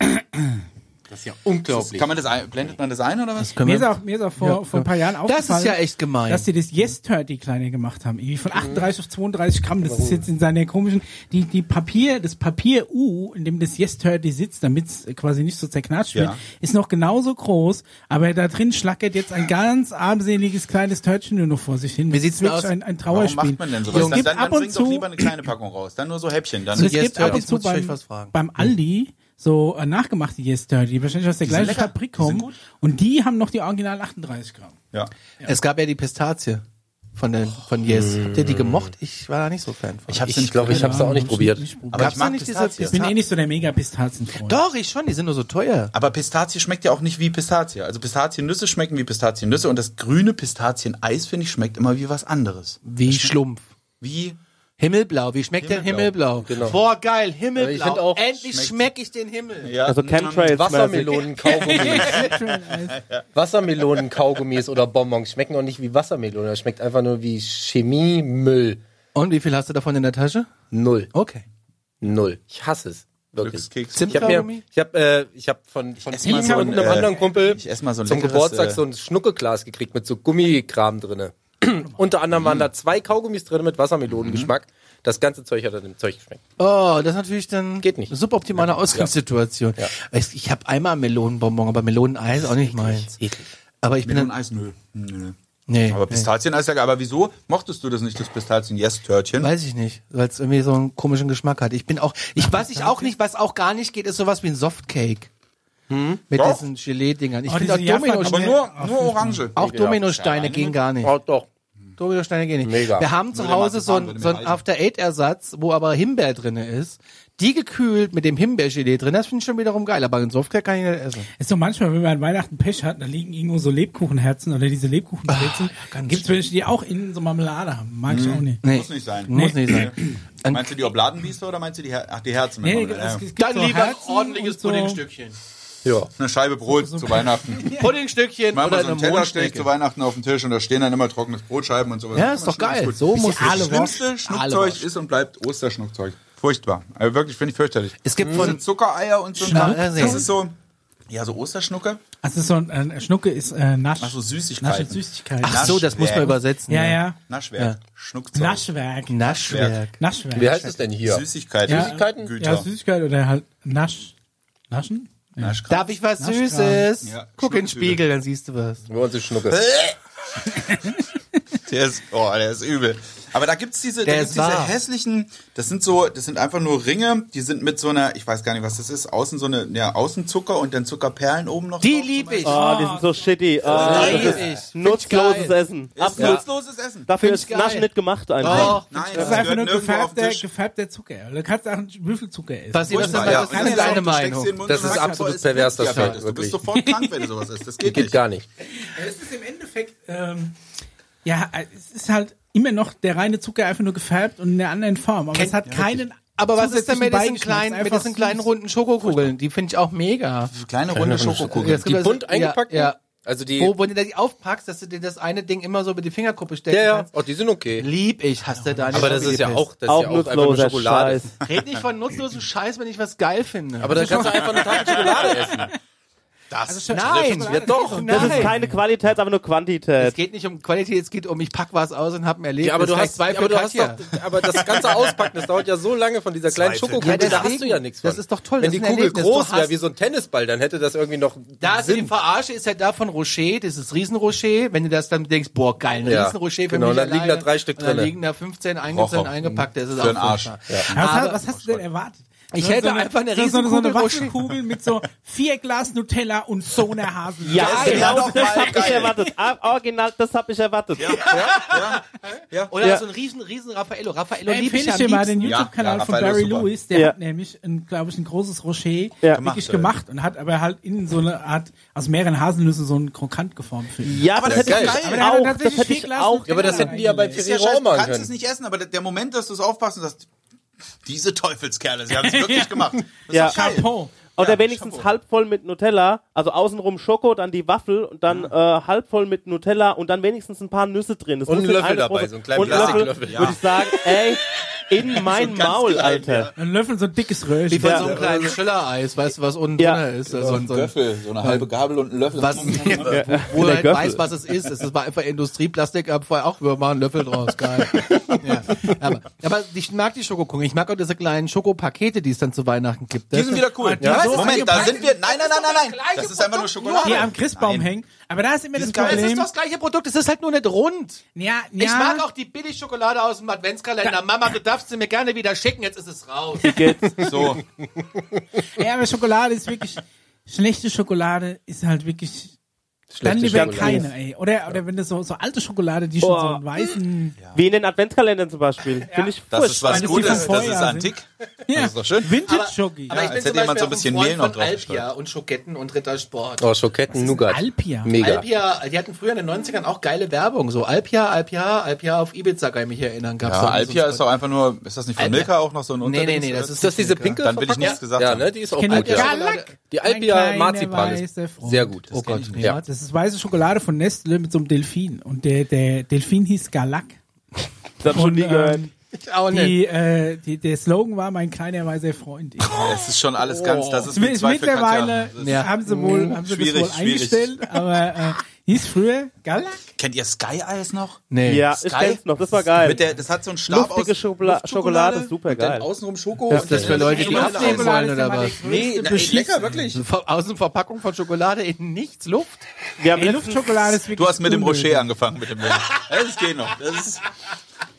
Das ist ja unglaublich. Kann man das ein, blendet man das ein oder was? Können Mir ist wir- auch, mir ist auch vor, vor ein paar Jahren aufgefallen, Das ist ja echt gemein. dass sie das Yes Turkey kleiner gemacht haben. Irgendwie Mhm. von 38 auf 32 Gramm. Das ist jetzt in seiner komischen, die, die Papier, das Papier U, in dem das Yes Turkey sitzt, damit es quasi nicht so zerknatscht wird, Ja. ist noch genauso groß, aber da drin schlackert jetzt ein ganz armseliges kleines Törtchen nur noch vor sich hin. Wie Das sieht's ist denn wirklich aus? Ein, ein Warum Trauerspiel. macht man denn sowas? Es Dann, gibt dann, dann ab und bring doch zu lieber eine kleine Packung raus. Dann nur so Häppchen. Dann So es Also Yes gibt ab Turkeys und zu muss ich euch beim, was fragen. Hm. beim Aldi so äh, nachgemachte Yes Dirty, wahrscheinlich aus der gleichen lecker. Fabrik Die sind kommen. gut. Und die haben noch die original 38 Gramm. ja. Es gab ja die Pistazie von, den, von Yes. Habt ihr die gemocht? Ich war da nicht so Fan von. Ich hab's Ich glaube, ich habe es auch nicht probiert. aber Gab's ich mag da nicht diese Pistazie. Ich bin eh nicht so der mega Pistazienfreund. Doch, ich schon, die sind nur so teuer. Aber Pistazie schmeckt ja auch nicht wie Pistazie. Also Pistaziennüsse schmecken wie Pistaziennüsse und das grüne Pistazieneis, finde ich, schmeckt immer wie was anderes. Wie Schlumpf. Wie Himmelblau, wie schmeckt Himmelblau. denn Himmelblau? Boah, geil, Himmelblau. Aber ich find auch, Endlich schmeckt- schmecke ich den Himmel. ja, Also Chemtrails. (laughs) Wassermelonen, Kaugummis. Natural Eis. Wassermelonen, Kaugummis oder Bonbons schmecken auch nicht wie Wassermelonen. Das schmeckt einfach nur wie Chemiemüll. Und wie viel hast du davon in der Tasche? Null. Okay. Null. Ich hasse es. Wirklich. Glückskeks. Zimt- Ich habe mir, Kaugummi? ich habe, äh, ich habe von von ess mal ihm so und ein, einem äh, anderen Kumpel ich ess mal so ein zum leckeres, Geburtstag äh, so ein Schnuckeglas gekriegt mit so Gummikram drinne. Unter anderem waren da zwei Kaugummis drin mit Wassermelonengeschmack. Das ganze Zeug hat an dem Zeug geschmeckt. Oh, das ist natürlich dann Geht nicht. suboptimale Ausgangssituation. Ich, ich habe einmal Melonenbonbon, aber Meloneneis auch nicht meins. Eklig. Aber ich bin dann, Eis, nö. nö. nee, Aber nee, Pistazieneis, ja geil. aber wieso mochtest du das nicht, das Pistazien-Yes-Törtchen? weiß ich nicht, weil es irgendwie so einen komischen Geschmack hat. Ich bin auch, ich was ich auch nicht, was auch gar nicht geht, ist sowas wie ein Softcake. Hm? Mit Doch. diesen Gelee-Dingern. Ich Oh, finde auch diese Japan- Aber Dominosteine, nur, nur Orange. auch Dominosteine gehen gar nicht. Oh, doch. Dominosteine gehen nicht. Mega. Wir haben zu Würde Hause Marzipan, so einen würde mir so ein reichen. After-Eight-Ersatz, wo aber Himbeer drinne ist. Die gekühlt mit dem Himbeergelee drin, das finde ich schon wiederum geil, aber in Softcake kann ich nicht essen. Ist doch manchmal, wenn man an Weihnachten Pech hat, da liegen irgendwo so Lebkuchenherzen oder diese Lebkuchenherzen. Ah, ganz Mhm. Gibt's welche, die auch innen so Marmelade haben. Mag ich auch nicht. Nee, Muss nicht sein. Muss nicht sein. Ein- Meinst du die Obladenbiester oder meinst du die, Her ach, die Herzen? Nee, Ja. es- es gibt Dann so lieber ein Herzen ordentliches und so. (laughs) Puddingstückchen. Ja. Eine Scheibe Brot zu Weihnachten. Puddingstückchen oder Manchmal so einen eine Teller stelle ich zu Mondschnecke. Weihnachten auf den Tisch und da stehen dann immer trockenes Brotscheiben und sowas. Ja, ist doch Schon alles geil. gut. So muss Das es. schlimmste Schnuckzeug Aalewurst. ist und bleibt Osterschnuckzeug. Furchtbar. Also wirklich, finde ich fürchterlich. Es gibt so von, Zuckereier und so. ein Schnuck- Kram. Das ist so, ja, so Osterschnucke. Also so ein äh, Schnucke ist äh, Nasch, Ach so, Süßigkeiten. Nasch und Süßigkeiten. ach so, das muss man Naschwerk. übersetzen. ne? ja, ja. Naschwerk. Schnuckzeug. Naschwerk. Naschwerk. Naschwerk. Wie heißt es denn hier? Süßigkeiten. Ja. Süßigkeiten? Güter. ja, Süßigkeit oder halt Nasch. Naschen? Naschkram. Darf ich was Süßes? Ja, Guck in den Schnucktüte. Spiegel, dann siehst du was. Bei uns ist Schnucke. Der ist, oh, der ist übel. Aber da gibt's diese, da Der gibt's ist diese wahr. hässlichen, das sind so, das sind einfach nur Ringe, die sind mit so einer, ich weiß gar nicht, was das ist, außen so eine, ja, Außenzucker und dann Zuckerperlen oben noch. Die drauf. lieb ich. Oh, die sind so shitty. Oh, lieb ich. das ist Find ich nutzloses geil. Essen. Das ist Absolut. nutzloses Essen. Dafür Find ich ist geil. Nasch nicht gemacht einfach. Oh. Nein, Das ist einfach nur nirgendwo auf den gefärbter, Tisch. gefärbter Zucker. Du kannst auch einen Würfel Zucker essen. Was ihr was Furchtbar, ja. das Und dann ist deine sagst du, du steckst Meinung. dir in den Mund Das und ist sagst, absolut boah, ist pervers, das Diabetes. Zeug, Du bist wirklich. sofort krank, wenn du sowas isst. Das geht, Geht nicht. gar nicht. Es ist im Endeffekt, ähm, ja, es ist halt immer noch der reine Zucker einfach nur gefärbt und in einer anderen Form. Aber es hat keinen. Aber was ist denn mit diesen zusätzlichen Beigeschmack, kleinen, es ist mit diesen einfach kleinen süß. runden Schokokugeln? Die finde ich auch mega. Kleine runde Schokokugeln. Es gibt Die also- bunt eingepackt? Ja. ja. Also die. Wo, wo du die aufpackst, dass du dir das eine Ding immer so über die Fingerkuppe steckst. Ja, ja. Oh, die sind okay. Lieb ich, hast du deine Aber das ist ja Schokokugeln. auch, das ist Auch ja auch einfach nur nutzloser Schokolade. Scheiß. Red nicht von nutzlosem Scheiß, wenn ich was geil finde. Aber da kannst du einfach eine Tafel Schokolade essen. Das. nein, Ja, doch. Das ist nein. keine Qualität, aber nur Es Quantität. geht nicht um Qualität, es geht um, ich pack was aus und hab ein Erlebnis. Ja, aber du Gleich hast, zwei für aber, du hast Katja. doch, aber das ganze Auspacken, das dauert ja so lange von dieser kleinen Zweifel. Schokokugel, Ja, da hast deswegen. du ja nichts von. Das ist doch toll, Wenn das die ist ein Kugel Erlebnis. groß Du wäre hast- wie so ein Tennisball, dann hätte das irgendwie noch Da ist die Sinn. Verarsche ist ja da von Rocher, das ist Riesenrocher. Wenn du das dann denkst, boah, geil, ein Ja, Riesenrocher für genau, mich und dann liegen alleine. da drei Stück Und dann drinne. liegen da 15, 19 Rocher. eingepackt, das ist Für auch den Arsch. furchtbar. Ja, Was, Aber- hast, was hast du denn erwartet? Ich So- hätte so einfach eine so- so, so eine Riesenkugel Waschkugel mit so vier Glas Nutella und so einer Haselnuss. Ja, ist ja genau doch das mal habe ich geil. erwartet. Ah, Original, das habe ich erwartet. Oder Ja. so ein riesen, riesen Raffaello. Raffaello Da lieb empfehle ich am dir mal liebsten. den Ja, YouTube-Kanal ja, von Raffaello Barry ist super. Lewis. Der Ja. hat nämlich, glaube ich, ein großes Rocher Ja. Gemacht, wirklich ja. gemacht und hat aber halt innen so eine Art, aus mehreren Haselnüssen so einen Krokant geformt. für ihn. Ja, aber das das hätte ist ich geil. Aber der hat auch. Das tatsächlich hätte viel ich Glas auch. mit Ja, aber das Nutella hätten die ja bei reingelegt. Ist ja Ferrero auch scheiße, du machen kannst es können. nicht essen, aber der- der Moment, dass du es aufpasst und sagst, diese Teufelskerle, sie haben es wirklich gemacht. Das ist Ja. doch geil. Chapeau. Oder Ja, wenigstens Chapeau. halb voll mit Nutella, also außenrum Schoko, dann die Waffel und dann äh, halb voll mit Nutella und dann wenigstens ein paar Nüsse drin. Das Und muss ein jetzt Löffel eine dabei, große- so einen kleinen und Löffel, Plastiklöffel. würde ich sagen, ey, (laughs) in mein ganz Maul, klein, Alter. Ein Löffel so ein dickes Röhrchen. Wie von so Ja. einem kleinen Schillereis, weißt du, was unten Ja. drunter ist. Also so ein- Halt Löffel, so eine halbe Gabel und ein Löffel. was, (laughs) wo Der du halt Göffel. weiß, was es ist. Es war einfach Industrieplastik, aber vorher auch, wir machen einen Löffel draus, geil. ja. aber, aber ich mag die Schokokugeln. Ich mag auch diese kleinen Schokopakete, die es dann zu Weihnachten gibt. Die sind wieder cool. Ja, Moment, so Moment, da eingepackt. sind wir. Nein, nein, nein, nein, nein. Das ist einfach nur Schokolade. die am Christbaum Nein. hängen. Aber da ist immer das sind geil. es ist Problem. doch das gleiche Produkt, es ist halt nur nicht rund. Ja, ja. Ich mag auch die Billigschokolade aus dem Adventskalender. Mama, du darfst sie mir gerne wieder schicken, jetzt ist es raus. Geht's. So, Ja, aber Schokolade ist wirklich. Schlechte Schokolade ist halt wirklich. dann Schlechte lieber Schokolade. keine, ey. Oder, oder wenn das so, so alte Schokolade, die schon Boah. so einen weißen. Wie in den Adventskalendern zum Beispiel. Finde ich das ist furchtbar. was Meine Gutes. Stiefel Das vorher ist sind- antik. Ja, ist doch schön. Vintage Schoki. Aber Ja, ich bin jetzt zum hätte Beispiel jemand so ein auch bisschen Freund Mehl noch von draufgestellt. Alpia und Schoketten und Rittersport. Oh, Schoketten, Nougat. Alpia? Mega. Alpia, die hatten früher in den 90ern auch geile Werbung. So Alpia, Alpia, Alpia auf Ibiza, kann ich mich erinnern. Gab's Ja, da Alpia so ist doch einfach nur. Ist das nicht von Alpia. Milka auch noch so ein Nee, nee, Unterdings- nee, das ist, Ist das diese pinke Dann will ich Verpackung? nichts gesagt Ja, haben. ne, die ist auch Kennt ihr Alpia. Galak. Die Mein Alpia kleiner Marzipan ist weißer Freund. sehr gut. Oh Gott, Ja. niemals. Das ist weiße Schokolade von Nestle mit so einem Delfin. Und der, der Delfin hieß Galak. Das hab ich schon nie Und, gehört. ähm, Ich auch die, äh, die, der Slogan war mein kleiner weißer Freund. Es ist schon alles ganz. Das ist Ist mit zwei für Katja. Oh. mittlerweile Das ist- Ja. haben sie wohl, haben sie das Schwierig, wohl schwierig. eingestellt, aber äh, Hieß früher Galak? Kennt ihr Sky Eyes noch? Nee. Ja, Sky- ich kenn's noch, das war geil. Mit der, das hat so einen Stab Luftige aus Schokola Schokolade, super und dann geil. außenrum Schoko. Ist das für Leute, die Schokolade abnehmen ist wollen ja oder mal was? die Nee, na, ey, lecker, wirklich. Ver- Außenverpackung von Schokolade in nichts Luft. Wir haben Ey, letztens- Luftschokolade ist wirklich Du hast mit dem unnötig. Rocher angefangen, mit dem (laughs) Milch. Das geht noch. Das ist,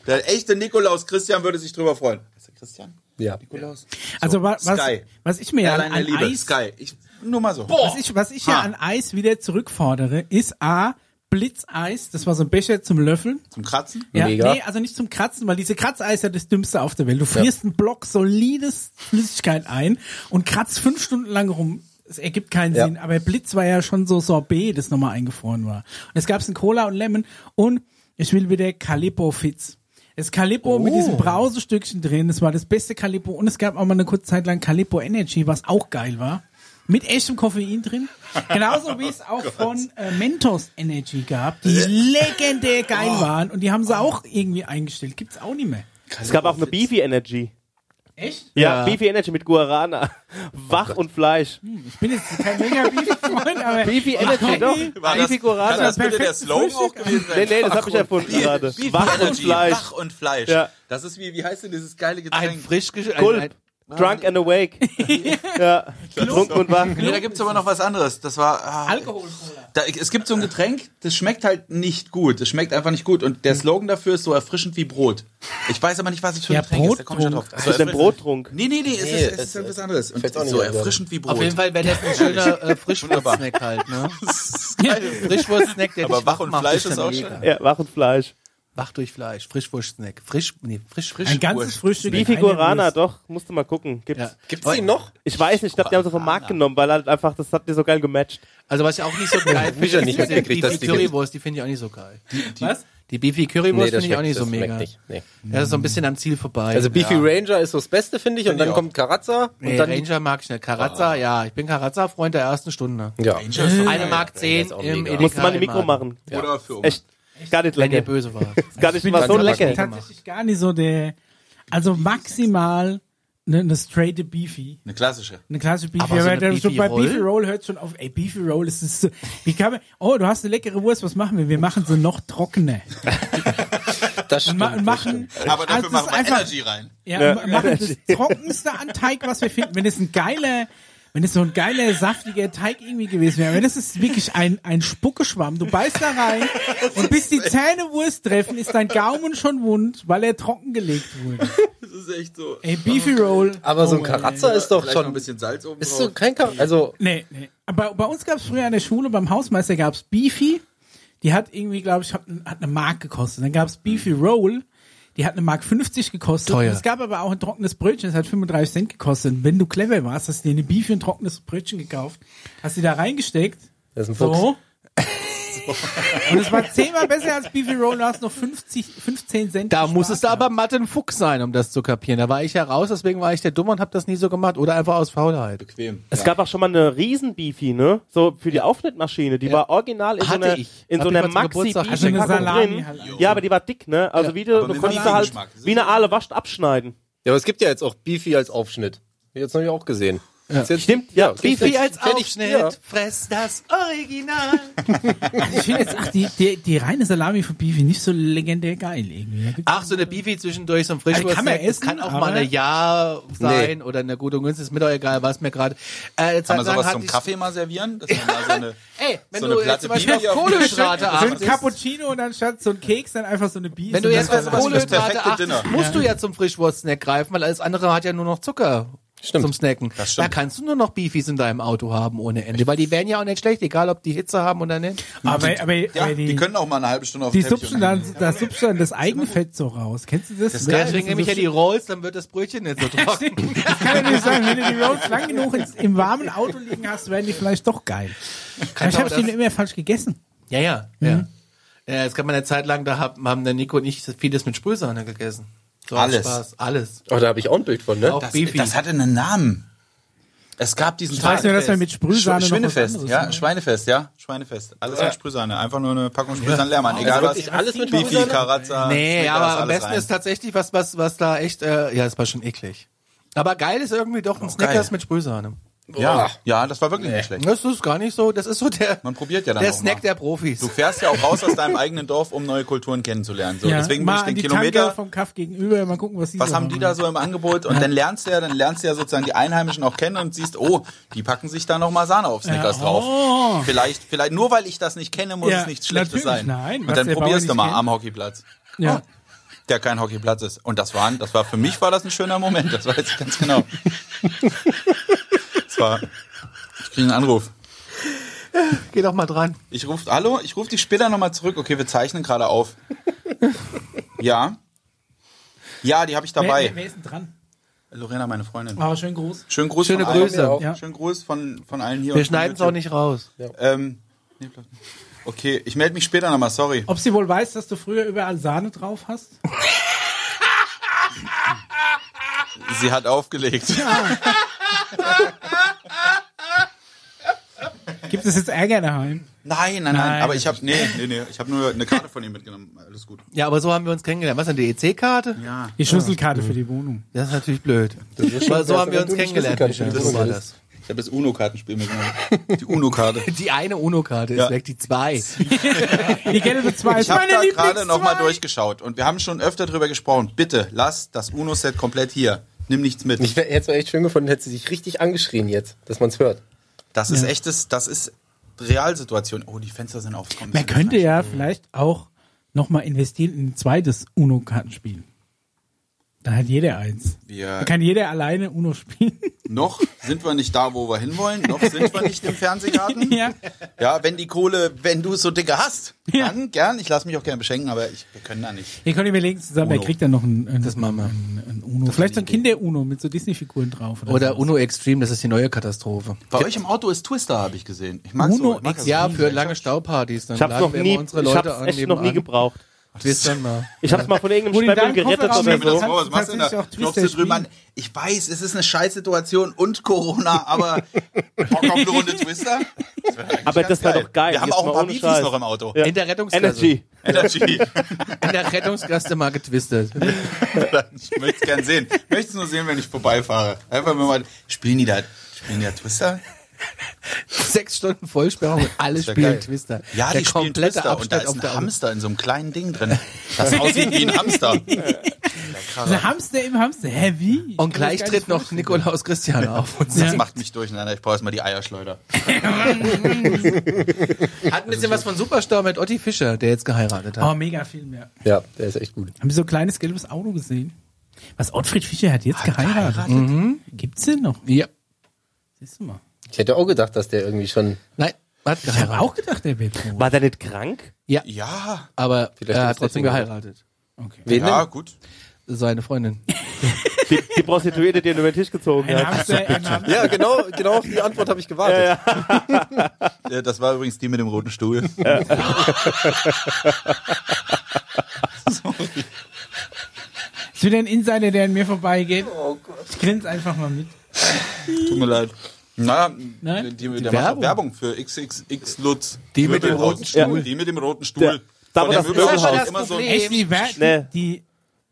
der echte Nikolaus Christian würde sich drüber freuen. Heißt der Christian? Ja. Nikolaus? Also wa- was, Sky. was ich mir ja an, Airline der an Liebe. Eis, Sky. Ich, nur mal so. was ich, was ich ja Ha. an Eis wieder zurückfordere, ist A, Blitzeis, das war so ein Becher zum Löffeln. Zum Kratzen? Ja, Mega. nee, also nicht zum Kratzen, weil diese Kratzeis ist ja das Dümmste auf der Welt. Du frierst einen Block solides Flüssigkeit ein und kratzt fünf Stunden lang rum. Es ergibt keinen Ja. Sinn. Aber Blitz war ja schon so Sorbet, das nochmal eingefroren war. Und es gab's ein Cola und Lemon und ich will wieder Calippo Fitz. Das Calippo mit Oh. diesem Brausestückchen drin, das war das beste Calippo. Und es gab auch mal eine kurze Zeit lang Calippo Energy, was auch geil war. Mit echtem Koffein drin. Genauso wie es auch von äh, Mentos Energy gab, die legendär geil waren. Und die haben sie auch irgendwie eingestellt. Gibt's auch nicht mehr. Es gab auch eine Beefy Energy. Echt? Ja, Beefy Energy mit Guarana. Oh Wach und Fleisch. Hm. Ich bin jetzt kein mega Beefy-Freund, (laughs) aber... Beefy Energy, doch. War das, kann Beefy Guarana. das bitte der perfektes Slogan auch Frühstück. gewesen sein? Nee, nee, das hab ich erfunden Bier, gerade. Bier, Wach Energy, und Fleisch. Wach und Fleisch. Ja. Das ist wie, wie heißt denn dieses geile Getränk? Ein frisch gesch- ein- Gulp. ein- Drunk and awake. ja. Trunken und wach. Nee, da gibt's aber noch was anderes. Das war. Ah, Alkohol-Cola. da, es gibt so ein Getränk, das schmeckt halt nicht gut. Das schmeckt einfach nicht gut. Und der Slogan dafür ist so erfrischend wie Brot. Ich weiß aber nicht, was es für ein Ja, Getränk ist. Da komm ich schon drauf. Brottrunk. So Das ist ein erfrischend- Brottrunk. Nee, nee, nee, es Nee, ist, es es- ist etwas anderes. Und fällt auch nicht so ein, erfrischend wie Brot. Auf jeden (laughs) Fall wäre das ein (laughs) schöner äh, Frischwurst-Snack halt, ne? Frischwurst-Snack, der Aber dich wach und macht, Fleisch ist dann ist auch mega. schön. Ja, wach und Fleisch. Wach durch Fleisch, Frischwurst-Snack. Frisch, nee, frisch, frisch. Ein ganzes Frühstück. Beefy eine Guarana, Wurst. doch. Musst du mal gucken. Gibt's. Ja. Gibt's die noch? Ich weiß nicht, ich glaube, die haben sie vom Markt genommen, weil halt einfach, das hat dir so geil gematcht. Also was ich auch nicht so geil ich ja finde, nicht ist die mitgekriegt, dass Beefy die gibt. Currywurst, die finde ich auch nicht so geil. Die, die, Was? Die Beefy Currywurst finde ich auch nicht so schmeckt mega. nicht. Nee. Das ist so ein bisschen am Ziel vorbei. Also Beefy ja. Ranger ist so das Beste, finde ich. Und dann ich auch. kommt Karazza. Und Nee, dann Ah. Ranger mag ich nicht. Karazza, ja. Ich bin Karazza-Freund der ersten Stunde. Ja. Eine Mark Ranger 10 ist auch im mega. Edeka. Musst du mal in im die Mikro Laden. machen. Oder für Echt. Gar nicht Wenn ihr lecker. böse war. Gar nicht bin mal so tatsächlich- lecker. tatsächlich gar nicht so der... Also maximal eine, eine straighte Beefy. Eine klassische. Eine klassische Beefy, Aber so aber, eine dann schon Beefy bei Roll? Beefy Roll hört schon auf, ey, Beefy Roll ist das so, wie kann man, oh, du hast eine leckere Wurst, was machen wir? Wir machen sie noch trockener. Das Und stimmt. ma- und machen, Aber also dafür es machen ist wir einfach- Energy rein. ja, ma- machen das trockenste an Teig, was wir finden. Wenn es ein geiler, wenn es so ein geiler, saftiger Teig irgendwie gewesen wäre, wenn das ist wirklich ein, ein Spuckeschwamm, du beißt da rein und bis die Zähne Wurst treffen, ist dein Gaumen schon wund, weil er trocken gelegt wurde. Das ist echt so. Ey, Beefy Roll. Aber so ein Oh, Karazza ist doch Vielleicht noch ein schon. bisschen Salz oben Ist drauf. so kein Kar Also, Nee, nee. Aber bei uns gab es früher an der Schule, beim Hausmeister gab es Beefy. Die hat irgendwie, glaube ich, hat, hat eine Mark gekostet. Dann gab es Beefy Roll. Die hat eine Mark 50 gekostet. Teuer. Und es gab aber auch ein trockenes Brötchen, das hat 35 Cent gekostet. Und wenn du clever warst, hast du dir eine Beefy und trockenes Brötchen gekauft, hast die da reingesteckt. Das ist ein Fuchs. (laughs) So. und es war zehnmal besser als Beefy Roll, du hast noch 50, 15 Cent. Da gespart muss es da gehabt. aber Mathe ein Fuchs sein, um das zu kapieren. Da war ich ja raus, deswegen war ich der Dumme und habe das nie so gemacht. Oder einfach aus Faulheit. bequem. Es gab auch schon mal eine Riesen-Beefy, ne? So für die Aufschnittmaschine. Die war original in Hatte so einer, ich. in so Hatte ich einer mal zum Geburtstag. Also eine Maxi-Beefy-Packung Salami drin. halt. Ja, aber die war dick, ne? Also wie du, Aber du mit konntest da halt Beefy-Geschmack. wie eine Aale wascht abschneiden. (laughs) ja, aber es gibt ja jetzt auch Beefy als Aufschnitt. Jetzt habe ich auch gesehen. Ist Jetzt, Stimmt, ja. gibt's Beefy jetzt. Fertig. Ja. fress das Original. Ich finde jetzt, ach, die, die, die reine Salami von Beefy nicht so legendär geil irgendwie. Da gibt's Ach, so eine Beefy zwischendurch, so ein Also Frischwurst. kann man das essen, kann auch aber- mal eine Ja sein oder eine gute und günstig, ist mir doch egal, was mir gerade. Äh, jetzt Kann hat- man dann sowas hat zum ich- Kaffee mal servieren? Dass (laughs) man mal so eine, Ey, wenn so du eine jetzt Platte zum Beispiel Bier auf auf dem Kohlenhydrate Schön achtest, Cappuccino und dann statt so ein Keks dann einfach so eine Bier. wenn du jetzt auf das Kohlenhydrate perfekte achtest, Dinner. musst du ja zum Frischwurst-Snack greifen, weil alles andere hat ja nur noch Zucker. Stimmt. Zum Snacken. Das Da stimmt. kannst du nur noch Beefies in deinem Auto haben ohne Ende, weil die werden ja auch nicht schlecht, egal ob die Hitze haben oder nicht. aber, aber, ja, aber die, die, können auch mal eine halbe Stunde auf die den Teppich Substanz, und- das, das Substanz, das Eigen fällt so raus. Kennst du das? Das ist Ja, geil, das Deswegen ist nehme ich so ja die Rolls, dann wird das Brötchen nicht so trocken. (laughs) Das kann ja nicht sein. Wenn du die Rolls lang genug ins, im warmen Auto liegen hast, werden die vielleicht doch geil. Aber ich auch habe die das- immer falsch gegessen. Ja, ja, ja. Ja, jetzt kann man eine Zeit lang, da haben, haben der Nico und ich vieles mit Sprühsahne gegessen. So aus Alles. Spaß. Alles. Oh, da habe ich auch ein Bild von, ne? Auch Das, Beefy. das hatte einen Namen. Es gab diesen Ich weiß nur, dass wir mit Sprühsahne Sch noch was Schweinefest, anderes ja, machen. Schweinefest, ja, Also Schweinefest. Alles mit Sprühsahne, einfach nur eine Packung Sprühsahne leer machen, egal was. wirklich alles mit Beefy, Sprühsahne? Karazza, Nee, Snickers, aber am alles besten rein. ist tatsächlich was, was, was da echt, äh, ja, es war schon eklig. Aber geil ist irgendwie doch ein Snickers geil. mit Sprühsahne. Ja, ja, das war wirklich nicht schlecht. Das ist gar nicht so, das ist so der, Man probiert ja dann der auch Snack mal. der Profis. Du fährst ja auch raus aus deinem eigenen Dorf, um neue Kulturen kennenzulernen. So, Ja, deswegen bin mal ich den an die Kilometer. Tanker vom Kaff gegenüber, mal gucken, was die Was so haben die da so im Angebot? Und dann lernst du ja, dann lernst du ja sozusagen die Einheimischen auch kennen und siehst, oh, die packen sich da nochmal Sahne auf Snickers Ja, drauf. oh. Vielleicht, vielleicht, nur weil ich das nicht kenne, muss Ja, es nichts Schlechtes sein. natürlich, nein, und was dann der Bauer probierst du nicht mal kennt. am Hockeyplatz, Ja. der kein Hockeyplatz ist. Und das war, das war, für mich war das ein schöner Moment, das weiß ich ganz (laughs) genau. das war, ich kriege einen Anruf. Geh doch mal dran. Ich ruf, hallo, ich rufe die später nochmal zurück. Okay, wir zeichnen gerade auf. Ja. Ja, die habe ich Wer, dabei. wer ist denn dran? Lorena, meine Freundin. Oh, schönen Gruß. Schönen Gruß Schöne von Grüße. Allen. Ja. Schönen Gruß von, von allen hier. Wir und von schneiden es auch YouTube. nicht raus. Ähm, nee, bleibt nicht. okay, ich melde mich später nochmal, sorry. Ob sie wohl weiß, dass du früher überall Sahne drauf hast? Sie hat aufgelegt. Gibt es jetzt Ärger daheim? (laughs) Nein, nein, nein, Nein. Aber ich habe nee, nee, nee. Ich habe nur eine Karte von ihm mitgenommen. Alles gut. Ja, aber so haben wir uns kennengelernt. Was denn, die EC-Karte? Ja. Die Schlüsselkarte für die Wohnung. Das ist natürlich blöd. aber so haben wir uns kennengelernt. Michel. So war das. Ich habe das UNO-Kartenspiel mitgenommen. Die UNO-Karte. Die eine UNO-Karte ist Ja. weg, die zwei. Die gelbe 2 Ich habe da gerade nochmal durchgeschaut und wir haben schon öfter drüber gesprochen. Bitte lass das UNO-Set komplett hier. Nimm nichts mit. Ich hätte es echt schön gefunden, hätte sie sich richtig angeschrien jetzt, dass man es hört. Das ist echtes, das ist Realsituation. Oh, die Fenster sind aufgekommen. Man könnte ja vielleicht auch nochmal investieren in ein zweites UNO-Kartenspiel. Da hat jeder eins. Wir- Da kann jeder alleine UNO spielen. Noch sind wir nicht da, wo wir hinwollen. Noch sind wir nicht im Fernsehgarten. (laughs) ja. Ja, wenn die Kohle, wenn du es so dicke hast, Ja. dann gern. Ich lasse mich auch gerne beschenken, aber ich, wir können da nicht. Ihr könnt überlegen zusammen, wer Uno. kriegt dann noch ein, ein, Das machen wir. ein, ein UNO. vielleicht so ein Kinder-UNO mit so Disney-Figuren drauf. Oder so. UNO Extreme, das ist die neue Katastrophe. Bei euch im Auto ist Twister, habe ich gesehen. Ich mag Uno so, ich mag das Ja, so. für lange Staupartys. Dann Ich hab's laden noch wir nie, immer unsere ich Leute hab's an, echt noch nie nebenan. gebraucht. Twistern mal. Ich hab's mal von irgendeinem Wo die in Spemmel deinem gerettet Stell Kofferraum oder mir das so. stehen, vor, was machst du denn da? Tatsächlich auch Klopfst du Twister drüben an? Ich weiß, es ist eine scheiß Situation und Corona, aber Bock auf eine Runde Twister? Das wär eigentlich Aber ganz das wär doch geil. Wir haben Jetzt auch ein mal paar ohne Beefies Scheiß. noch im Auto. (laughs) Ja. In der Rettungskasse. Energy. Energy. In der Rettungskasse mal getwistet. (laughs) Ich möchte es gern sehen. Ich möchte es nur sehen, wenn ich vorbeifahre. Einfach mir mal, spielen die da, spielen die da Twister? Sechs Stunden Vollsperrung und alle Das wär spielen geil. Twister. Ja, der die spielen komplette Twister und da Abstand ist auf ein der Hamster in so einem kleinen Ding (laughs) drin. Das aussieht wie ein Hamster. Ein Also Hamster im Hamster. Hä, wie? Und gleich tritt noch Nikolaus Christian auf uns. Das Ja. macht mich durcheinander. Ich brauche erstmal die Eierschleuder. (laughs) Hat ein bisschen was von Superstar mit Otti Fischer, der jetzt geheiratet hat. Oh, mega viel mehr. Ja, der ist echt gut. Haben Sie so ein kleines gelbes Auto gesehen? Was Ottfried Fischer hat jetzt geheiratet. Mhm. Gibt's den noch? Ja. Siehst du mal. Ich hätte auch gedacht, dass der irgendwie schon. Nein, hat Ich habe geheiratet. auch gedacht, der wird pro. War der nicht krank? Ja, Aber Vielleicht er ist hat trotzdem deswegen- geheiratet. Okay. Wen ja, denn? gut. Seine Freundin. Die, die Prostituierte, die ihn über den Tisch gezogen Ein hat. Hamster im Hamster. Ja, genau, genau auf die Antwort habe ich gewartet. Äh, Das war übrigens die mit dem (laughs) roten Stuhl. Ist wieder ein Insider, der an mir vorbeigeht. Oh Gott. Ich grinse einfach mal mit. Tut mir leid. Naja, Nein? die, der macht auch Werbung. Werbung für XXX Lutz. Die mit dem roten Möbelhaus. Stuhl. Die mit dem roten Der- Stuhl. da Von war der das Möbelhaus Möbelhaus. immer so ein- Problem. Echt, wie Schnell. werden die,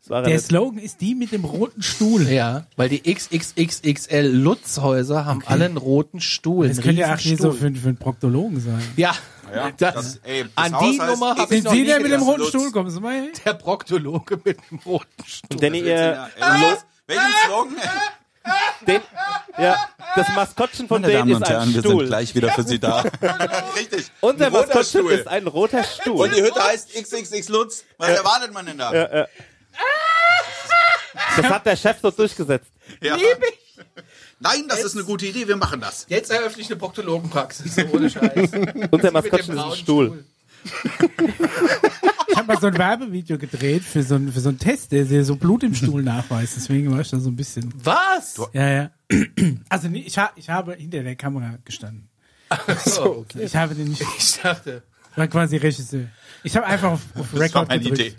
Das war er der nicht. Slogan ist die mit dem roten Stuhl. (laughs) Ja, weil die XXXXL Lutzhäuser haben alle einen roten Stuhl. Das einen könnte ja auch riesen hier so Stuhl. für, einen- für einen Proktologen sein. Ja, Ja, das, das- ey, das an Haus die heißt Nummer habe ich Sind noch Sie nie der mit dem gedacht. roten Lutz. Stuhl? Kommen Sie mal her. Der Proktologe mit dem roten Stuhl. Und Danny, ihr, Ey, los. Welchen Slogan? den, ja, das Maskottchen von denen ist ein Stuhl. wieder für Sie da. (laughs) Richtig. Und der Ein roter Maskottchen Stuhl. ist ein roter Stuhl. Und die Hütte heißt XXX Lutz. Was erwartet man denn da? Das hat der Chef so (laughs) durchgesetzt. Ja. Nein, das ist eine gute Idee, wir machen das. Jetzt eröffne ich eine Proktologenpraxis, so ohne (laughs) Scheiß. Und der Maskottchen ist ein Stuhl. Ich habe mal so ein Werbevideo gedreht für so, einen, für so einen Test, der dir so Blut im Stuhl nachweist. Deswegen war ich da so ein bisschen. Was? Ja, ja. Also nee, ich, ha ich habe hinter der Kamera gestanden. so, okay. Ich habe den nicht. Ich dachte. Ich war quasi Regisseur. Ich habe einfach auf, auf Das war Record meine gedrückt Idee.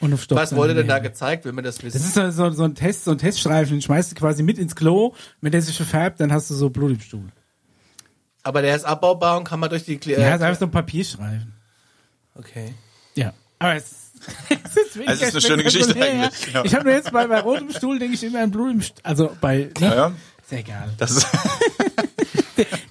und auf Stopp. Was wurde denn da gedreht? gezeigt, wenn wir das wissen? Das ist so, so, so ein Test, so ein Teststreifen, den schmeißt du quasi mit ins Klo, wenn der sich verfärbt, dann hast du so Blut im Stuhl. Aber der ist abbaubar und kann man durch die Kle Ja, das ist einfach so ein Papierstreifen. Okay. Ja. Aber es, es ist (laughs) weniger Also es ist eine schöne Geschichte spektakulär. eigentlich, ja. Ich habe nur jetzt bei, bei rotem Stuhl denke ich immer an Blut im Stuhl. Also bei. Ne? Ja, ja. Ist ja egal. Das ist (laughs)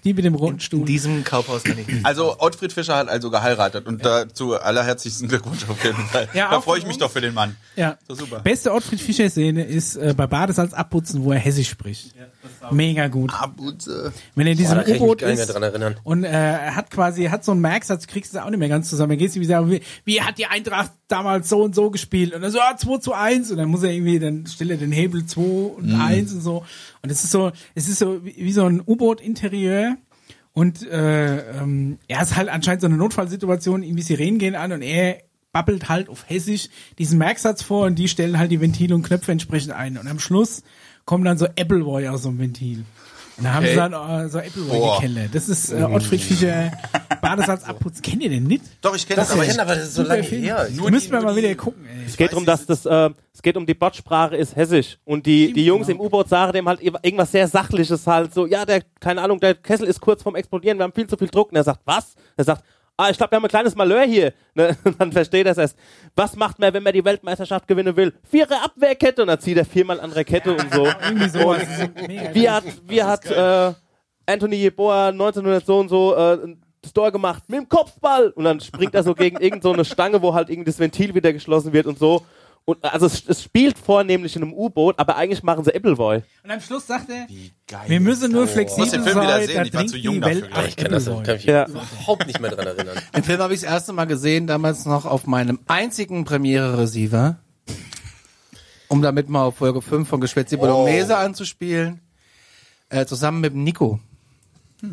Die mit dem roten Stuhl. In diesem Kaufhaus kann ich nicht. Also Ottfried Fischer hat also geheiratet und dazu allerherzlichsten Glückwunsch auf jeden Fall. Ja, da auch freue ich von mich uns. doch für den Mann. Ja. So, super. Beste Ottfried Fischer Szene ist äh, bei Badesalz abputzen, wo er hessisch spricht. Mega gut. Abutze. Wenn er in diesem Boah, da kann ich mich U-Boot gar nicht mehr ist dran erinnern. und äh, er hat quasi, er hat so einen Merksatz, kriegst du auch nicht mehr ganz zusammen. Dann geht's ihm sagen, wie, wie hat die Eintracht damals so und so gespielt? Und dann so, ah, 2 zu 1 und dann muss er irgendwie, dann stellt er den Hebel 2 und Mhm. 1 und so. Und es ist so, es ist so wie, wie so ein U-Boot-Interieur. Und äh, ähm, er ist halt anscheinend so eine Notfallsituation, irgendwie Sirenen gehen an und er babbelt halt auf Hessisch diesen Merksatz vor und die stellen halt die Ventile und Knöpfe entsprechend ein. Und am Schluss kommen dann so Appleboy aus so einem Ventil. Und da haben sie dann äh, so Appleboy Boah. gekellert. Das ist äh, Ottfried Fischer Badesalz abputz. Kennt ihr den nicht? Doch, ich kenne das, aber ich, aber das ist so lange her. Ich- nur Müssen die- wir nur mal die- wieder gucken, ey. Es geht darum, dass das, äh, es geht um die Bottsprache ist Hessisch. Und die, die Jungs im U-Boot sagen dem halt irgendwas sehr Sachliches halt so, ja, der, keine Ahnung, der Kessel ist kurz vorm Explodieren, wir haben viel zu viel Druck. Und er sagt, was? Er sagt, ah, ich glaube, wir haben ein kleines Malheur hier. (laughs) Ne? Und dann versteht er es erst. Was macht man, wenn man die Weltmeisterschaft gewinnen will? Vierer Abwehrkette. Und dann zieht er viermal an Rakete und so. Irgendwie sowas. Das ist mega Wie hat, wie hat äh, Anthony Jeboa 1900 so und so äh, das Tor gemacht mit dem Kopfball und dann springt er so gegen (laughs) irgend so eine Stange, wo halt irgendwie das Ventil wieder geschlossen wird und so. Und also es, es spielt vornehmlich in einem U-Boot, aber eigentlich machen sie Appleboy. Und am Schluss sagt er, Geil. wir müssen nur flexibel Muss den Film wieder sein, sehen, da ich war zu trinkt jung die dafür, Welt glaub Ich kann das Appleboy. kann ich mich Ja. überhaupt nicht mehr dran erinnern. Den Film habe ich das erste Mal gesehen, damals noch auf meinem einzigen Premiere-Receiver. Um damit mal auf Folge 5 von Geschwätz die Oh. Bolognese anzuspielen. Äh, zusammen mit Nico.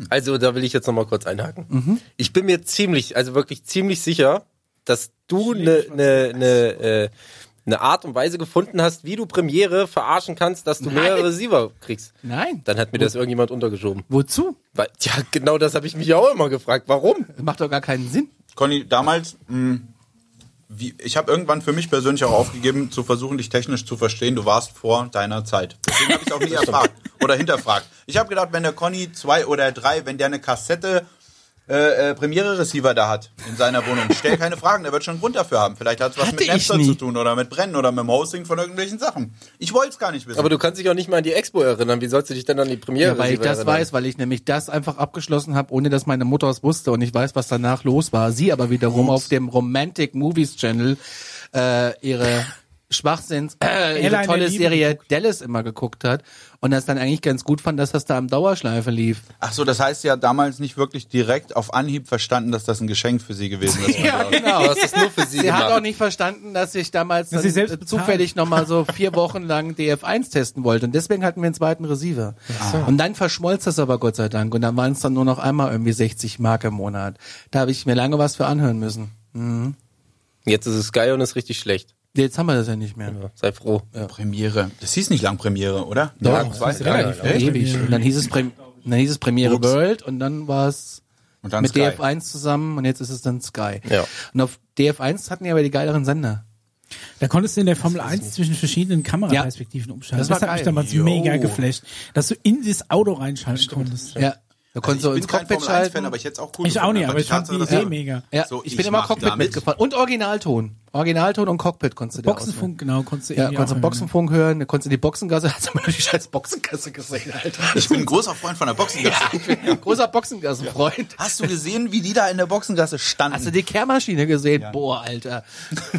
Also da will ich jetzt nochmal kurz einhaken. Mhm. Ich bin mir ziemlich, also wirklich ziemlich sicher, dass du eine ne, ne, äh, ne Art und Weise gefunden hast, wie du Premiere verarschen kannst, dass du mehrere Receiver kriegst. Nein. Dann hat mir das irgendjemand untergeschoben. Wozu? Weil, ja, genau das habe ich mich auch immer gefragt. Warum? Macht doch gar keinen Sinn. Conny, damals, mh, wie, ich habe irgendwann für mich persönlich auch aufgegeben, zu versuchen, dich technisch zu verstehen. Du warst vor deiner Zeit. Deswegen habe (laughs) ich auch nie erfragt oder hinterfragt. Ich habe gedacht, wenn der Conny zwei oder drei, wenn der eine Kassette äh, äh, Premiere-Receiver da hat in seiner Wohnung, stell keine Fragen, der wird schon einen Grund dafür haben. Vielleicht hat es was Hatte mit ich Napster nie. zu tun oder mit Brennen oder mit dem Hosting von irgendwelchen Sachen. Ich wollte es gar nicht wissen. Aber du kannst dich auch nicht mal an die Expo erinnern. Wie sollst du dich denn an die Premiere Ja, weil ich Receiver das erinnern? (laughs) weiß, weil ich nämlich das einfach abgeschlossen habe, ohne dass meine Mutter es wusste und ich weiß, was danach los war. Sie aber wiederum auf dem Romantic Movies Channel äh, (laughs) ihre Schwachsinns, äh, Airline ihre der tolle Liebe Serie Dallas immer geguckt hat und das dann eigentlich ganz gut fand, dass das da am Dauerschleife lief. Ach so, das heißt ja damals nicht wirklich direkt auf Anhieb verstanden, dass das ein Geschenk für sie gewesen (laughs) ist. genau. Du hast es nur für sie, Sie hat gemacht. auch nicht verstanden, dass ich damals dann Dass sie selbst äh, zufällig nochmal so vier Wochen lang DF1 testen wollte. Und deswegen hatten wir einen zweiten Receiver. Und dann verschmolz das aber Gott sei Dank. Und dann waren es dann nur noch einmal irgendwie 60 Mark im Monat. Da habe ich mir lange was für anhören müssen. Jetzt ist es geil und ist richtig schlecht. Jetzt haben wir das ja nicht mehr. Ja, sei froh. Premiere. Das hieß nicht lang Premiere, oder? Doch, zwei, das ist drei. relativ ewig. Und dann hieß es, Prem dann hieß es Premiere Ups. World und dann war es Und dann mit Sky. Also DF1 zusammen und jetzt ist es dann Sky. Ja. Und auf DF1 hatten die aber die geileren Sender. Da konntest du in der Formel 1 zwischen verschiedenen Kameraperspektiven umschalten. Das Das, war hat mich geil. damals Jo. mega geflasht, dass du in das Auto reinschalten konntest. Ja. Da konntest Also du ich ins bin kein Cockpit Formel 1 Fan, schalten. aber ich hätte es auch cool Ich auch gefunden. nicht, Einfach aber ich fand die Tatsache, Idee dass- mega. Ja, So, ich bin ich immer mach Cockpit damit. mitgefahren. Und Originalton. Originalton und Cockpit konntest du dir auswählen. Boxenfunk, genau, konntest du Ja, irgendwie konntest auch du Boxenfunk hören, da konntest du die Boxengasse, (laughs) hast du mal die scheiß Boxengasse gesehen, Alter. Ich bin ein großer Freund von der Boxengasse. Ich bin ein großer Boxengassenfreund. Hast du gesehen, wie die da in der Boxengasse standen? Hast du die Kehrmaschine gesehen? Boah, Alter.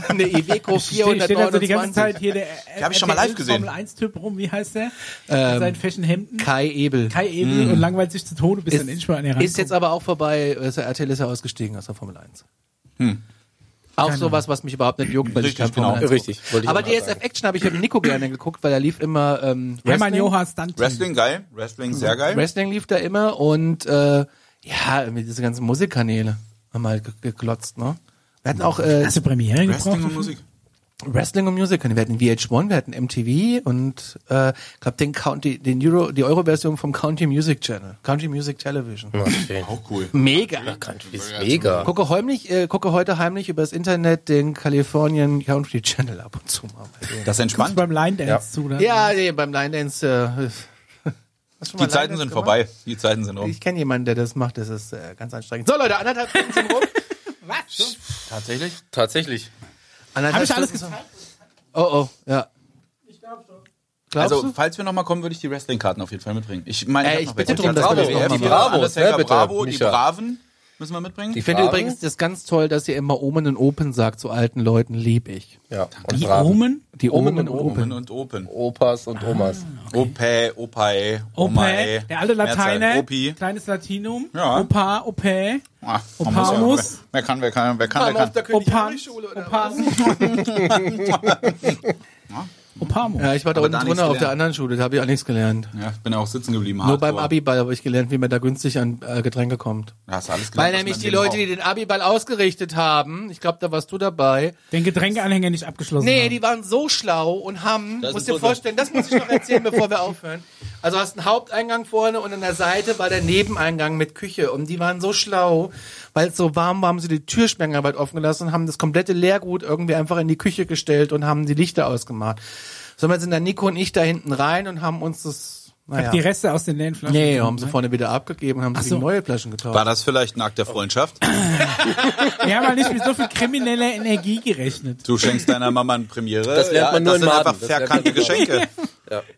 Eine Iveco Steht, steht also die 429. ganze Zeit hier der Die hab ich schon mal live gesehen. Formel 1 Typ rum, wie heißt der? Ähm, Sein Fashionhemden. Kai Ebel. Kai Ebel und langweilt sich zu Tode, bis dann endlich mal an ihr ist, ist jetzt rankommt. aber auch vorbei, äh, RTL ist ja ausgestiegen aus der Formel 1. Auch sowas, was mich überhaupt nicht juckt, weil ich Hm. kein Richtig, Formel 1 genau. guck. Richtig, wollte ich Aber auch mal DSF Action habe ich mit Nico gerne geguckt, weil er lief immer ähm, Hermann Wrestling. Joha Stunt. Wrestling geil, Wrestling sehr geil. Wrestling lief da immer und äh, ja, irgendwie diese ganzen Musikkanäle haben halt ge- geglotzt, ne? Wir hatten auch äh, Hast du Premiere Wrestling und gebraucht? Musik. Wrestling und Musikkanäle. Wir hatten VH1, wir hatten MTV und äh, glaube den County, den Euro, die Euro-Version vom County Music Channel, County Music Television. Oh, schön. Auch cool. Mega. Country ist mega. Gucke heimlich, äh, gucke heute heimlich übers Internet den Californian Country (laughs) Channel ab und zu mal. Das ist Guckst du entspannt. beim Line Dance zu, oder? Ja, nee, beim Line Dance. Äh, (laughs) hast du schon mal Die Line Zeiten Dance sind gemacht? vorbei. Die Zeiten sind um. rum. Ich kenne jemanden, der das macht. Das ist äh, ganz anstrengend. So Leute, anderthalb Stunden sind rum. Tatsächlich? Tatsächlich. Anderthalb Hab ich alles Stunden sind- Oh oh, ja. Glaubst also, du? falls wir nochmal kommen, würde ich die Wrestling-Karten auf jeden Fall mitbringen. Ich meine, Ey, hab ich noch bitte welche. drum, dass wir das noch WWF, mal die machen. Undertaker, Ne, bitte, Bravo, die Micha. Braven müssen wir mitbringen. Ich finde Fragen? übrigens das ganz toll, dass ihr immer Omen und Open sagt zu alten Leuten, lieb ich. Ja, und Die Braten. Omen? Die Omen, Omen und und Open. Open und Open. Opas und Omas. Ope, Opae, Ope, der alte Lateiner, Opi. kleines Latinum, Ja. Opa, Ope, Ah, man muss ja- Opamus, Wer kann, wer kann, wer kann, wer kann. Opans, Opans, Opamo. Ja, ich war da Aber unten da nichts drunter auf gelernt. der anderen Schule, da habe ich auch nichts gelernt. Ja, ich bin auch sitzen geblieben. Nur beim Hardcore. Abiball habe ich gelernt, wie man da günstig an äh, Getränke kommt. Da Hast du alles gelernt, Weil was nämlich man die im Leute, die Leben den Abiball ausgerichtet haben, ich glaube, da warst du dabei. Den Getränkeanhänger nicht abgeschlossen Nee, haben. die waren so schlau und haben, ist musst ein dir Foto. vorstellen, das muss ich noch erzählen, bevor wir aufhören. Also hast einen Haupteingang vorne und an der Seite war der Nebeneingang mit Küche und die waren so schlau, weil es so warm war, haben sie die Türsperren weit offen gelassen und haben das komplette Leergut irgendwie einfach in die Küche gestellt und haben die Lichter ausgemacht. So, dann sind dann Nico und ich da hinten rein und haben uns das, naja. Die Reste aus den leeren Flaschen. Nee, haben sie getrunken, vorne wieder abgegeben, haben sie so. gegen neue Flaschen auch. getauscht. War das vielleicht ein Akt der Freundschaft? ne? Wir haben halt nicht mit so viel krimineller Energie gerechnet. Du schenkst deiner Mama eine Premiere. Das lernt man nur das in sind Maden. einfach Das lernt verkannte man nur in Geschenke.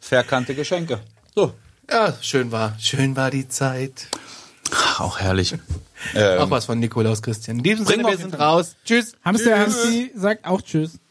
Verkannte Geschenke. So. Ja, schön war. Schön war die Zeit. Auch herrlich. Auch was von Nikolaus Christian. In diesem Sinne, auf wir jeden sind Fall. raus. Tschüss. Hamster Hamsi sagt auch Tschüss.